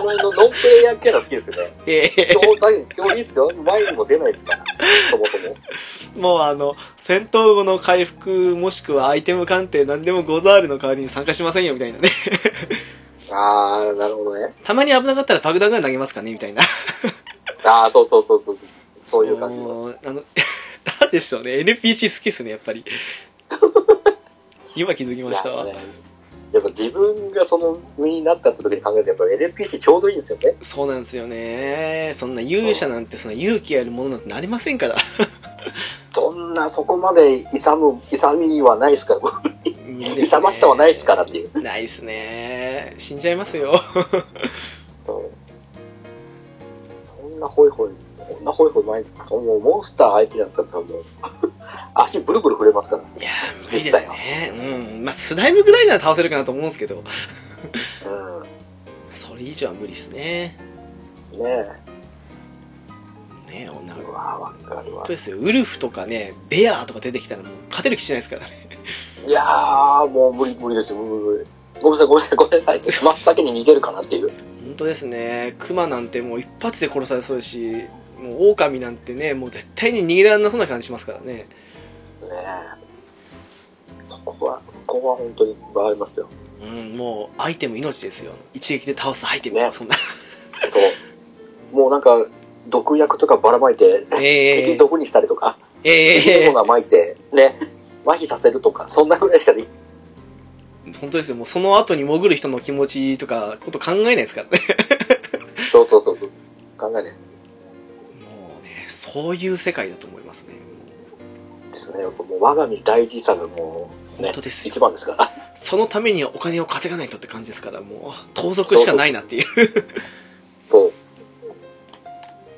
の辺のノンプレイヤーキャラ好きですよねな。ええ今日大変今日いいっすよ前にも出ないですからそもそももうあの、戦闘後の回復、もしくはアイテム鑑定、なんでもゴザールの代わりに参加しませんよ、みたいなね。ああ、なるほどね。たまに危なかったら爆弾ガン投げますかね、みたいな。ああ、そうそうそうそう。そういう感じの。もうあの、 なんでしょうね。NPC 好きっすね、やっぱり。今気づきましたわ。いやねやっぱ自分がその身になったって時に考えて、やっぱ NPC ちょうどいいんですよね。そうなんですよね。そんな勇者なんて、そんな勇気あるものなんてなりませんから。そんな、そこまで勇む、勇みはないですから、 勇ましさはないですからっていう。ら。ないっすね。死んじゃいますよ。そうそんなホイホイ、そんなホイホイ毎日、もうモンスター相手だったらもう、 足ブルブル触れますから。いやー、無理ですね。うん。まあ、スライムぐらいなら倒せるかなと思うんですけど。うん。それ以上は無理ですね。ねえ。ね女のう子。わわかるわ本当。ですよ。ウルフとかね、ベアーとか出てきたらもう勝てる気しないですからね。いやー、もう無理無理ですよ、無理無理。ごめんなさい、ごめんなさい、ごめんなさいって、真っ先に逃げるかなっていう。本当ですね熊なんてもう一発で殺されそうですしもう狼なんてねもう絶対に逃げられなそうな感じしますからねねえそこは、そこは本当にバーりますよ。うんもうアイテム命ですよ一撃で倒すアイテムとかねそんな、と、もうなんか、毒薬とかばらまいて、え敵え毒にしたりとか、ええ敵のえものはまいて、ね、麻痺させるとか、そんなぐらいしかでき本当ですよもうその後に潜る人の気持ちとかこと考えないですからねそうそうそうそう。考えないもうねそういう世界だと思いますねですね。やっぱもう我が身大事さがもう、ね本当、ですよ一番ですから。そのためにはお金を稼がないとって感じですからもう盗賊しかないなっていうそ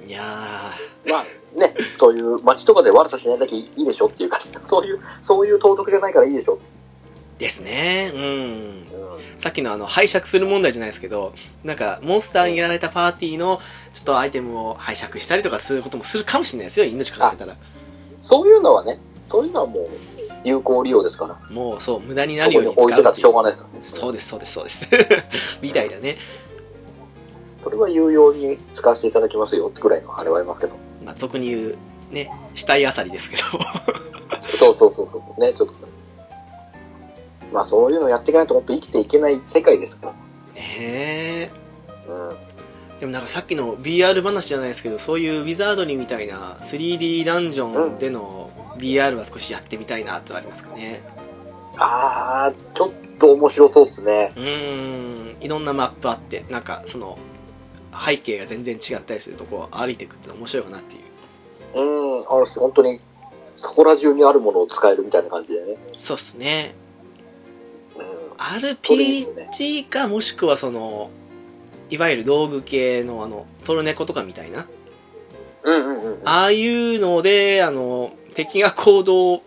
いやう。まあ、ね、そういう街とかで悪さしないだけいいでしょっていう感じ。そういう、そういう盗賊じゃないからいいでしょ。ーですねうんうん。さっきのあの拝借する問題じゃないですけど、なんかモンスターにやられたパーティーのちょっとアイテムを拝借したりとかすることもするかもしれないですよ、命かけてたら。そういうのはね、そういうのはもう、有効利用ですから。もうそう、無駄になそるこよにうに置使いてうたっってていしょうがないから。う。そうでです、そうです、そうです。 みたいだね。す。それは有用に使わせていただきますよってぐらいのあれはありますけど。まあ、俗に言う、ね、死体あさりですけど。そうそうそうそう。ね、ちょっと。まあそういうのやっていかないと本当生きていけない世界ですか ねえ。ら。うん。でもなんかさっきの BR 話じゃないですけど、そういうウィザードリーみたいな 3D ダンジョンでの BR は少しやってみたいなってはありますかね。あー、ちょっと面白そうですね。うーんいろんなマップあってなんかその背景が全然違ったりするとこを歩いていくってのは面白いかなっていううん、あの、本当に、そこら中にあるものを使えるみたいな感じでね。そうっすねうこれいいっすね。RPG かもしくはそのいわゆる道具系のあのトルネコとかみたいなんうんうんうん。ああいうのであの敵が行動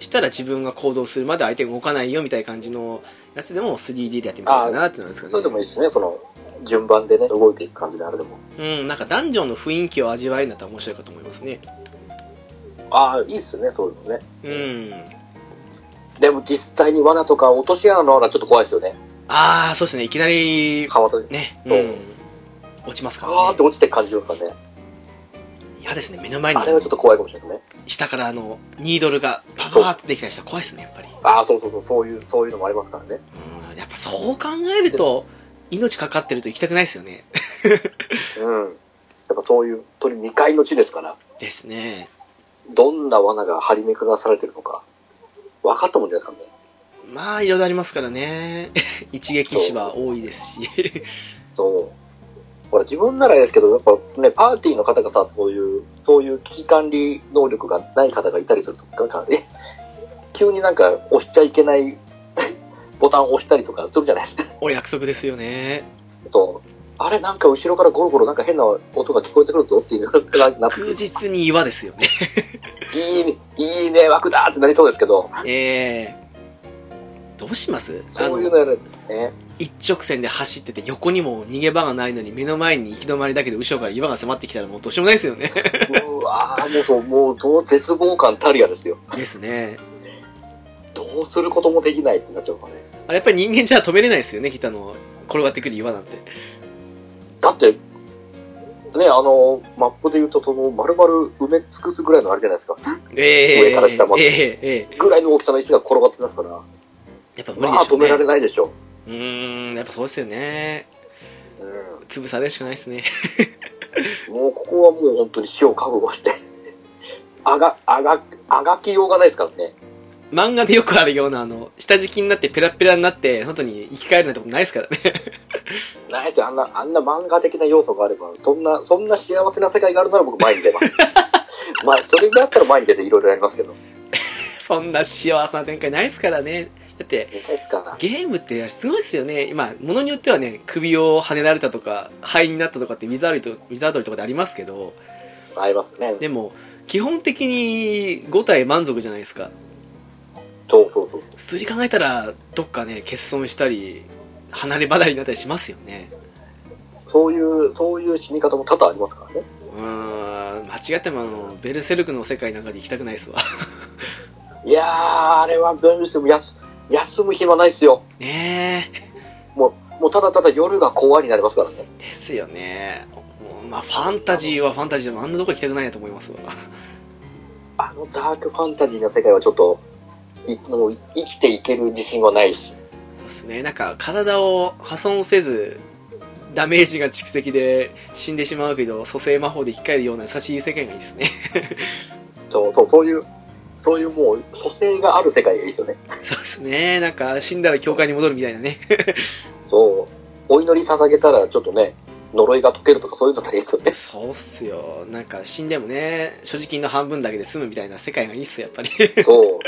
したら自分が行動するまで相手が動かないよみたいな感じのやつでも 3D でやってみたいかなっていうのはですかねそれでもいいですね、その、順番でね、動いていく感じであれでも。うんなんかダンジョンの雰囲気を味わえるんだったら面白いかと思いますねああ、いいっすね、そういうのね。うんでも実際に罠とか落とし穴の穴ちょっと怖いですよね。ああ、そうですね。いきなり、かまとに。ね、そううん、落ちますかあーらってね。落ちてく感じですかね。嫌ですね。目の前にあれはちょっと怖いかもしれないですね。下からあの、ニードルがパパーってできたりしたら怖いですね、やっぱり。ああ、そうそうそう、そういう、そういうのもありますからね。うん、やっぱそう考えると、命かかってると行きたくないですよね。うん。やっぱそういう、本当に未開の地ですから、ですね。どんな罠が張り巡らされてるのか、分かったもんじゃないですかね。まあ、いろいろありますからね。 一撃死は多いですし。 そう。ほら、自分ならですけど、やっぱね、パーティーの方がさ、そういう、そういう危機管理能力がない方がいたりすると、なんか、え、急になんか押しちゃいけない ボタンを押したりとかするじゃないですか。お約束ですよね。そう。あれ、なんか後ろからゴロゴロなんか変な音が聞こえてくるぞっていう感じになってく 確る。実に岩ですよね。いいね、いい迷惑だってなりそうですけど、ええどうしますあそういうの、のやるんですね。一直線で走ってて横にも逃げ場がないのに目の前に行き止まりだけど後ろから岩が迫ってきたらもうどうしようもないですよねうわーもうそう、もうその絶望感たるや ですよ。ですねどうすることもできないってなっちゃうからね。あれやっぱり人間じゃ止めれないですよねきっとあの転がってくる岩なん てだって、ね、あの、マップで言うと、その、丸々埋め尽くすぐらいのあれじゃないですか。ええ上から下までえええぐらいの大きさの石が転がってますから、まえやっぱ無理であしょ止うねめられないでしょうーんやっぱそうですよねう。う潰されるしかないですね ん。もうここはもう本当に死を覚悟して、あが、あが、あがきようがないですからね。漫画でよくあるようなあの下敷きになってペラペラになって外に生き返るなんてことないですからね ないとあんな、あんな漫画的な要素があれば、そんな、そんな幸せな世界があるなら僕前に出 ます。まあ、それだったら前に出ていろいろやりますけど。そんな幸せな展開ないですからねだって見たいですから。ゲームってすごいですよね、今、ものによってはね、首を跳ねられたとか、肺になったとかってウィザードリーと、ウィザードリーとかでありますけど、ありますね。でも、基本的に5体満足じゃないですか。そうそうそう。普通に考えたら、どっかね、欠損したり、離れ離れになったりしますよね。そういう、そういう死に方も多々ありますからね。うーん、間違ってもあの、ベルセルクの世界なんかで行きたくないですわ。いやー、あれは便利ですよ。やす休む暇ないですよ。 ねもう、もうただただ夜が怖いになりますからね。えですよねもうまあファンタジーはファンタジーでもあんなとこ行きたくないなと思いますわあのダークファンタジーの世界はちょっと、いもう生きていける自信はないし。そうですねなんか体を破損せずダメージが蓄積で死んでしまうけど蘇生魔法で生き返るような優しい世界がいいですね そうそう、そういう、そういうもう、蘇生がある世界がいいですよね。そうですねなんか死んだら教会に戻るみたいなねそう。お祈り捧げたら、ちょっとね、呪いが解けるとかそういうの大変ですよね。そうっすよなんか死んでもね所持金の半分だけで済むみたいな世界がいいっすよやっぱり そう。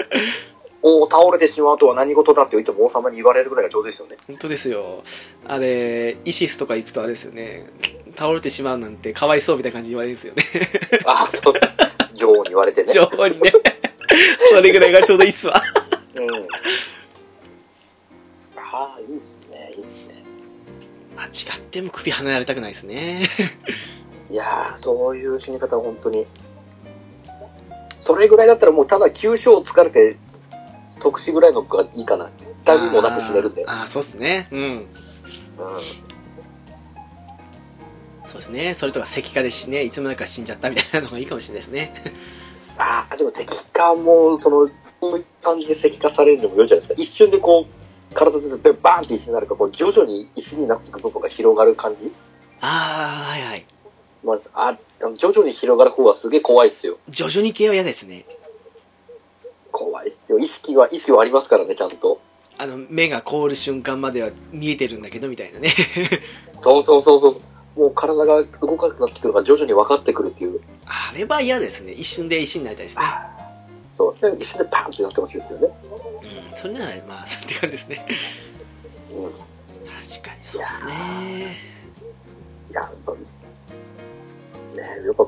お倒れてしまうとは何事だっていつも王様に言われるぐらいがちょうどいいですよね。本当ですよあれイシスとか行くとあれですよね倒れてしまうなんてかわいそうみたいな感じに言われるんですよね あ、そう。女王に言われてね。情報にね それぐらいがちょうどいいっす わうん。ああ、いいっすね、いいっすね。間違っても首離れたくないですねいやー、そういう死に方は本当に。それぐらいだったらもうただ急所を疲れて、特死ぐらいのがいいかな。痛みもなく死ねるんで。あーあーそうっすねうんうん。そうですねそれとか石化で死ねいつもなんか死んじゃったみたいなのがいいかもしれないですねああ、でも石化も、その、こういう感じで石化されるのも良いじゃないですか。一瞬でこう、体全部バーンって石になるから、こう徐々に石になっていく部分が広がる感じ。ああはいはいまず、あ、あの徐々に広がる方はすげえ怖いっすよ。徐々に系は嫌ですね怖いっすよ。意識は、意識はありますからね、ちゃんと。あの目が凍る瞬間までは見えてるんだけどみたい なねそうそうそうそう。もう体が動かなくなってくるのが徐々に分かってくるっていう。あれは嫌ですね一瞬で石になりたいですねそう。一瞬でパーンってなってほしいですよね。うんそれならまあって感じですねうん。確かにそうですねいや、やっぱりね、やっぱ、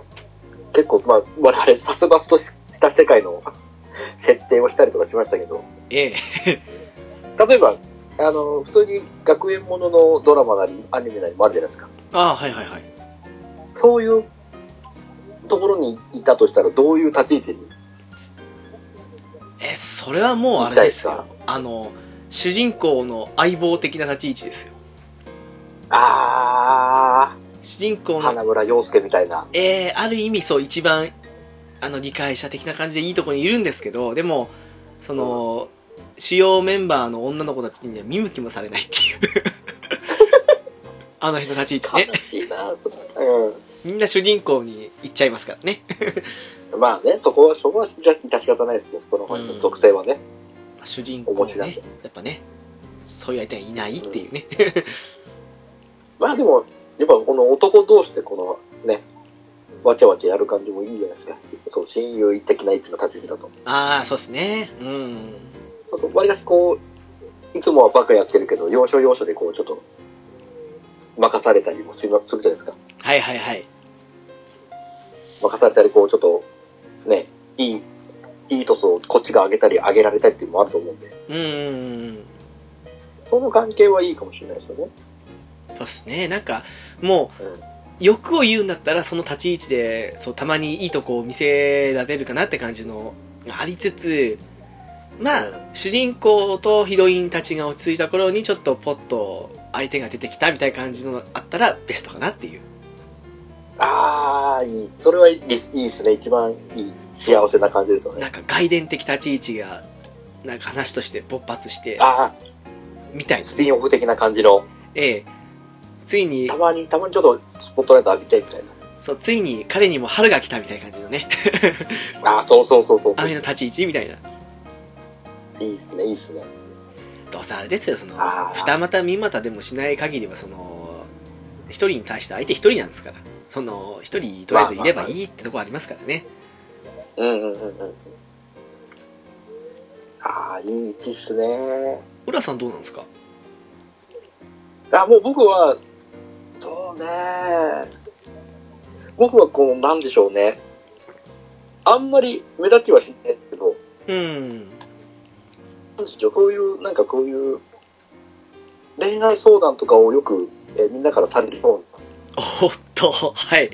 結構、まあ、我々、殺伐とした世界の 設定をしたりとかしましたけど、ええ例えば、あの、普通に学園もののドラマなり、アニメなりもあるじゃないですか。ああはいはいはいそういうところにいたとしたら、どういう立ち位置にえそれはもうあれですよあの主人公の相棒的な立ち位置ですよあ主人ー、公の花村陽介みたいな。えーある意味そう一番あの理解者的な感じでいいとこにいるんですけどでもその、主要メンバーの女の子たちには見向きもされないっていう あの辺の立ち位置ね悲しいな、それうみんな主人公に行っちゃいますからねん。まあね、そこは、そこは、じゃ、致し方ないですよ。この本の属性はね。まあ主人公お持ちなんねでやっぱねそういう相手がいないっていうね、まあでも、やっぱこの男同士でこのね、わちゃわちゃやる感じもいいんじゃないですか。そう、親友的な位置の立ち位置だと。ああそうですねうんそうそう、割りかしこう、いつもはバカやってるけど、要所要所でこう、ちょっと、任されたりもしまするじゃないですか。はいはいはい任されたり、こう、ちょっと、ね、いい、いいトスをこっちが上げたり上げられたりっていうのもあると思うんで、うんうんうんその関係はいいかもしれないですよね。そうですねなんかもううん。欲を言うんだったらその立ち位置でそうたまにいいとこを見せられるかなって感じのありつつまあ主人公とヒロインたちが落ち着いた頃にちょっとポッと相手が出てきたみたいな感じのあったらベストかなっていうああ、いい。それはいいですいいですね。一番いい、幸せな感じですよね。なんか外伝的立ち位置がなんか話として勃発してああ、みたいなスピねンオフ的な感じの。ええついにたまに、たまにちょっとスポットライト浴びたいみたいそうついに彼にも春が来たみたいな感じのねな。ああ、そうそうそうそうあの。辺の立ち位置みたいないいっすね、いいっすね。どうせあれですよそのあー二股三股でもしない限りはその一人に対して相手一人なんですからその一人とりあえずいればいいってとこありますからね、うんうんうんうん。ああ、いい位置っすね。浦さんどうなんですかあ、もう僕は、そうね。僕はこう、なんでしょうね。あんまり目立ちはしないですけど、うんなんでしょう、こういう、なんかこういう、恋愛相談とかをよく、えみんなからされるようなおっと はい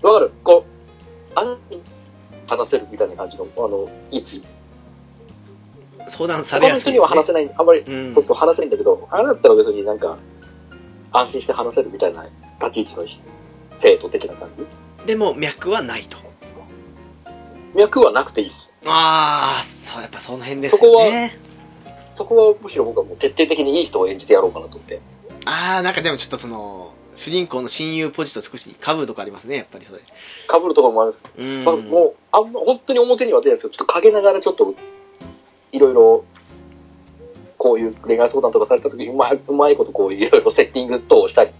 わかるこう、あん話せるみたいな感じの、あの、位置。相談され他やのす人いにではすね話せない、あんまり、うんそうそう話せないんだけど、あれだったら別になんか、安心して話せるみたいな立ち位置の生徒的な感じでも脈はないと脈はなくていいし、ああそうやっぱその辺ですそこよはねそこはむしろ僕はもう徹底的にいい人を演じてやろうかなと思って。ああなんかでもちょっとその主人公の親友ポジと少しかぶるとこありますねやっぱりそれ被るとかもあるんですけうど、んまあもう、あんま、本当に表には出ないですけど、ちょっと陰ながらちょっと、いろいろ、こういう恋愛相談とかされた時に、うまい、うまいことこういろいろセッティング等をしたり。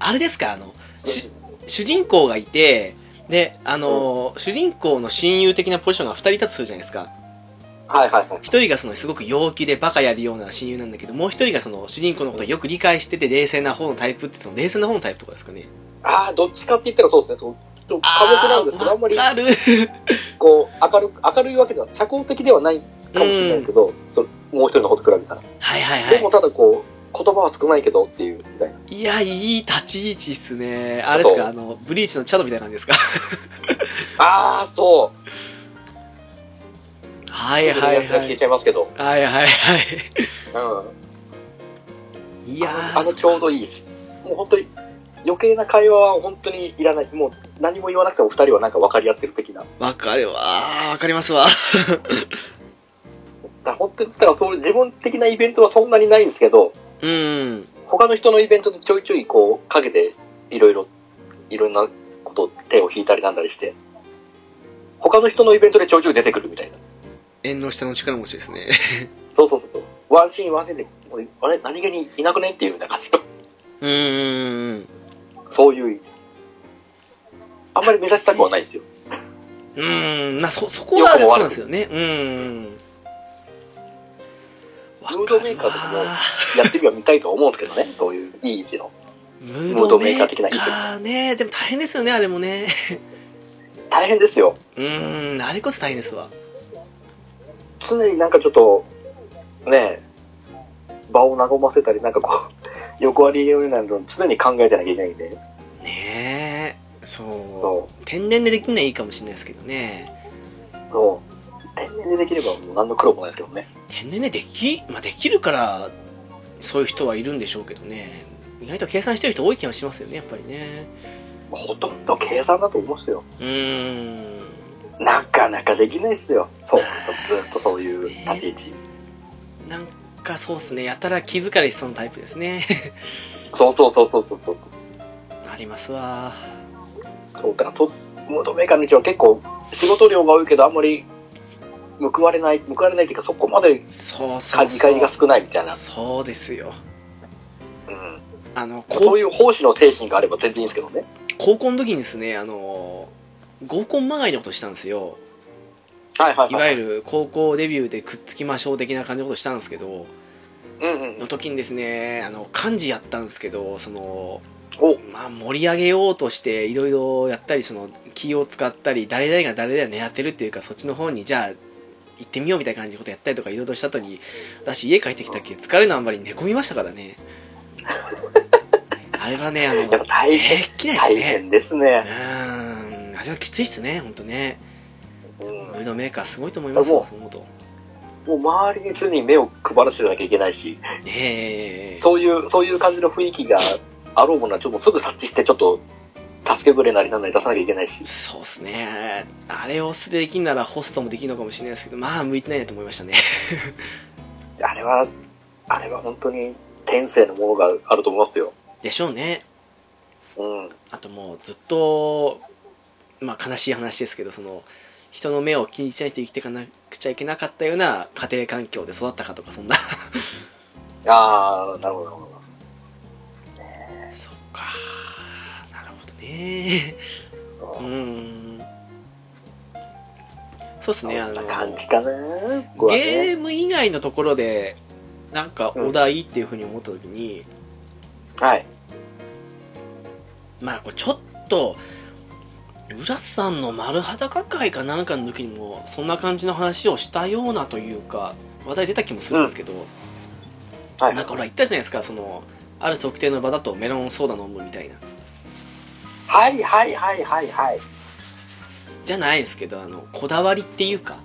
あれですかあのし主人公がいてであのー、主人公の親友的なポジションが2人立つとするじゃないですかはいはいはい。一人がそのすごく陽気でバカやるような親友なんだけどもう一人がその主人公のことをよく理解してて冷静な方のタイプってその冷静な方のタイプとかですかねああ、どっちかって言ったらそうですね。そうちょっと寡黙なんですけど、あんまりわ、かる こう、明るく、明るいわけでは、社交的ではないかもしれないけど、そもう一人の方と比べたら。はいはいはでもいただこう、言葉は少ないけどっていう、みたいな。いやいい立ち位置っすねあれですそうかあのブリーチのチャドみたいな感じですかああ、そう。はいはいやつがは消えいちゃいますけど。はいはいはうん。いいいややーあのちょうどいいもう本当に余計な会話は本当にいらないもう何も言わなくても二人はなんか分かり合ってる的なだかわかるわーわかりますわら本当にだからそういう自分的なイベントはそんなにないんですけどうん他の人のイベントでちょいちょいこう陰でいろいろいろんなこと手を引いたりなんだりして他の人のイベントでちょいちょい出てくるみたいな縁の下の力持ちですね そうそうそうそうワンシーンワンシーンでもうあれ何気にいなくねっていうような感じのうーんそういうあんまり目立ちたくはないんですようーん、まあそ、そこは良くもそう悪なんくですよね。うーん。わムードメーカーとかもやってみは見たいとは思うんですけどねそういういい位置のムームードドメメーカーカーー的的ななね、でも大変ですよね、あれもね。大変ですよ。うーん、あれこそ大変ですわ。常になんかちょっと、ねえ、場を和ませたり、なんかこう、 横ありようになるのを常に考えてなきゃいけないんで、ねえ、そ。そう天然でできるのはいいかもしれないですけどね。そう、天然でできればもう何の苦労もないですけどね。天然ででき、まあできるから、そういう人はいるんでしょうけどね。意外と計算してる人多い気がしますよね、やっぱりね。ほとんど計算だと思うんですよ。うーん。なかなかできないですよ。そう、ずっとそういう立ち位置。なんかそうっすね、やたら気疲れしそうなタイプですね。そうそうそうそうそうそう。ありますわ。そうだからと、ムードメーカーの位置は結構、仕事量が多いけど、あんまり報われない、報われないっていうか、そこまでそうそう感じそ返りうが。少ないみたいな。そうですよ。うんあの、こう高いう奉仕の精神があれば全然いいんですけどね。高校の時にですね、あの、合コンまがいのことしたんですよ。はいはいわゆる高校デビューでくっつきましょう的な感じのことしたんですけど、うんうんの時にですね、あの、漢字やったんですけど、その、おまあ、盛り上げようとして、いろいろやったり、その、気を使ったり、誰々が誰々を狙ってるっていうか、そっちの方に、じゃあ、行ってみようみたいな感じのことやったりとか、いろいろした後に、私、家帰ってきたっけ、疲れのあんまり寝込みましたからね。あれはね、あの、やっぱ大変できない大ですね。変ですうね。ーん、あれはきついっすね、ほんとね。うムんードメーカーすごいと思いますもわ、うそう思うと。もう周りに常に目を配らせてなきゃいけないし、ねえ。そういう、そういう感じの雰囲気があろうものは、ちょっとすぐ察知して、ちょっと、助けぶれなりなんなり出さなきゃいけないし。そうっすね。あれを素でできんならホストもできるのかもしれないですけど、まあ、向いてないなと思いましたね。あれは、あれは本当に天性のものがあると思いますよ。でしょうね。うん。あともうずっと、まあ悲しい話ですけど、その、人の目を気にしないと生きていかなくちゃいけなかったような家庭環境で育ったかとか、そんな。ああ、なるほど、なるほど。そっか。なるほどね。そうう。ん。そうっすね、そあんのな、感じかな、僕はね。ゲーム以外のところで、なんかお題っていうふうに思った時に、はい。まあこれちょっと浦さんの丸裸会かなんかの時にもそんな感じの話をしたようなというか話題出た気もするんですけど、はい。なんかほら言ったじゃないですかそのある特定の場だとメロンソーダ飲むみたいなはいはいはいはいはい。じゃないですけどあのこだわりっていうか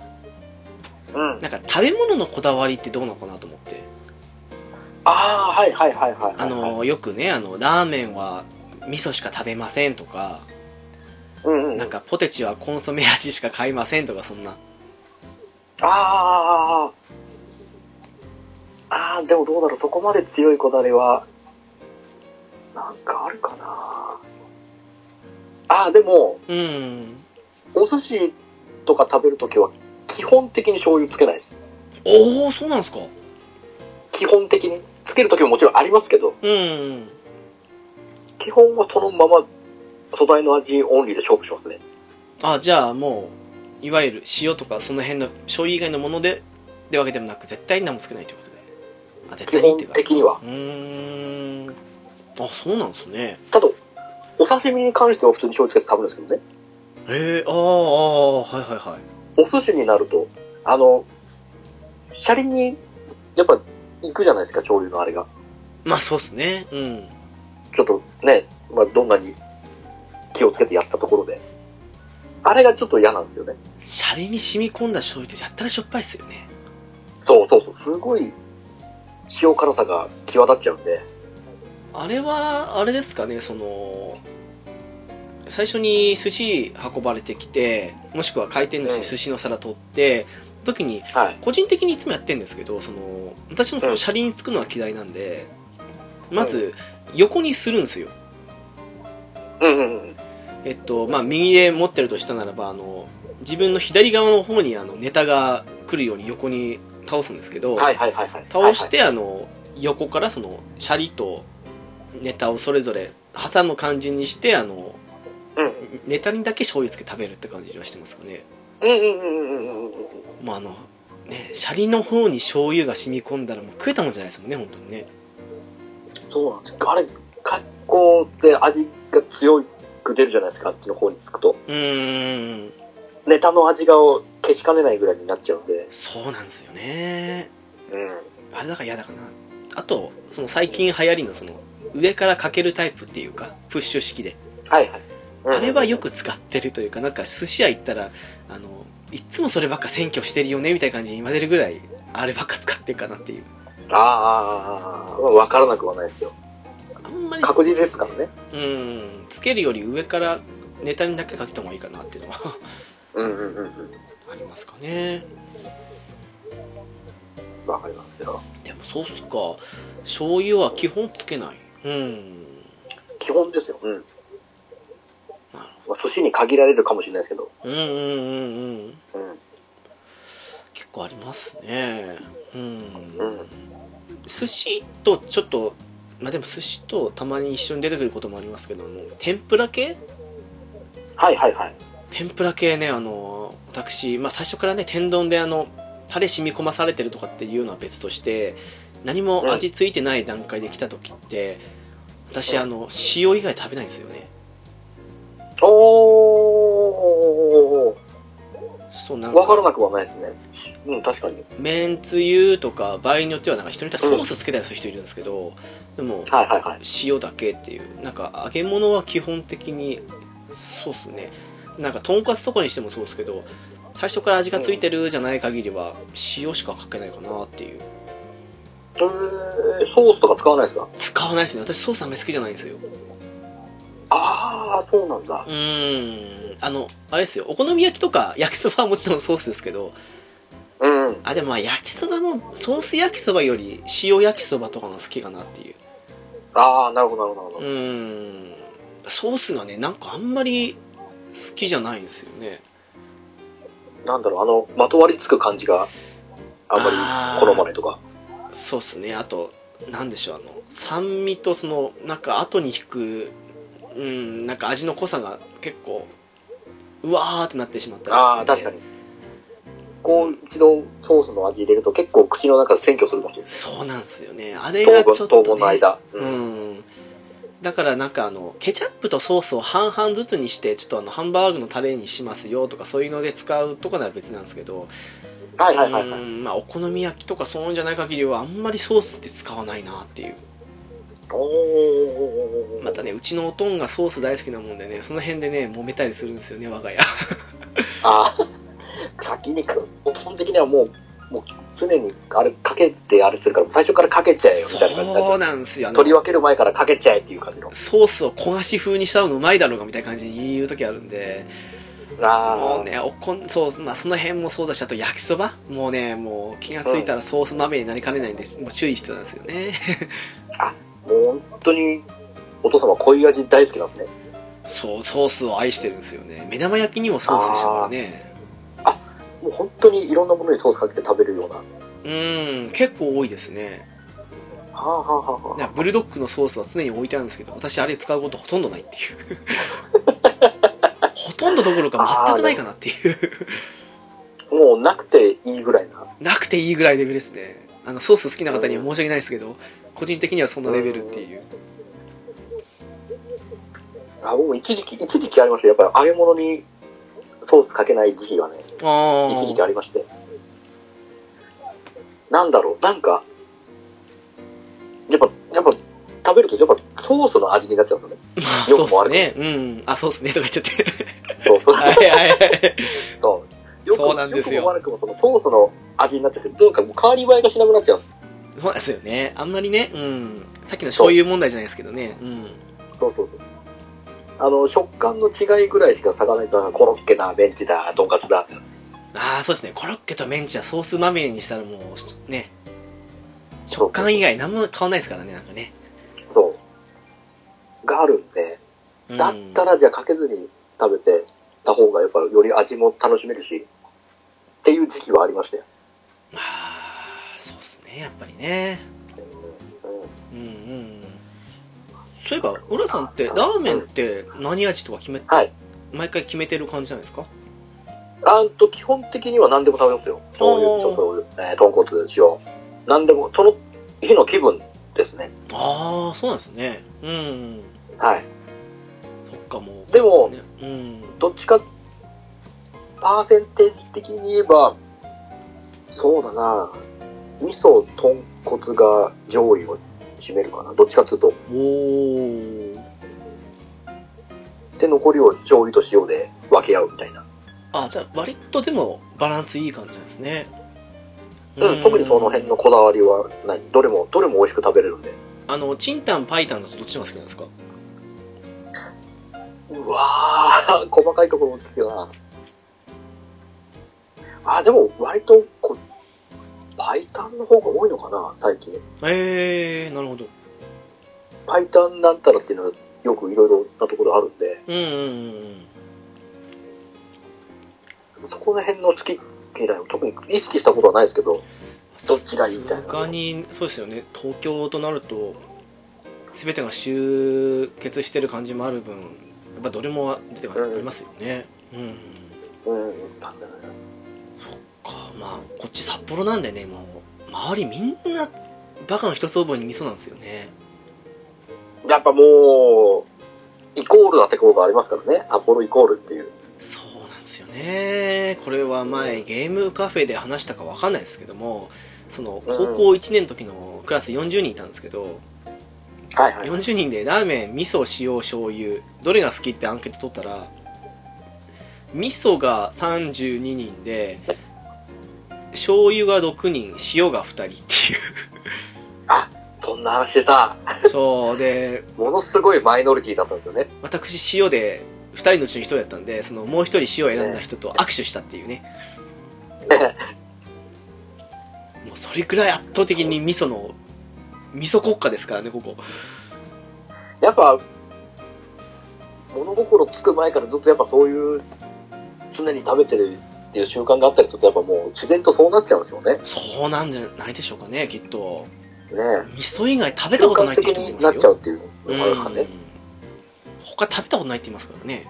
うん。なんか食べ物のこだわりってどうのかなと思ってああ、はいはいはいはいはい。あのよくねあのラーメンは味噌しか食べませんとかうんうん。なんかポテチはコンソメ味しか買いませんとかそんなああ、ああ、でもどうだろう、そこまで強いこだわりは、なんかあるかな。ああ、でも、うんお寿司とか食べるときは、基本的に醤油つけないです。おおそうなんですか基本的に。つけるときももちろんありますけど、うん基本はそのまま、素材の味オンリーで勝負しますね。あじゃあもういわゆる塩とかその辺の醤油以外のものででわけでもなく絶対に何もつけないということであ絶基対にっ本ていうか的には。うーんあそうなんですねただ、お刺身に関しては普通に醤油つけて食べるんですけどね。へえあーあーはいはいはいお寿司になると、あの、シャリに、やっぱ、行くじゃないですか、醤油のあれが。まあそうっすねうんちょっとね、まあ、どんなに気をつけてやったところで。あれがちょっと嫌なんですよね。シャリに染み込んだ醤油ってやったらしょっぱいっすよねそうそうそう、すごい塩辛さが際立っちゃうんで。あれはあれですかねその最初に寿司運ばれてきてもしくは回転寿うん司寿司の皿取って時にはい。個人的にいつもやってるんですけどその私もその車輪につくのは嫌いなんでまず横にするんですようんうんうん。えっとまあ右で持ってるとしたならばあの自分の左側の方にあのネタが来るように横に倒すんですけど、はいはいはいはい。倒して、あの横からそのシャリとネタをそれぞれ挟む感じにしてあのはいはい。ネタにだけ醤油つけて食べるって感じはしてますかねうん。うんうんうんうんうんうんうん。まああのねシャリの方に醤油が染み込んだらもう食えたもんじゃないですもんね本当にねそうなんですあれ、格好って味が強く出るじゃないですか、あっちの方につくと。うーんネタの味が消しかねないぐらいになっちゃうんで。そうなんですよねうん。あれだから嫌だかなあとその最近流行りのその上からかけるタイプっていうかプッシュ式ではいはい。あれはよく使ってるというか、なんか寿司屋行ったら、あの、いっつもそればっか選挙してるよねみたいな感じに言われるぐらい、あればっか使ってるかなっていう。ああ、わからなくはないですよ。あんまり、確実ですからね。うん、つけるより上からネタにだけかけた方がいいかなっていうのは うんうんうんうん。ありますかね。わかりますよ。でもそうっすか、醤油は基本つけない。うん。基本ですよ。うん。なるまあ、寿司に限られるかもしれないですけど。ほど。うんうんうんうん。うん。結構ありますねうん、うん寿司とちょっとまあでも寿司とたまに一緒に出てくることもありますけども天ぷら系はいはいはい。天ぷら系ねあの私、まあ、最初からね天丼であのタレ染み込まされてるとかっていうのは別として何も味付いてない段階で来た時って私あの塩以外食べないんですよねおそうなんー。わからかなくはないですね。うん、確かに。めんつゆとか場合によってはなんか人によってはソースつけたりする人いるんですけど、でもはいはいはい。塩だけっていうなんか揚げ物は基本的にそうっすねなんかとんかつとかにしてもそうですけど最初から味がついてるじゃない限りは塩しかかけないかなっていうえー、ソースとか使わないですか使わないですね私ソースあんまり好きじゃないんですよああ、そうなんだう。ーんあのあれですよお好み焼きとか焼きそばはもちろんソースですけどうん。うん。あでもまあ焼きそばもソース焼きそばより塩焼きそばとかの好きかなっていうああ、なるほどなるほどうなるーんソースがねなんかあんまり好きじゃないんですよねほど。なんだろう、あの、まとわりつく感じがあんまり好まないとか。そうっすねあとなんでしょうあの酸味とそのなんか後に引くうんなんか味の濃さが結構うわーってなってしまったりああ、確かにに。こう、一度ソースの味入れると結構口の中で選挙するかもしれない。そうなんですよねあれがちょ糖っと、分、糖分ね、の間。ううんんだからなんかあのケチャップとソースを半々ずつにしてちょっとあのハンバーグのタレにしますよとかそういうので使うとかなら別なんですけど、はいはいはいはうい。んまあ、お好み焼きとかそういうんじゃない限りはあんまりソースって使わないなっていうおー。またねうちのおとんがソース大好きなもんでねその辺でね揉めたりするんですよね我が家あー 先にか、基本的にはもう、もう常にあれかけてあれするから、最初からかけちゃえよみたいな感じになっちゃそううなんですよ。あの取り分ける前からかけちゃえっていう感じの。ソースを焦がし風にしたのうまいだろうがみたいな感じに言う時あるんで、あもうーね、おこんそう、まあ、その辺もそうだし、あと焼きそばもうね、もう気がついたらソースまみれになりかねないんです。もう注意してたんですよね。もう本当に、お父様濃い味大好きなんですね。そう、ソースを愛してるんですよね。目玉焼きにもソースでしたからね。もう本当にいろんなものにソースかけて食べるような。はうん、結構多いですね。あはあはあはあねブルドッグのソースは常に置いてあるんですけど、私あれ使うことほとんどないって いう。ほとんどどころか全くないかなっていう。もうなくていいぐらいな。なくていいぐらいレベルですね。あの、ソース好きな方には申し訳ないですけど、個人的にはそんなレベルっていう。あ、僕も一時期、一時期ありましたよやっぱり揚げ物にソースかけない時期がね、あ一時期ーありまして。なんだろう、なんか、やっぱ、やっぱ、食べると、やっぱソースの味になっちゃうんですよね。まあ、そうっすね。うん。あ、そうっすね。とか言っちゃって。そうそう。はいはいはい。そうよくそうなんですよよくも悪くもそのソースの味になっちゃって、どうかもう変わり映えがしなくなっちゃう。そうなんですよね。あんまりね、うん。さっきの醤油問題じゃないですけどね。うん。そうそうそう。あの、食感の違いぐらいしか差がないから、コロッケだ、ベンチだ、とんかつだ。ああ、そうですね。コロッケとメンチはソースまみれにしたらもう、ね。食感以外何も変わんないですからね、なんかね。そう。があるんで、うんだったらじゃあかけずに食べてた方がやっぱより味も楽しめるし、っていう時期はありましたよ。まあ、そうっすね。やっぱりね。うんうんうんうん。そういえば、浦さんって、ラーメンって何味とか決め、はい毎回決めてる感じなんですかあんと基本的には何でも食べますよ。醤油、おー味噌醤油、えー、豚骨、塩。何でも、その日の気分ですね。ああ、そうなんですね。うん。はい。そっか、もう。でもね、うん。どっちか、パーセンテージ的に言えば、そうだな味噌、豚骨が上位を占めるかな。どっちかっていうと。おー。で、残りを醤油と塩で分け合うみたいな。あ、じゃあ、割とでも、バランスいい感じなんですね。うん、特にその辺の。こだわりはない。どれも、どれも美味しく食べれるんで。あの、チンタン、パイタンだとどっちが好きなんですかうわー、細かいところですよな。あ、でも割とこ、パイタンの方が多いのかな、最近。えー、なるほど。パイタンなんたらっていうのはよくいろいろなところあるんで、うんうんうんうん。そこら辺の好き嫌いを特に意識したことはないですけど、どっちがいいみたいな他にそうですよね東京となると全てが集結してる感じもある分やっぱどれも出てがありますよねうん、うん、なんだろうかまあこっち札幌なんでねもう周りみんなバカの一つ覚えに味噌なんですよねなやっぱもう、イコールなところがありますからね、アポロイコールっていう。そうなんですよねこれは前ゲームカフェで話したかわかんないですけどもその高校1年の時のクラス40人いたんですけど、はいはい。 40人でラーメン味噌塩醤油どれが好きってアンケート取ったら味噌が32人で醤油が6人塩が2人ってそんな話でさ、いうそうでものすごいマイノリティだったんですよね。私塩で2人のうちの1人だったんでそのもう1人塩を選んだ人と握手したっていうねもうそれくらい圧倒的に味噌の味噌国家ですからねここやっぱ、物心つく前からずっとやっぱそういう、常に食べてるっていう習慣があったりすると、やっぱもう自然とそうなっちゃうんですよね。ねそうなんじゃないでしょうかねきっとえ。味噌以外食べた習ことな慣いって的人もいにますなよっちゃうっていううのがあるからんね。他食べたことないって言いますからね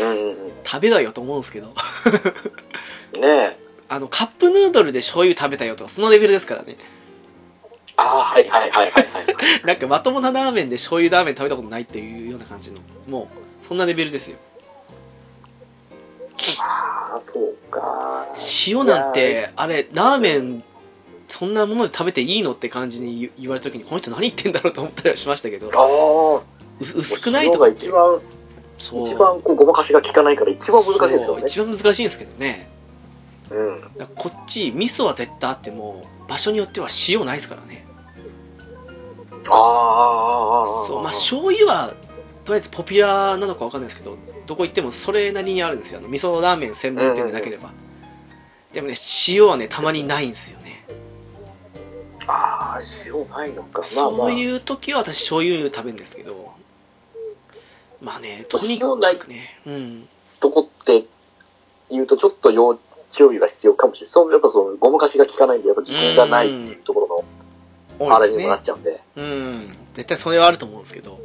うんうん食べだよと思うんですけど うん。ねえ。あのカップヌードルで醤油食べたよとかそのレベルですからね ああ、はいはいはいはいはい。なんかまともなラーメンで醤油ラーメン食べたことないっていうような感じのもうそんなレベルですよああ、そうか。塩なんてあれラーメンそんなもので食べていいのって感じに言言われた時にこの人何言ってんだろうと思ったりはしましたけどああ、う薄くないとかか一番、そう一番こうごまかしが効かないから一番難しいですよそうね。一番難しいんですけどねうん。だからこっち味噌は絶対あっても場所によっては塩ないですからねああ、ああ、そうまあ醤油はとりあえずポピュラーなのかわかんないですけどどこ行ってもそれなりにあるんですよあの味噌ラーメン専門店でなければ、でもね塩はねたまにないんですよね、ああ、塩ないのか。まあまそあう、いう時は私醤油食べるんですけどまあねとにか塩ないくねうんとこって言うと、ちょっと要注意が必要かもしれない。そう、やっぱその、ごまかしが効かないんで、やっぱ自信がないっていうところ多の、あいでれすにもなっねちゃうんで、うん絶対それはあると思うんですけど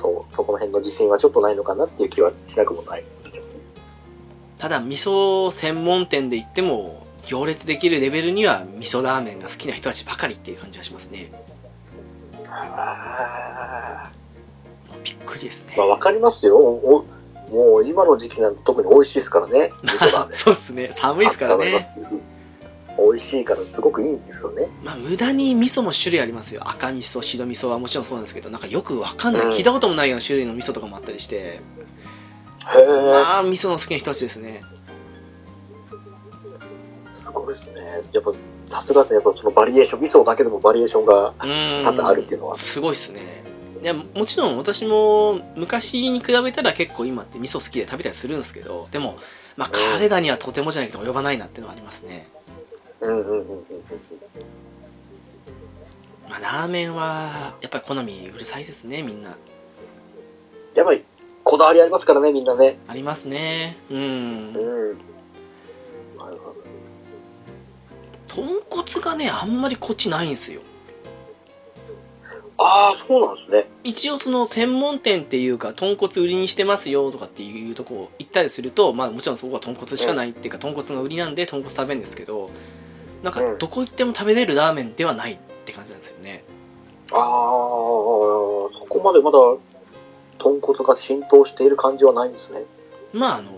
そう、そこら辺の自信はちょっとないのかなっていう気はしなくもない。ただ味噌専門店で行っても行列できるレベルには味噌ラーメンが好きな人たちばかりっていう感じはしますねあもうびっくりですねーまあ、わかりますよ。おおもう、今の時期なんて特に美味しいですからね。味噌 ラーメン。そうっすね寒いっすからね温めますよ。美味しいから、すごくいいんですよね。まあ、無駄に味噌も種類ありますよ赤味噌白味噌はもちろんそうなんですけどなんかよくわかんない、うん聞いたこともないような種類の味噌とかもあったりしてへえ。まあ味噌の好きな人たちですねすごいですね。やっぱ、さすがですね。やっぱそのバリエーション、味噌だけでもバリエーションがう多々あるってんいうのは。すごいっすねいやもちろん私も昔に比べたら結構今って味噌好きで食べたりするんですけどでもまあ彼らにはとてもじゃないけど及ばないなっていうのはありますねうんうんうんうんうん。まあラーメンはやっぱり好みうるさいですねみんなやっぱり、こだわりありますからね、みんなね。ありますねううんん。なるほど。豚骨がねあんまりこっちないんですよああ、そうなんですね。一応その専門店っていうか豚骨売りにしてますよとかっていうとこ行ったりするとまあもちろんそこは豚骨しかないっていうか豚骨の売りなんで豚骨食べるんですけどなんかうんどこ行っても食べれるラーメンではないって感じなんですよねああ、そこまでまだ、豚骨が浸透している感じはないんですね。まああの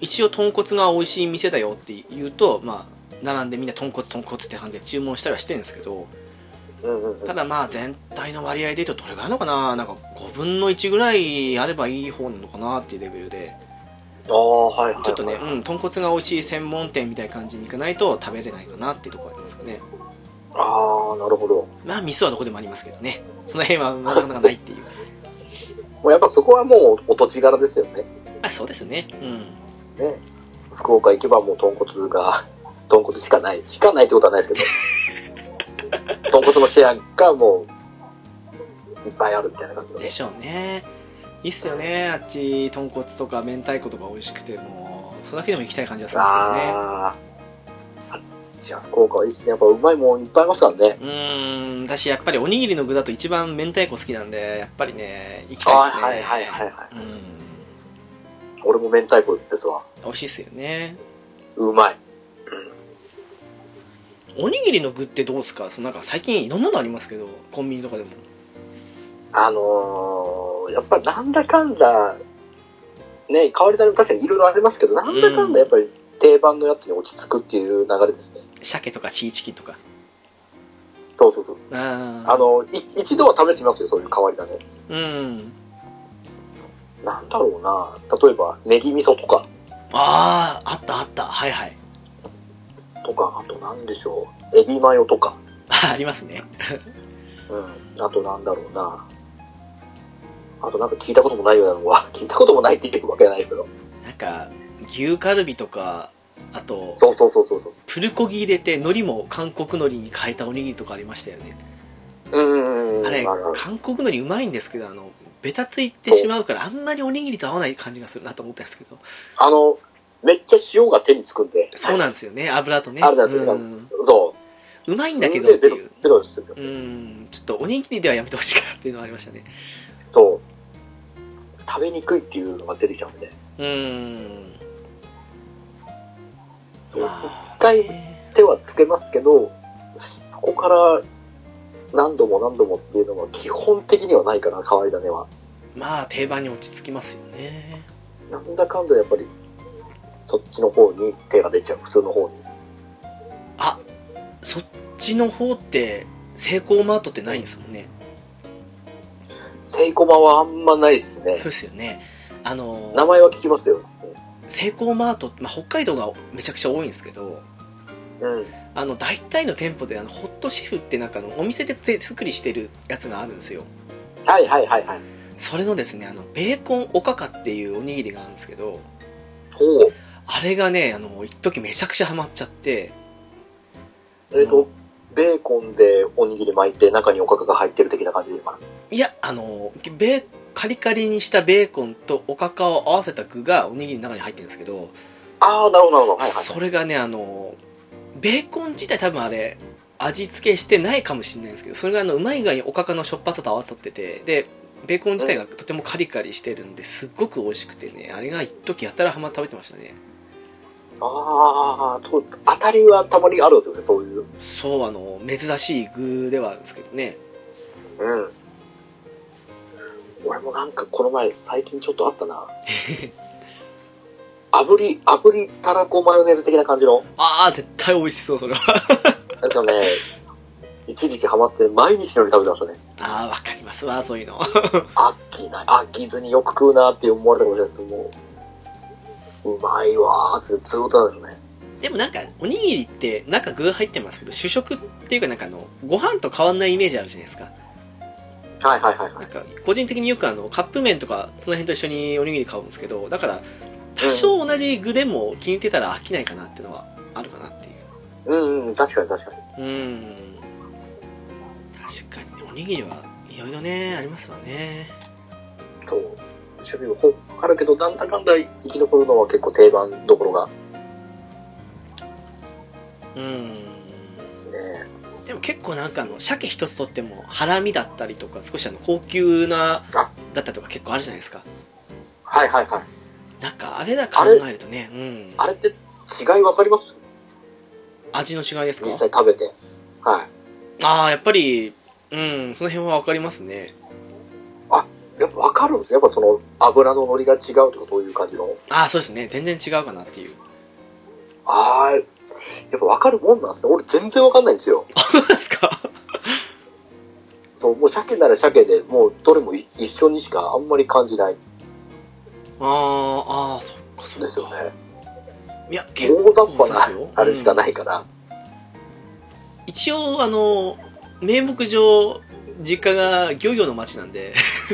一応豚骨が美味しい店だよって言うとまあ並んでみんな豚骨豚骨って感じで注文したりはしてるんですけどうんうんうん。たあだまあ全体の割合で言うとどれぐらいなのかななんか5分の1ぐらいあればいい方なのかなっていうレベルであー、はいはい、はい。ちょっとね、うん、豚骨が美味しい専門店みたいな感じに行かないと食べれないかなっていうところありますかね。ああ、なるほど。まあ、味噌はどこでもありますけどね。その辺はなかなかない っていう。もうやっぱそこはもう、お土地柄ですよね。まあ、そうですね。うん。福岡行けばもう豚骨が、 豚骨しかない。しかないってことはないです けど、豚骨のシェアがもう、いっぱいあるみたいな感じでで。しょうね。いいっすよね。あっち、豚骨とか明太子とか美味しくて、もう、それだけでも行きたい感じがするんであーじゃあ、福岡はいいですね。やっぱうまいもんいっぱいありますからね。すよね。うーん、私やっぱりおにぎりの具だと一番明太子好きなんで、やっぱりね、行きたいですね。はいはいはいはい。うん。俺も明太子ですわ。美味しいっすよね。うまい。おにぎりの具ってどうですかそのなんか最近いろんなのありますけど、コンビニとかでも。あのー、やっぱなんだかんだ、ね、変わり種も確かにいろいろありますけど、なんだかんだやっぱり定番のやつに落ち着くっていう流れですね。鮭とかシーチキンとか。そうそうそう。あーあの、い一度は試してみますよ、そういう変わり種。うん。なんだろうな例えば、ネギ味噌とか、ああ、あったあった。はいはい。 とか、あとなんでしょう、エビマヨとか、あありますね。うん、あとなんだろうなあとなんか聞いたこともないようなのは、聞いたこともないって言ってるわけじゃないけど、なんか、牛カルビとか、あと、そうそうそうそうそう。プルコギ入れて、海苔も韓国海苔に変えたおにぎりとかありましたよね。うんあれ、るる韓国海苔うまいんですけど、あの、ベタついてしまうから、あんまりおにぎりと合わない感じがするなと思ったんですけど。あの、めっちゃ塩が手につくんで、そうなんですよね。油とね。あれだそうれだん。そう。うまいんだけどってベロいう。ベロでするよ。うん。ちょっとおにぎりではやめてほしいかなっていうのはありましたね。そう。食べにくいっていうのが出てきちゃうんで、うん。一回ね手はつけますけど、そこから何度も何度もっていうのは基本的にはないかな、変わり種は。まあ定番に落ち着きますよねなんだかんだやっぱり、そっちの方に手が出ちゃう、普通の方に。あそっちの方ってセイコーマートってないんですもんねセイコマはあんまないですねそう。ですよねあの名前は聞きますよ。セイコーマート、まあ、北海道がめちゃくちゃ多いんですけどうん。あの大体の店舗であのホットシェフってなんかあのお店で手作りしてるやつがあるんですよはいはいはいはい。それのですねあのベーコンおかかっていうおにぎりがあるんですけどほう。あれがねあの一時めちゃくちゃハマっちゃってえっ、と、ベーコンでおにぎり巻いて中におかかが入ってる的な感じで今。いやあのベーカリカリにしたベーコンとおかかを合わせた具がおにぎりの中に入ってるんですけど、ああ、なるほどなるほど。はいはい。それがねあのベーコン自体多分あれ味付けしてないかもしれないんですけどそれがあのうまい具合におかかのしょっぱさと合わさっててでベーコン自体がとてもカリカリしてるんですっごく美味しくてねあれが一時やたらハマって食べてましたねああ、と、当たりはたまにあるんですよね、そういう。そうあの珍しい具ではあるんですけどねうん。俺もなんかこの前、最近ちょっとあったな。炙り、炙りたらこマヨネーズ的な感じの。ああ絶対美味しそうそれはなんかね、一時期ハマって毎日のように食べてましたね。ああわかりますわそういうの飽きない、飽きずによく食うなって思われたかもしれないですけどもう、うまいわーってずっと食べてましたね。 でもなんかおにぎりって中具入ってますけど主食っていうかなんかあのご飯と変わんないイメージあるじゃないですかはいはいはいはないん。か個人的によくあのカップ麺とかその辺と一緒におにぎり買うんですけどだから多少同じ具でも気に入ってたら飽きないかなっていうのはあるかなっていううんうん、確かに確かに。うん確かにねおにぎりはいろいろねありますわねそう。趣味もほあるけど、なんだかんだ生き残るのは結構定番どころが。ねうんでも結構なんかあの鮭一つとってもハラミだったりとか少しあの高級なあだったりとか結構あるじゃないですかはいはいはい。なんかあれだ考えるとねうんあれって違いわかります味の違いです実か際食べて。はい。ああやっぱりうんその辺は分かりますねやっぱわかるんですね。やっぱその油の乗りが違うとかそういう感じの。ああそうですね全然違うかなっていうあー、やっぱわかるもんなんですね。俺全然わかんないんですよ。あそうですかそう、もう鮭なら鮭で、もうどれもい一緒にしかあんまり感じないんあーあーそっかそっかですよね。いや結大雑構把ですよ、な、あれしかないいから。うん一応あの名目上実家が漁業の町なんで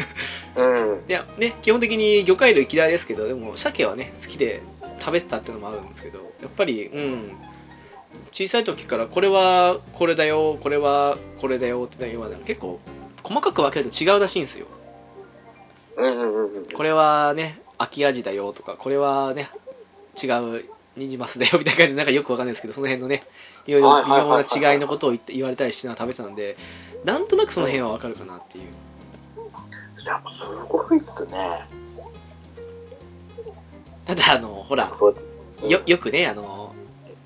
うん。いや、ね、基本的に魚介類嫌いですけどでも鮭はね好きで食べてたっていうのもあるんですけどやっぱりうん小さい時からこれはこれだよこれはこれだよっていうのは結構細かく分けると違うらしいんですようんうんうんうん。これはね秋味だよとかこれはね違うニジマスだよみたいな感じでなんかよくわかんないですけどその辺のねいろいろはい微はいはいはい妙な違いのことを言って言われたりしながら食べてたんでなんとなくその辺はわかるかなっていういや、すごいっすね。ただあのほらそううんよよくねあの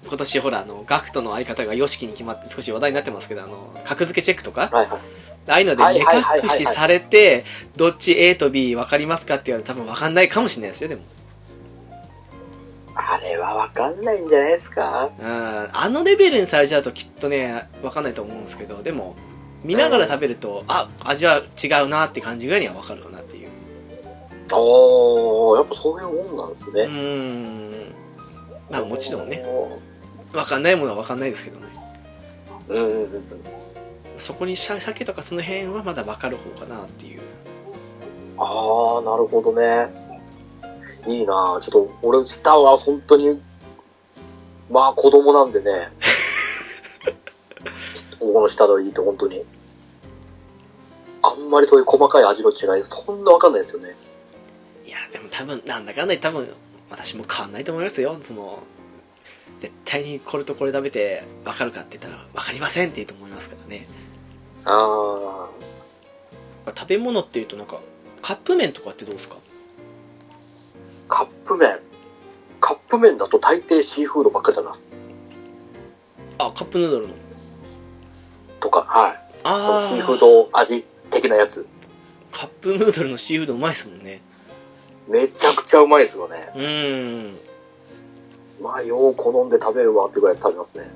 今年ほらあのガクトの相方が YOSHIKI に決まって少し話題になってますけどあの格付けチェックとかはいはい。ああいうのではい目はいはいはいはい隠しされてどっち A と B 分かりますかって言われたら多分分かんないかもしれないですよでもあれはわかんないんじゃないですかうんあのレベルにされちゃうときっとね分かんないと思うんですけどでも見ながら食べると、あ味は違うなって感じぐらいには分かるかなっていうおー、やっぱそういうもんなんですうね。んまあもちろんね。分かんないものは分かんないですけどねうんうんうんうん。そこにさ鮭とかその辺はまだ分かる方かなっていうああ、なるほどね。いいなぁちょっと、俺、スターは本当に、まあ、子供なん でね。ここの下のいいと、本当に。あんまりそういう細かい味の違い、そんなわかんないですよね。いやでも多分なんだかんだ言って多分私も変わんないと思いますよその絶対にこれとこれ食べて分かるかって言ったら分かりませんって言うと思いますからねあ食べ物っていうとなんかカップ麺とかってどうですかあ、カップ麺。カップ麺だと大抵シーフードばっかりだな。あカップヌードルのとか、はい。そのあシーフーあド味的なやつ。カップヌードルのシーフードうまいっすもんねめちゃくちゃうまいですよね。うーんまあ、よう好んで食べるわってぐらい食べますね。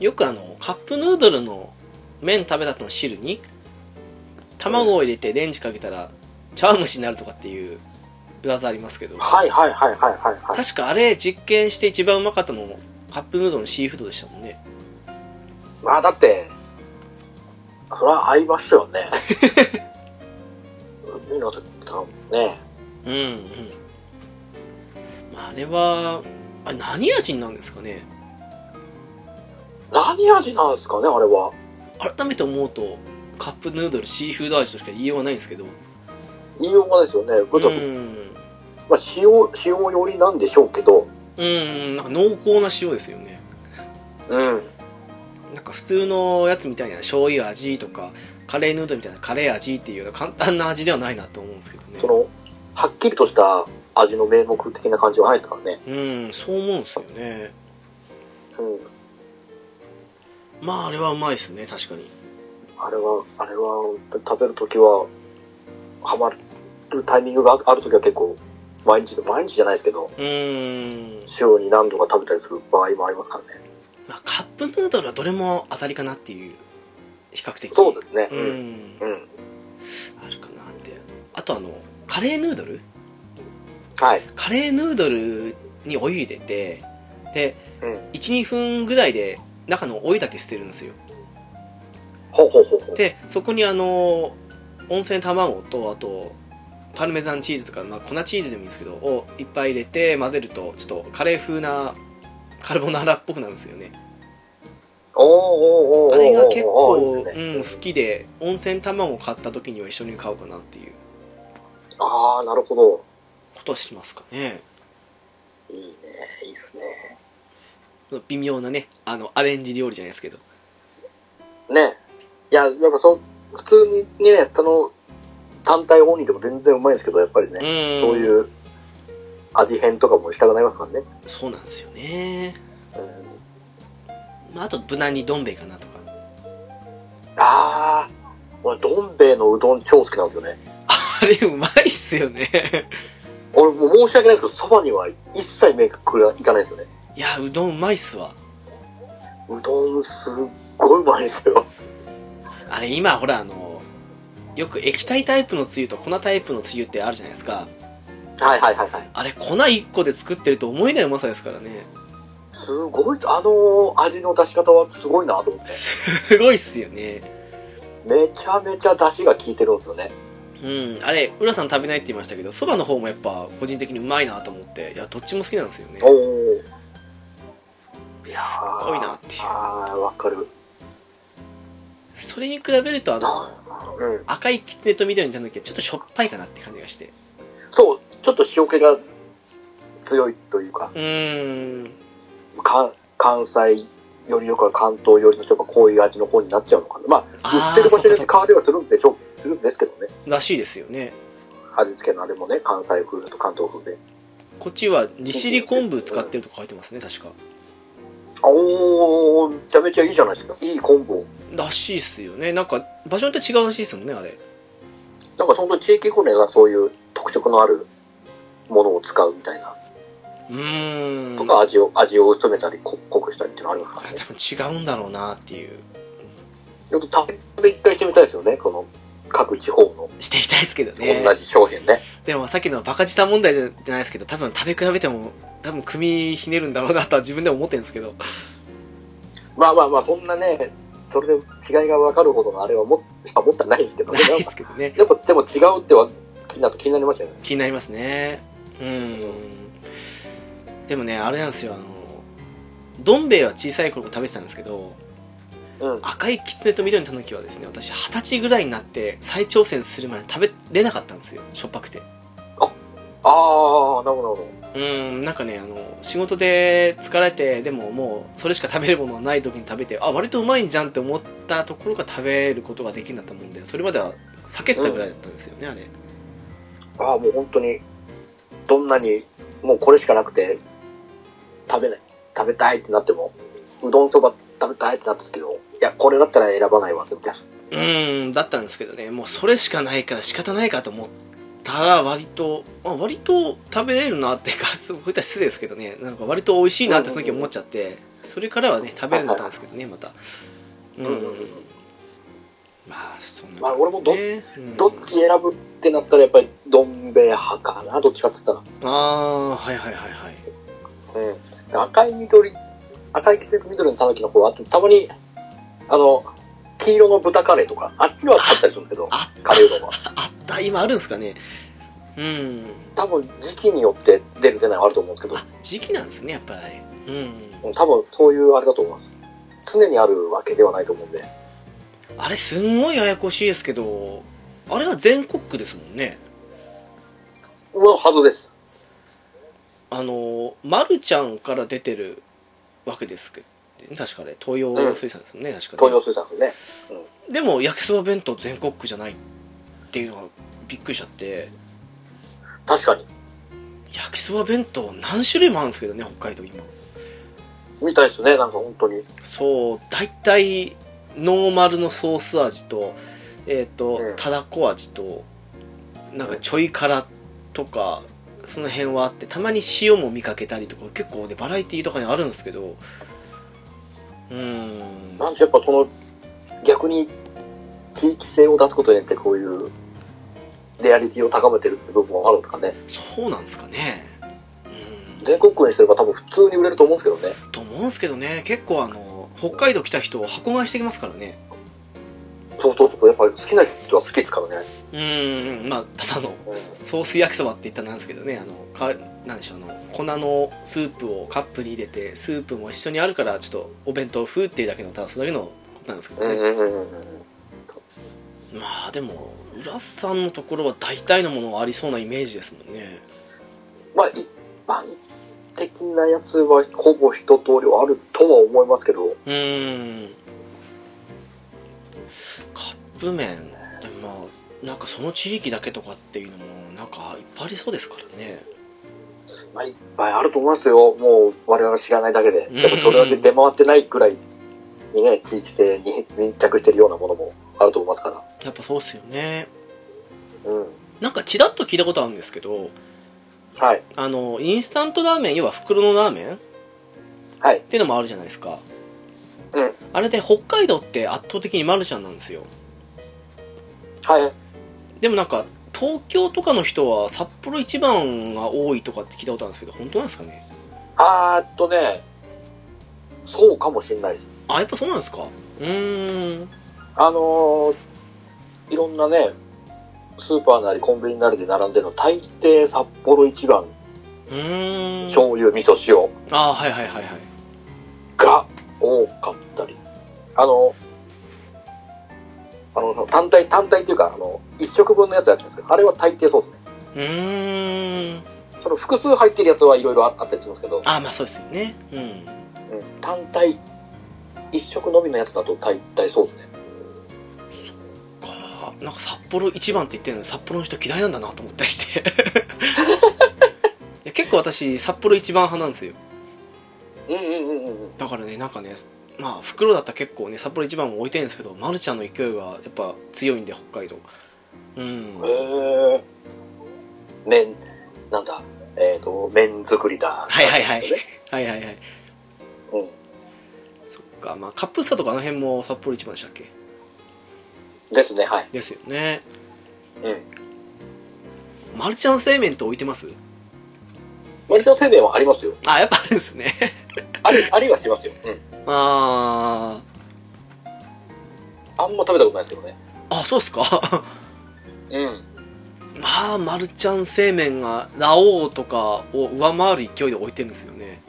よくあのカップヌードルの麺食べた後の汁に卵を入れてレンジかけたら茶碗蒸しになるとかっていう技ありますけど、はいはいはいはいはいはい。確かあれ実験して一番うまかったのもカップヌードルのシーフードでしたもんねまあだって、それは合いますよね。海の時だもん ね。うんうんまああれはあれ何味になるんですかね何味なんですかね、あれは。改めて思うとカップヌードルシーフード味としか言いようがないんですけど言いようがないですよね。これうだんとまあ、塩、塩寄りなんでしょうけど。うんなんか濃厚な塩ですよねうん。なんか普通のやつみたいな醤油味とかカレーヌードルみたいなカレー味っていうような簡単な味ではないなと思うんですけどねその、はっきりとした味の名目的な感じはないですからね。うんそう思うんですよねうん。まああれはうまいですね確かにあれは、あれは、食べるときは、ハマるタイミングがあるときは結構、毎日の、毎日じゃないですけど、うん、週に何度か食べたりする場合もありますからね。まあ、カップヌードルはどれも当たりかなっていう比較的そうですね。うんうん。うん。あるかなってあとあのカレーヌードルはい。カレーヌードルにお湯入れてで、うん12分ぐらいで中のお湯だけ捨てるんですよほうほうほうほう。でそこにあの温泉卵とあとパルメザンチーズとか、まあ、粉チーズでもいいんですけどをいっぱい入れて混ぜるとちょっとカレー風なカルボナーラっぽくなるんですよねおーおーおーおーあれが結構、いいっすねうん、好きで温泉卵を買った時には一緒に買おうかなっていうああ、なるほど。ことはしますかねいいね。いいっすね。微妙なねあのアレンジ料理じゃないですけどね。いや、なんかそう、普通にね、その、単体オンリーでも全然うまいんですけど、やっぱりね、んそういう味変とかもしたくなりますからね。そうなんですよね、うんまあ、あと無難にどん兵衛かなとかああ、俺、どん兵衛のうどん超好きなんですよね。あれうまいっすよね俺、もう申し訳ないですけど、そばには一切目がくらいかないですよね。いやうどんうまいっすわうどん、すっごいうまいですよ。あれ今ほらあのよく液体タイプのつゆと粉タイプのつゆってあるじゃないですかはいはいはいはい。あれ粉1個で作ってると思えないうまさですからねすごい、あの味の出し方はすごいなと思って。すごいっすよねめちゃめちゃ出汁が効いてるんですよね。うんあれ浦さん食べないって言いましたけどそばの方もやっぱ個人的にうまいなと思っていやどっちも好きなんですよねおお。すっごいなっていうああ、わかる。それに比べるとあのうん。赤いきつねと緑のたぬきはちょっとしょっぱいかなって感じがしてそう、ちょっと塩気が強いというか、うーんか関西よりよく関東よりの人がこういう味の方になっちゃうのかな。まあ、売ってる場所によって変わりはするんでしょするんですけどね。らしいですよね味付けのあれもね、関西風と関東風で。こっちは利尻昆布使ってるとか書いてますね確かおお、めちゃめちゃいいじゃないですか。いい昆布を。らしいっすよねなんか場所によって違うらしいですもんねあれなんか本当地域コネがそういう特色のあるものを使うみたいな。うーんとか味を、味を薄めたり、こ濃くしたりっていうのありますかあられね。多分違うんだろうなっていうよく食べ、食べ一回してみたいですよね。この各地方のしていきたいですけどね同じ商品ね。でもさっきのバカ舌問題じゃないですけど多分食べ比べても多分組ひねるんだろうなとは自分でも思ってるんですけどまあまあまあ、そんなね、それで違いが分かるほどのあれはもあもったら ないですけどなね。いですけどねでも、でも違うっては気になると気になりましたよね。気になりますねうんでもねあれなんですよあのどん兵衛は小さい頃も食べてたんですけどうん。赤いきつねと緑のたぬきはですね私二十歳ぐらいになって再挑戦するまで食べれなかったんですよしょっぱくてああ、なるほど、なるほうんなんかねあの仕事で疲れてでももうそれしか食べるものはない時に食べてあ割とうまいんじゃんって思ったところが食べることができるんだったもんでそれまでは避けてたぐらいだったんですよね、あれど。ああ、もう本当に、どんなに、もうこれしかなくて、食べない、食べたいってなっても、うどんそば食べたいってなったけど、いや、これだったら選ばないわってみたいな。うんだったんですけどねもうそれしかないから仕方ないかと思ったら割とあ割と食べれるなってかそう言ったら失礼ですけどねなんか割と美味しいなってその時思っちゃってそれからはね食べるようになったんですけどねまたうんうんうんうんまあ、そんなまあ俺もどねうんどっち選ぶってなったらやっぱりどん兵衛派かなどっちかって言っああ、はいはいはいはい。たら、うん、赤い緑赤い血液緑のたぬきの方はあとたまにあの黄色の豚カレーとかあっちは買ったりするけどあカレーうどんはあった、今あるんですかね。うん。多分時期によって出る出ないはあると思うんですけどあ、時期なんですね、やっぱり。うん。うん多分そういうあれだと思います常にあるわけではないと思うんであれ、すんごいややこしいですけど、あれは全国区ですもんね。のはずですあの、まるちゃんから出てるわけですけど、確かあれ、東洋水産ですもんね、確かね東洋。水産ですねでも、焼きそば弁当全国区じゃないっていうのがびっくりしちゃって、確かに焼きそば弁当何種類もあるんですけどね、北海道今。みたいですねなんか本当にそう、大体、ノーマルのソース味と、えっ、とう、んたらこ味と、なんかちょい辛とか、その辺はあって、たまに塩も見かけたりとか、結構ね、バラエティーとかにあるんですけど、うーん、なんてやっぱその逆に地域性を出すことによってこういうレアリティを高めてる部分もあるんですかねそうなんですかね。うん、全国区にすれば多分普通に売れると思うんですけどねと思うんですけどね、結構あの、北海道来た人を箱買いしてきますからね。そうそうそうやっぱり好きな人は好きですからねうーん、まあ、ただの、ソース焼きそばって言ったらなんですけどね、あの、か、なんでしょう、あの、粉のスープをカップに入れて、スープも一緒にあるから、ちょっとお弁当風っていうだけの、ただそれだけのことなんですけどね。うんうんまあ、でも、浦さんのところは大体のものはありそうなイメージですもんね。まあ一般的なやつはほぼ一通りはあるとは思いますけどうーん。カップ麺、でもまあ、なんかその地域だけとかっていうのも、なんかいっぱいありそうですからね。まあいっぱいあると思いますよもう我々が知らないだけでうんやっぱそれだけ出回ってないくらいにね地域性に密着してるようなものもあると思いますからやっぱそうっすよね。うんなんかちらっと聞いたことあるんですけど、はいあのインスタントラーメン要は袋のラーメンっはいていうのもあるじゃないですか、うんあれで北海道って圧倒的にマルちゃんなんですよはいでもなんか東京とかの人は札幌一番が多いとかって聞いたことあるんですけど本当なんですかねあーっとね、そうかもしれないです。あやっぱそうなんですかうーんあのー、いろんなね、スーパーなりコンビニなりで並んでるの、大抵札幌一番、うーん醤油、味噌、塩あはいはいはいはいが多かったり。あの、あの、単体、単体っていうか、あの、一食分のやつやってるんですけど、あれは大抵そうですね。うーんその複数入ってるやつはいろいろああったりするんですけど、あまあそうですよねうんうん単体、一食のみのやつだと大体そうですね。かなんか札幌一番って言ってるのに札幌の人嫌いなんだなと思ったりして いや結構私札幌一番派なんですようんうんうんうんうん。だからねなんかねまあ袋だったら結構ね札幌一番も置いてるんですけどマルちゃんの勢いがやっぱ強いんで北海道うんへえ。麺、なんだ、えっ、と、麺作りだ。はいはいはいねはいはいはいうん。そっかまあカップスタとかあの辺も札幌一番でしたっけですね、はい。ですよねうんマルちゃん製麺って置いてます割と丁寧はありますよ。あやっぱあるんですね あり、ありはしますよ。うん。ああんま食べたことないですけどね。ーあそうっすか うん。まあ、マルちゃん製麺がラオウとかを上回る勢いで置いてるんですよね。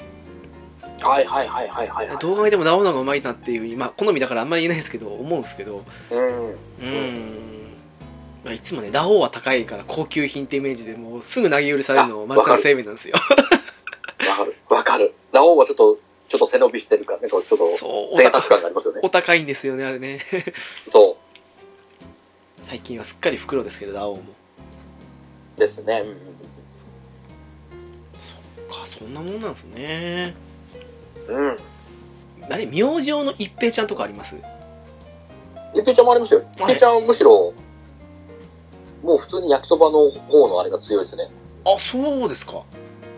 はいはいはいはいはい、はい。動画見てもラオウの方がうまいなっていうふうに、まあ、好みだからあんまり言えないですけど、思うんですけど、うん。うーん。まあ、いつもね、ラオウは高いから高級品ってイメージでもうすぐ投げ売りされるのあマルちゃん製麺なんですよ。わかる。わかる。ラオウはちょっと、ちょっと背伸びしてるからね、そうちょっ と、そう、お贅沢高感がありますよね。お高いんですよね、あれね。 そ最近はすっかり袋ですけど、ラオウも。う。ですね。うんうんか、そんなもんなんですね。うん。うん。あれ、明星の一平ちゃんとかありますゆきちゃんもありますよ。ゆきちゃんはむしろ、もう普通に焼きそばの方のあれが強いですね。あ、そうですか。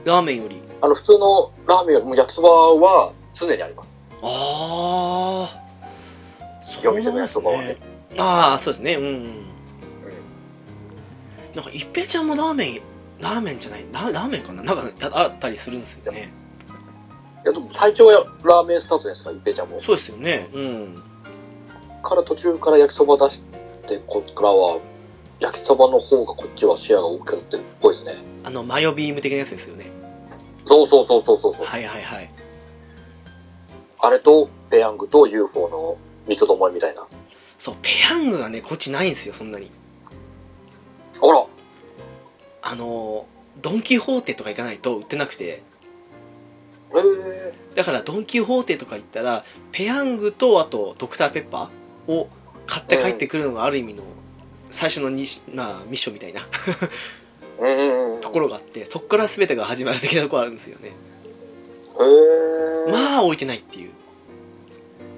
ラーメンより。あの、普通のラーメンよりも焼きそばは常にあります。ああ。そ夜店のやつとかはねうなんですねああそうですねうん、うん、なんか一平ちゃんもラーメンラーメンじゃないララーメンかななんかああったりするんですよねいや、でも最長はラーメンスタートじゃないですか、一平ちゃんも。そうですよねうんから途中から焼きそば出して、こっからは、焼きそばの方がこっちはシェアが大きくなってるっぽいですね。あのマヨビーム的なやつですよねそうそうそうそうそうそう。はいはいはいあれと、ペヤングと UFO の三つどもえみたいな。そうペヤングがねこっちないんですよそんなにあら、あのドン・キホーテとか行かないと売ってなくてへえだからドン・キホーテとか行ったらペヤングとあとドクターペッパーを買って帰ってくるのがある意味の最初のに、まあ、ミッションみたいなー。うんうんうん。ところがあってそこから全てが始まる的なところあるんですよねへえ。まあ、まあ置いてないっていう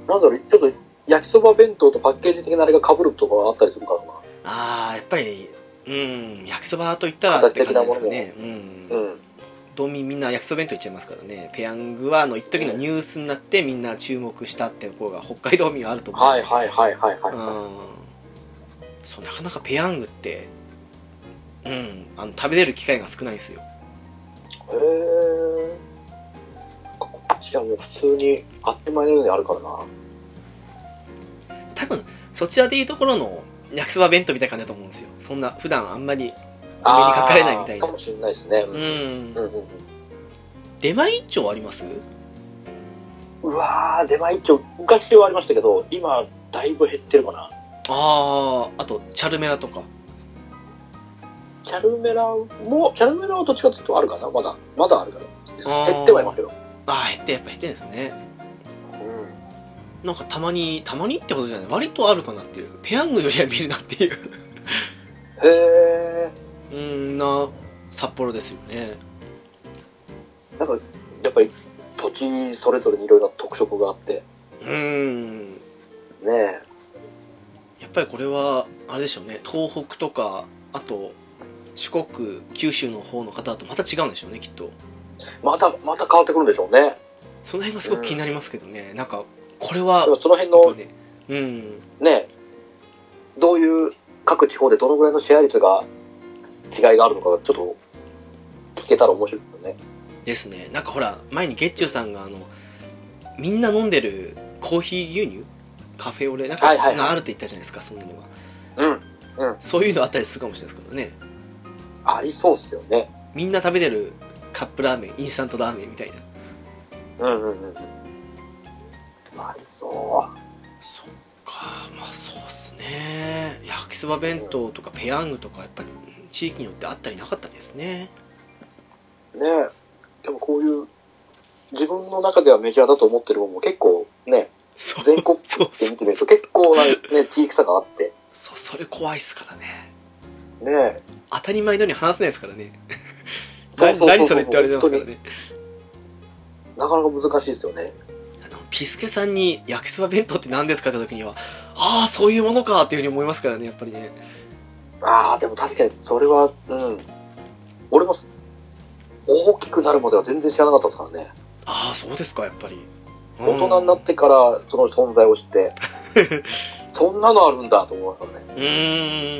なんだろう、ちょっと焼きそば弁当とパッケージ的なあれが被るところがあったりするからな。ああやっぱりうん焼きそばといったらっ形て的感なじでもすのよもねうん、うん。道民みんな焼きそば弁当行っちゃいますからねペヤングはあの一時のニュースになってみんな注目したっていうところが北海道民はあると思うはいはいはいはいはい。うんそうなかなかペヤングってうんあの食べれる機会が少ないんですよへえ。こっちはもう普通に当たり前のようにあるからな。多分そちらでいうところの焼きそば弁当みたいな感じだと思うんですよそんな普段あんまりお目にかかれないみたいなあーかもしれないですね。うん、うんうん出前一丁ありますうん、うわー、出前一丁、昔はありましたけど、今、だいぶ減ってるかな。あああとチャルメラとかキャルメラも、キャルメラはどっちかっていうとあるかな、まだ、まだあるかあら。ー減ってはいますけど。ああ減ってやっぱ減ってんですねなんかたまにたまにってことじゃない割とあるかなっていうペヤングよりは見るなっていうへうんな札幌ですよねえ。なんか、やっぱり、土地それぞれにいろいろな特色があって、うんねえ。やっぱりこれはあれでしょうね東北とかあと四国九州の方の方とまた違うんでしょうねきっとまた、また変わってくるんでしょうね。その辺がすごく気になりますけどね、なんかこれはでもその辺本当のに、ねうんねえ、どういう、各地方でどのぐらいのシェア率が、違いがあるのかが、ちょっと、聞けたら面白いですよね。ですねなんかほら前にゲッチュさんがあのみんな飲んでるコーヒー牛乳カフェオレなんかはいはいはいがあるって言ったじゃないですかそんなのがうん。そういうのあったりするかもしれないですけどねありそうっすよね。みんな食べてるカップラーメンインスタントラーメンみたいなうんうんうん。ありそう。そっかまあそうっすね焼きそば弁当とかペヤングとかやっぱり地域によってあったりなかったりですねねえ。でもこういう、自分の中ではメジャーだと思ってるものも結構ね、そう全 国区そうってそう見てみると結構なね、地域差があって。そうそれ怖いっすからねねえ。当たり前のように話せないですからねそうそうそうそうな何それって言われてますからねなかなか難しいですよね。あのピスケさんに焼きそば弁当って何ですかって時にはああそういうものかっていうふうに思いますからねやっぱりねああ、でも確かにそれは、うん。俺も、大きくなるまでは全然知らなかったですからね。ああそうですかやっぱり大人になっってからその存在を知 って、そんなのあるんだと思いましたね。うーん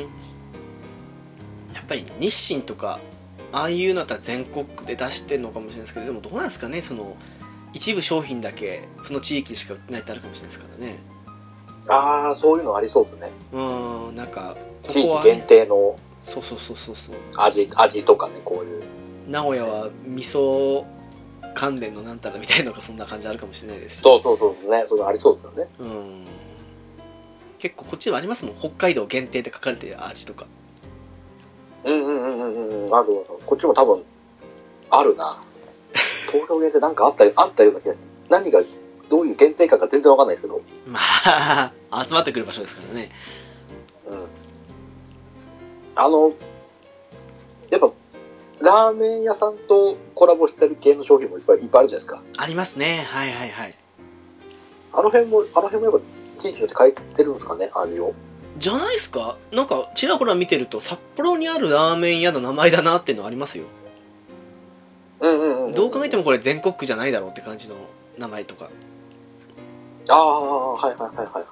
やっぱり日清とかああいうのだったら全国区で出してるのかもしれないですけどでもどうなんですかねその一部商品だけその地域でしか売ってないってあるかもしれないですからねああ、そういうのありそうですね。うーんなんかこ地こ域は、限定のそうそうそうそうそう味、味とかね、こういう。名古屋は味噌関連のなんたらみたいのがそんな感じあるかもしれないですしそうそうそうですね。そういうのありそうですよね。うーん結構こっちはありますもん北海道限定って書かれてる味とかうんうんうんうんうん。あるあるこっちも多分、ある な。東京限定なんかあったり、あったような気が何が、どういう限定かが全然わかんないですけど。まあ 集まってくる場所ですからねうん。あの、やっぱ、ラーメン屋さんとコラボしてる系の商品もいっぱいいっぱいあるじゃないですか。ありますねはいはいはいあの辺も、あの辺もやっぱ地域によって変えてるんですかね、味を。じゃないですかなんかちらほら見てると札幌にあるラーメン屋の名前だなっていうのはありますようんうんうん。どう考えてもこれ全国区じゃないだろうって感じの名前とかああ、はいはいはいはいはいはい。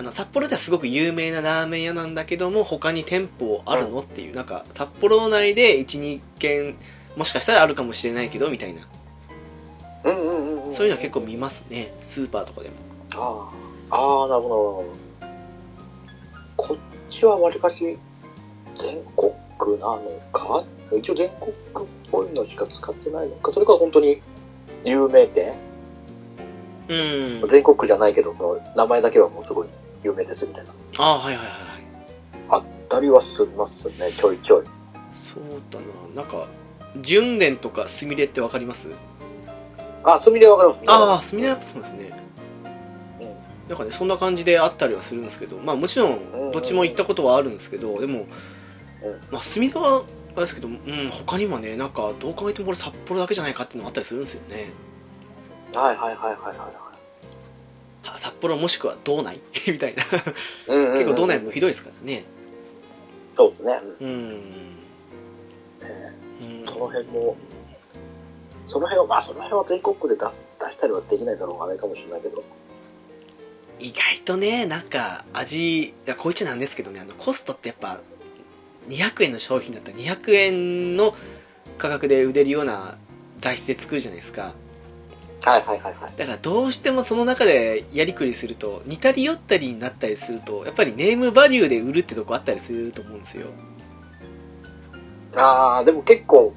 あの札幌ではすごく有名なラーメン屋なんだけども他に店舗あるのっていうなんか札幌内で12軒もしかしたらあるかもしれないけどみたいなうんうんうんうんそういうのは結構見ますねスーパーとかでもああああなるほどなるほどこっちはわりかし全国なのか一応全国っぽいのしか使ってないのかそれか本当に有名店、うん全国じゃないけどこの名前だけはもうすごい有名ですみたいなああはいはいはいはいあったりはしますねちょいちょいそうだななんか純連とかすみれってわかりますあすみれわかりますああすみれはやっぱそうですねうんなんかねそんな感じであったりはするんですけどまあもちろうんんどっちも行ったことはあるんですけどでもうんまあすみれはあれですけどうん他にもねなんかどう考えてもこれ札幌だけじゃないかっていうのがあったりするんですよねはいはいはいはいは、は札幌もしくは道内 みたいないうんうんうん結構道内もひどいですからねそうですね、うんうんうんその辺もその辺はまあその辺は全国で出出したりはできないだろうがないかもしれないけど意外とねなんか味いやこいつなんですけどねあのコストってやっぱ200円の商品だったら200円の価格で売れるような材質で作るじゃないですかはいはいはいはいだからどうしてもその中でやりくりすると似たり寄ったりになったりするとやっぱりネームバリューで売るってとこあったりすると思うんですよああでも結構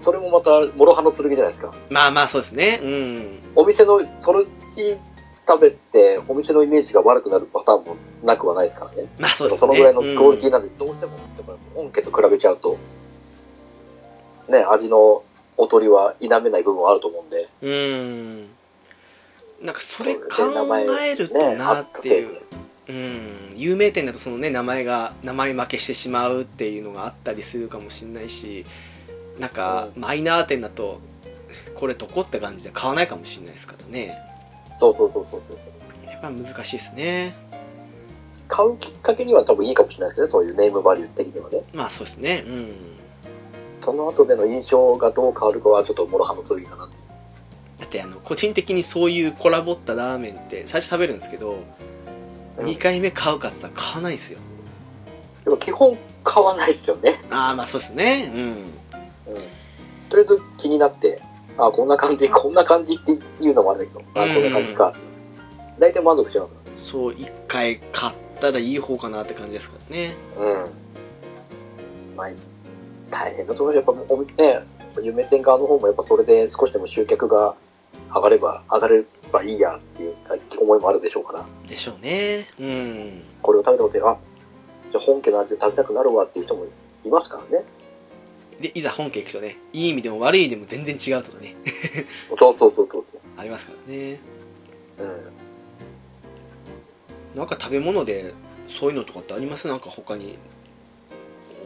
それもまた諸刃の剣じゃないですかまあまあそうですねうんお店のそのうち食べてお店のイメージが悪くなるパターンもなくはないですからねまあそうですねのぐらいのクオリティうんなんで、どうしてもやっぱ本家と比べちゃうとね味の劣りは否めない部分はあると思うんでうんなんかそれ考それで名前えるとねなっていあうっうん有名店だとそのね名前が名前負けしてしまうっていうのがあったりするかもしれないしなんかうマイナー店だとこれどこって感じで買わないかもしれないですからねそうそうそうそうそうやっぱ難しいですね買うきっかけには多分いいかもしれないですねそういうネームバリュー的にはねまあそうですねうんその後での印象がどう変わるかはちょっと諸刃の剣かなってだってあの個人的にそういうコラボったラーメンって最初食べるんですけどうん2回目買うかって言ったら買わないんですよでも基本買わないですよねああまあそうですねうんうんとりあえず気になって、あこんな感じ、こんな感じっていうのもあるんだけど、あこんな感じか。大体満足しちゃうかそう1回買ったらいい方かなって感じですからねら。うん。まあ、大変だと思いますよやっぱお店ね、有名店側の方もやっぱそれで少しでも集客が上がれば、上がればいいやっていう思いもあるでしょうから、でしょうねうんこれを食べたことで、あ、じゃあ本家の味で食べたくなるわっていう人もいますからね。でいざ本家行くとねいい意味でも悪い意味でも全然違うとかね そうそうそうそう。ありますからねうん。なんか食べ物でそういうのとかってありますなんか他に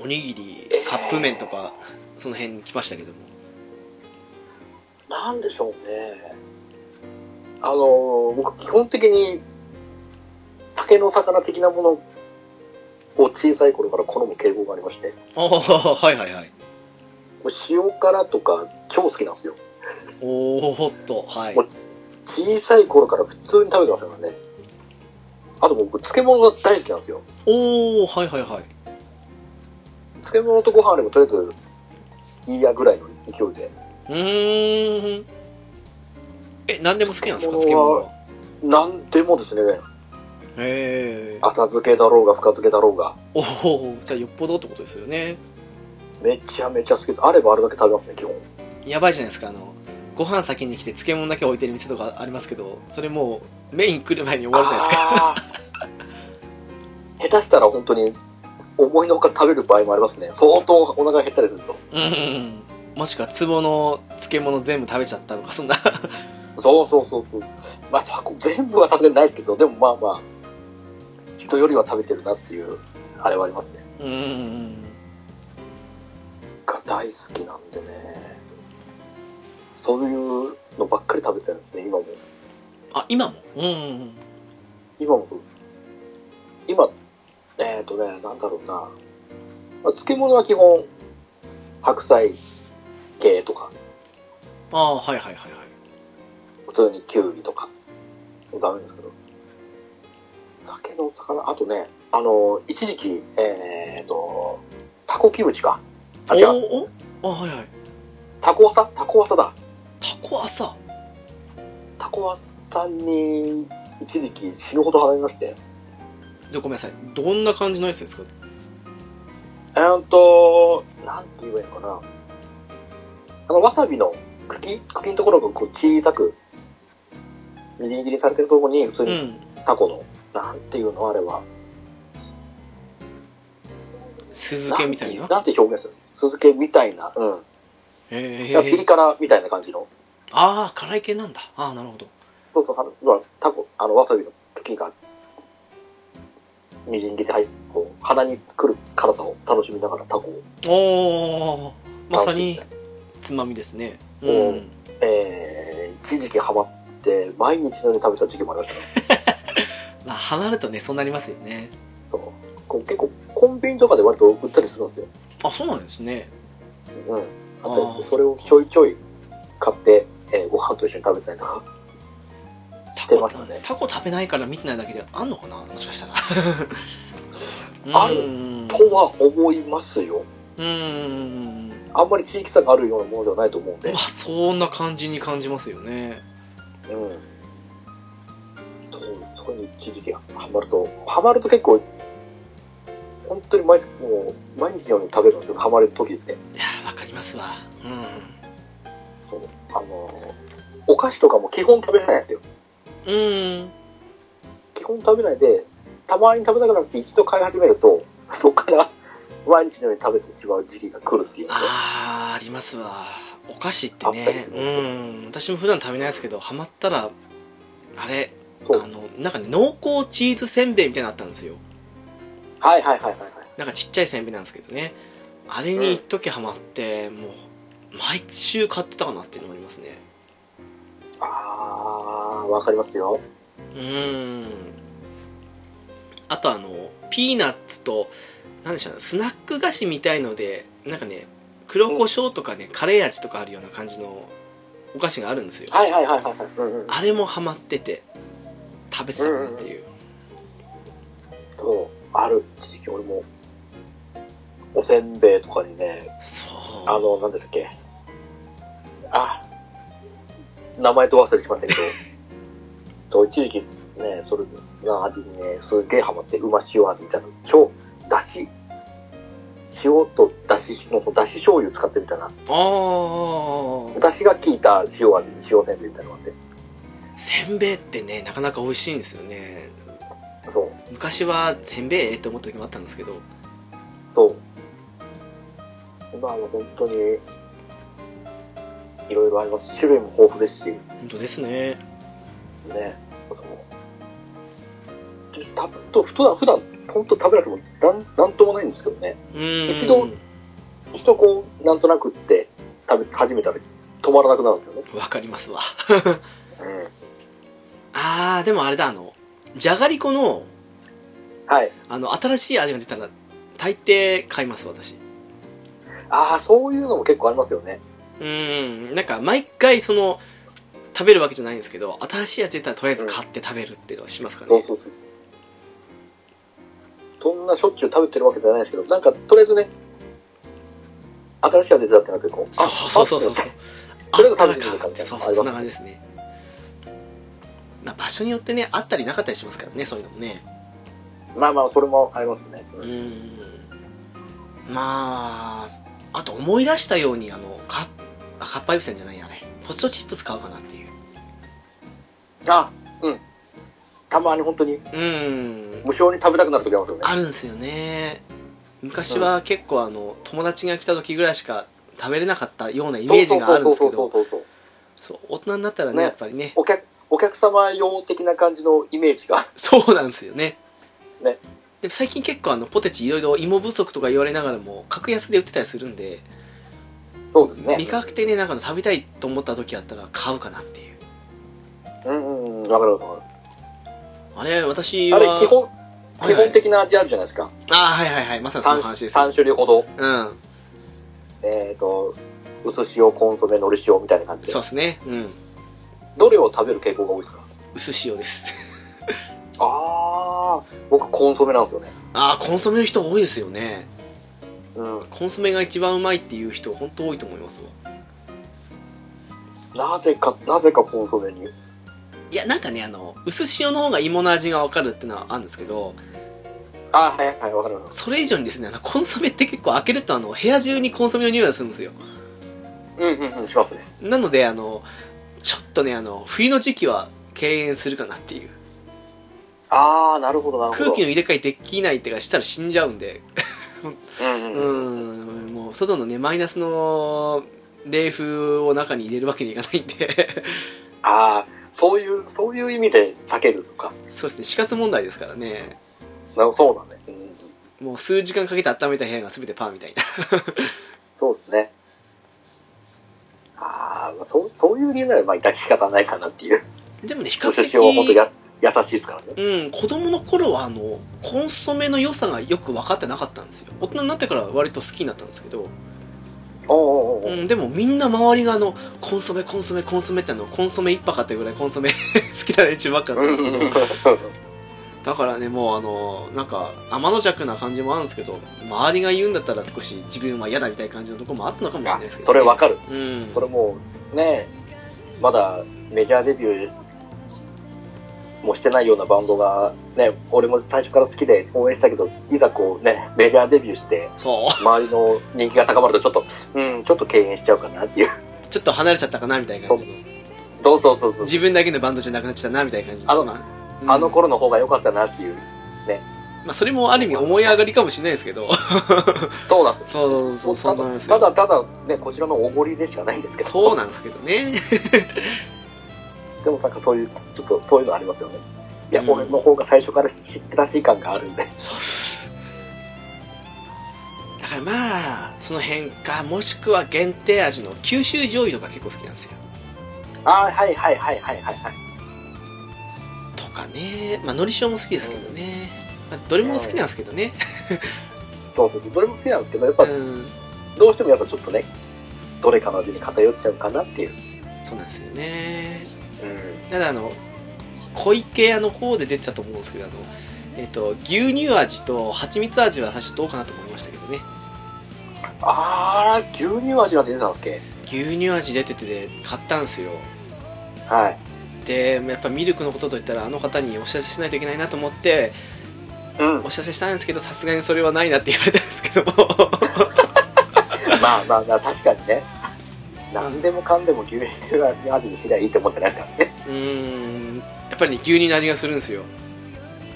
おにぎりカップ麺とか、その辺来ましたけどもなんでしょうね。あの、僕、基本的に、酒の魚的なものを小さい頃から好む傾向がありまして、もああはいはいはいう塩辛とか超好きなんですよ。おーっとはいお小さい頃から普通に食べてましたからね。あと僕、漬物が大好きなんですよ。おおはいはいはい漬物とご飯でもとりあえず、いいやぐらいの勢いで。うーんえ何でも好きなんですか漬漬物物ははなんでもですね、へえ浅漬けだろうが深漬けだろうが、おおじゃあよっぽどってことですよねめちゃめちゃ好きです。あればあれだけ食べますね、基本。やばいじゃないですかあのご飯先に来て漬物だけ置いてる店とかありますけどそれもうメイン来る前に終わるじゃないですかあー下手したら本当に思いのほか食べる場合もありますね。相当お腹が減ったりすると。うんもしくは壺の漬物全部食べちゃったとかそんな そうそうそうそう。まあ、そこ全部はさすがにないですけど、でもまあまあ、人よりは食べてるなっていう、あれはありますね。うんが大好きなんでね。そういうのばっかり食べてるんですね、今も。あ今もうん今も、今、えっ、ー、とね、なんだろうな。まあ漬物は基本、白菜系とか、ああはいはいはいはい普通にキュウリとか、ダメですけど。けのお魚、あとね、あの、一時期、えーと、タコキムチか。あ、違う、おーおあはいはいタコワサタコワサだ。タコ朝タコワサに一時期死ぬほどハマりまして。でごめんなさいどんな感じのやつですかえーっと、なんて言えばいいのかな。あの、わさびの茎茎のところがこう小さく、みじん切りされてるところに、普通うにんタコの、なんていうのあれは。酢漬けみたいなんてんて表現する鈴木みたいな。うん。へピリえ辛みたいな感じの。ああ辛い系なんだああなるほどそうそう、あのまあ、タコ、あの、わさびの茎が、みじん切りで入って、こう、鼻にくる辛さを楽しみながらタコを。おおまさに。つまみですねうん、うんえー、一時期ハマって、毎日のように食べた時期もありましたね。まあハマるとねそうなりますよねそう。こう結構、コンビニとかで割と売ったりするんですよ。あそうなんですねうん。あったりしあーて、それをちょいちょい買って、えーご飯と一緒に食べたりとか。タてコましたねタコ食べないから見てないだけであんのかなもしかしたら あるうんとは思いますよ。うんうんあんまり地域差があるようなものではないと思うんでまあ。そんな感じに感じますよねうん。そこに一時期ハマると、ハマると結構、本当に毎もう毎日のように食べるんですけど、ハマる時って、いやーわかりますわうそうあのーお菓子とかも基本食べれないんですよ。んうん基本食べないで、たまに食べたくなって一度買い始めると、そこから毎日のように食べてしまう時期が来るっていうのであーありますわお菓子ってあったりねすうるん私も普段食べないですけどハマったらあれそうあのなんかね濃厚チーズせんべいみたいなのあったんですよはいはいはいはいはい。なんかちっちゃいせんべいなんですけどねあれに一時ハマって、もう毎週買ってたかなっていうのもありますねあー、わかりますよ。うんあとあのピーナッツと何でしょうねスナック菓子みたいのでなんかね黒胡椒とかね、カレー味とかあるような感じのお菓子があるんですよはいはいはいはいはい。うんうん、あれもハマってて食べてたなっていう、そう、ある一時期俺も、おせんべいとかにね、そうあの、なんでしたっけ。あ、名前と忘れてしまったけど、そう一時期ね、それが味にね、すげえハマって、うま塩味みたいな、超、だし、塩とだしの、だし醤油使ってるみたいな、あだしが効いた塩味、塩せんべいみたいなのがあっあせんべいってねなかなか美味しいんですよねて、そう、昔はせんべいって思った時もあったんですけどそう。今はもう本当に、いろいろあります。種類も豊富ですし、本当ですねね、そうたと普段普段本当食べなくてもなんなんともないんですけどねうん一度一度こうなんとなくって食べ始めたら止まらなくなるんですよね、わかりますわ あーでもあれだあのじゃがりこのはいあの新しい味が出たら大抵買います私ああそういうのも結構ありますよねうんなんか毎回その食べるわけじゃないんですけど新しい味出たらとりあえず買って食べるっていうのはしますかそうね、そうそうそんなしょっちゅう食べてるわけじゃないですけどなんかとりあえずね新しい味出たってなってこうそうそうそうそうあそうとりあえず食べてみあったるからみかたいなそうそうそんな感じですね、まあ、場所によってねあったりなかったりしますからねそういうのもねあまあまあそれもありますね、うーんまああと思い出したようにあのカッあカッパエビせんじゃないやねポテトチップス買おうかなっていうあうんたまに本当にうーん無性に食べたくなる時ありますよねあるんですよね昔は結構あの友達が来た時ぐらいしか食べれなかったようなイメージがあるんですけそうどそうそうそうそうそうそう大人になったらねねやっぱりねお客お客様用的な感じのイメージが そうなんですよねねでも最近結構あのポテチいろいろ芋不足とか言われながらも格安で売ってたりするんで、そうですね味覚でねなんかの食べたいと思った時あったら買うかなっていううんうんうんわかるわかあれ私るあはれ基本はい基はい本的な味あるじゃないですか、ああはいはいはいまさにその三話です三種類ほどうんえっ、と薄塩コンソメのり塩みたいな感じでそうですねうんどれを食べる傾向が多いですか薄塩ですああは、僕コンソメなんですよね。ああ、コンソメの人多いですよね。うん。コンソメが一番うまいっていう人、本当多いと思いますわ。なぜか、なぜかコンソメに。いや、なんかね、あの、薄塩の方が芋の味がわかるってのはあるんですけど、あ、はいはい、わかる。それ以上にですね、あの、コンソメって結構開けると、あの、部屋中にコンソメの匂いがするんですよ。うんうんうん、しますね。なので、あの、ちょっとね、あの、冬の時期は敬遠するかなっていう。あー、なるほど、なるほど。空気の入れ替えできないってかしたら死んじゃうんで、うんううん。ん、もう外のね、マイナスの冷風を中に入れるわけにいかないんで、 あー、そういう、そういう意味で避けるとか。そうですね、死活問題ですからね、なそうだね。うん。もう数時間かけて温めた部屋が全てパーみたいな。そうですね。あー、まあ、そう、そういう理由なら、まあ、致し方ないかなっていう。でもね、比較お的年、は本当や、優しいですからね。うん、子供の頃はあの、コンソメの良さがよく分かってなかったんですよ。大人になってから割と好きになったんですけど、おうおうおううん、でもみんな周りがあのコンソメコンソメコンソメってあのコンソメ一派かってぐらいコンソメ 好きな連中ばっかだったんですけど、 だからねもうあのなんか天の弱な感じもあるんですけど周りが言うんだったら少し自分は嫌だみたいな感じのところもあったのかもしれないですけど、それわかる。るうんそれもうね、まだメジャーデビューもしてないようなバンドが、ね、俺も最初から好きで応援したけど、いざこうね、メジャーデビューして、そ周りの人気が高まるとちょっと、うん、ちょっと敬遠しちゃうかなっていう。うちょっと離れちゃったかなみたいな感じのそうそうそうそう。自分だけのバンドじゃなくなっちゃったなみたいな感じですあのまうんあの頃の方が良かったなっていう。まあ、それもある意味思い上がりかもしれないですけどそうなんでそうそうそうすそたうなんでだ、すたよだ、ただね、こちらのおごりでしかないんですけど。そうなんですけどねでもなんかそういう、ちょっとそういうのありますよね。いや、うん俺の方が最初から知ってたしい感があるんで。そうっすだからまあその辺かもしくは限定味の九州醤油とか結構好きなんですよああ、はいはいはいはいはいはい。とかねまあのり塩も好きですけどね、まあ、どれも好きなんですけどねそうそうそう。どれも好きなんですけど、やっうぱんどうしてもやっぱちょっとね、どれかの味に偏っちゃうかなっていう。そうなんですよねうん。ただあの小池屋の方で出てたと思うんですけどあのえっと、牛乳味と蜂蜜味は最初どうかなと思いましたけどねあー、牛乳味が出てたっけ牛乳味出てて買ったんですよはい。でやっぱミルクのことといったらあの方にお知らせしないといけないなと思ってうん。お知らせしたんですけどさすがにそれはないなって言われたんですけども まあまあまあ、確かにね。何でもかんでも牛乳味にしりゃいいと思ってないですからね。うーんやっぱり、ね、牛乳の味がするんですよ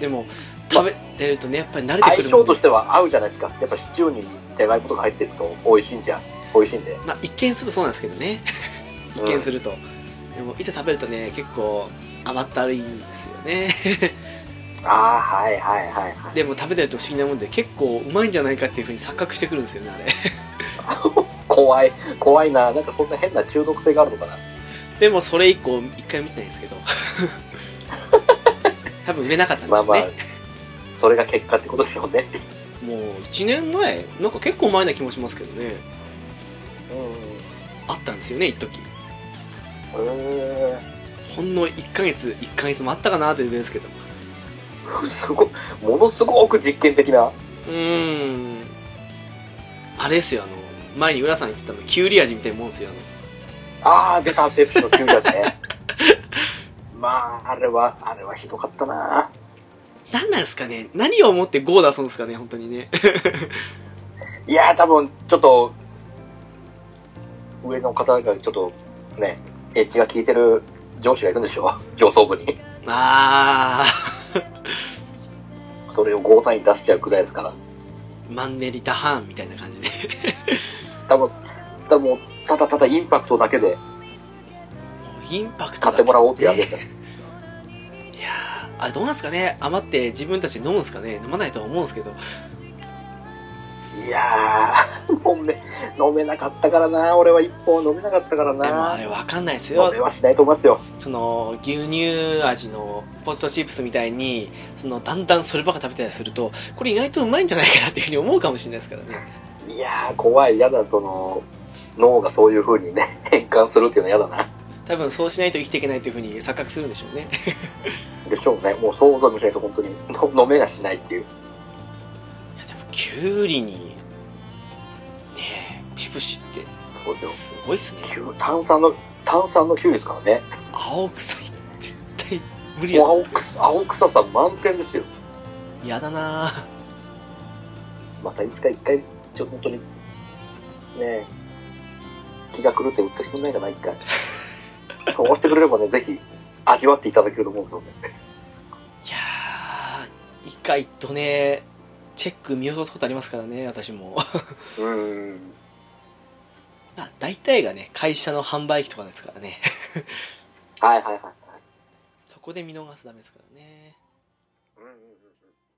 でも食べてるとねやっぱり慣れてく相るも性んとでしては合うじゃないですか。やっぱシチューにじゃがいもとか入ってると美味しいんじゃん。美味しいんで。まあ一見するとそうなんですけどね一見すると、でもいざ食べるとね結構甘ったるいんですよね あー、はいはいはいはい。でも食べてると不思議なもんで結構うまいんじゃないかっていうふうに錯覚してくるんですよねあれ怖い、怖いな。なんかそんな変な中毒性があるのかな。でもそれ以降一回も見てないんですけ ど多分売れなかったんでましょあうね、まあ、それが結果ってことでしょうね。もう1年前なんか結構前な気もしますけどねうん。あったんですよね一時えほんの1ヶ月1ヶ月もあったかなというぐらいですけどー、 すごいものすごく実験的なうーんあれですよあの前に浦さん言ってたのキュウリ味みたいなもんですよあのああ出たペプシの急だ ねまああれはあれはひどかったな何なんですかね何を思って5出すんですかね本当にねいやー多分ちょっと上の方がちょっとねエッジが効いてる上司がいるんでしょう 上層部にあそれを強単に出しちゃうくらいですからーマンネリタハーンみたいな感じで多分多分ただただインパクトだけでインパクトだけ買ってでもらおうってやるんですよいやーあれどうなんですかね余って自分たちで飲むんですかね飲まないとは思うんですけどいやー飲め飲めなかったからな俺は一本飲めなかったからでもあなれわかんないですよ飲めはしないと思いますよその牛乳味のポテトチップスみたいにそのだんだんそればっか食べたりするとこれ意外とうまいんじゃないかなっていうふうに思うかもしれないですからね いやー、怖い、やだ、その、脳がそういう風にね、変換するっていうのはやだな。多分そうしないと生きていけないというふうに錯覚するんでしょうねでしょうね。もう想像もしないと本当にの飲めがしないっていう。いやでもキュウリにねえペプシってそうですよすごいっすねキュウ炭酸の、炭酸のキュウリですからね。青臭い絶対無理もやうと思青く青臭さ満点ですよ。うやだなあまたいつか一回、ちょっと本当に、ねえ、気が狂って売ってくんないかな、一 回。そうしてくれればね、ぜひ、味わっていただけると思うんですよね。いやー一回とねチェック見落とすことありますからね私も うーん。まあ大体がね会社の販売機とかですからねはいはいはいはい。そこで見逃すダメですからねうんうんうん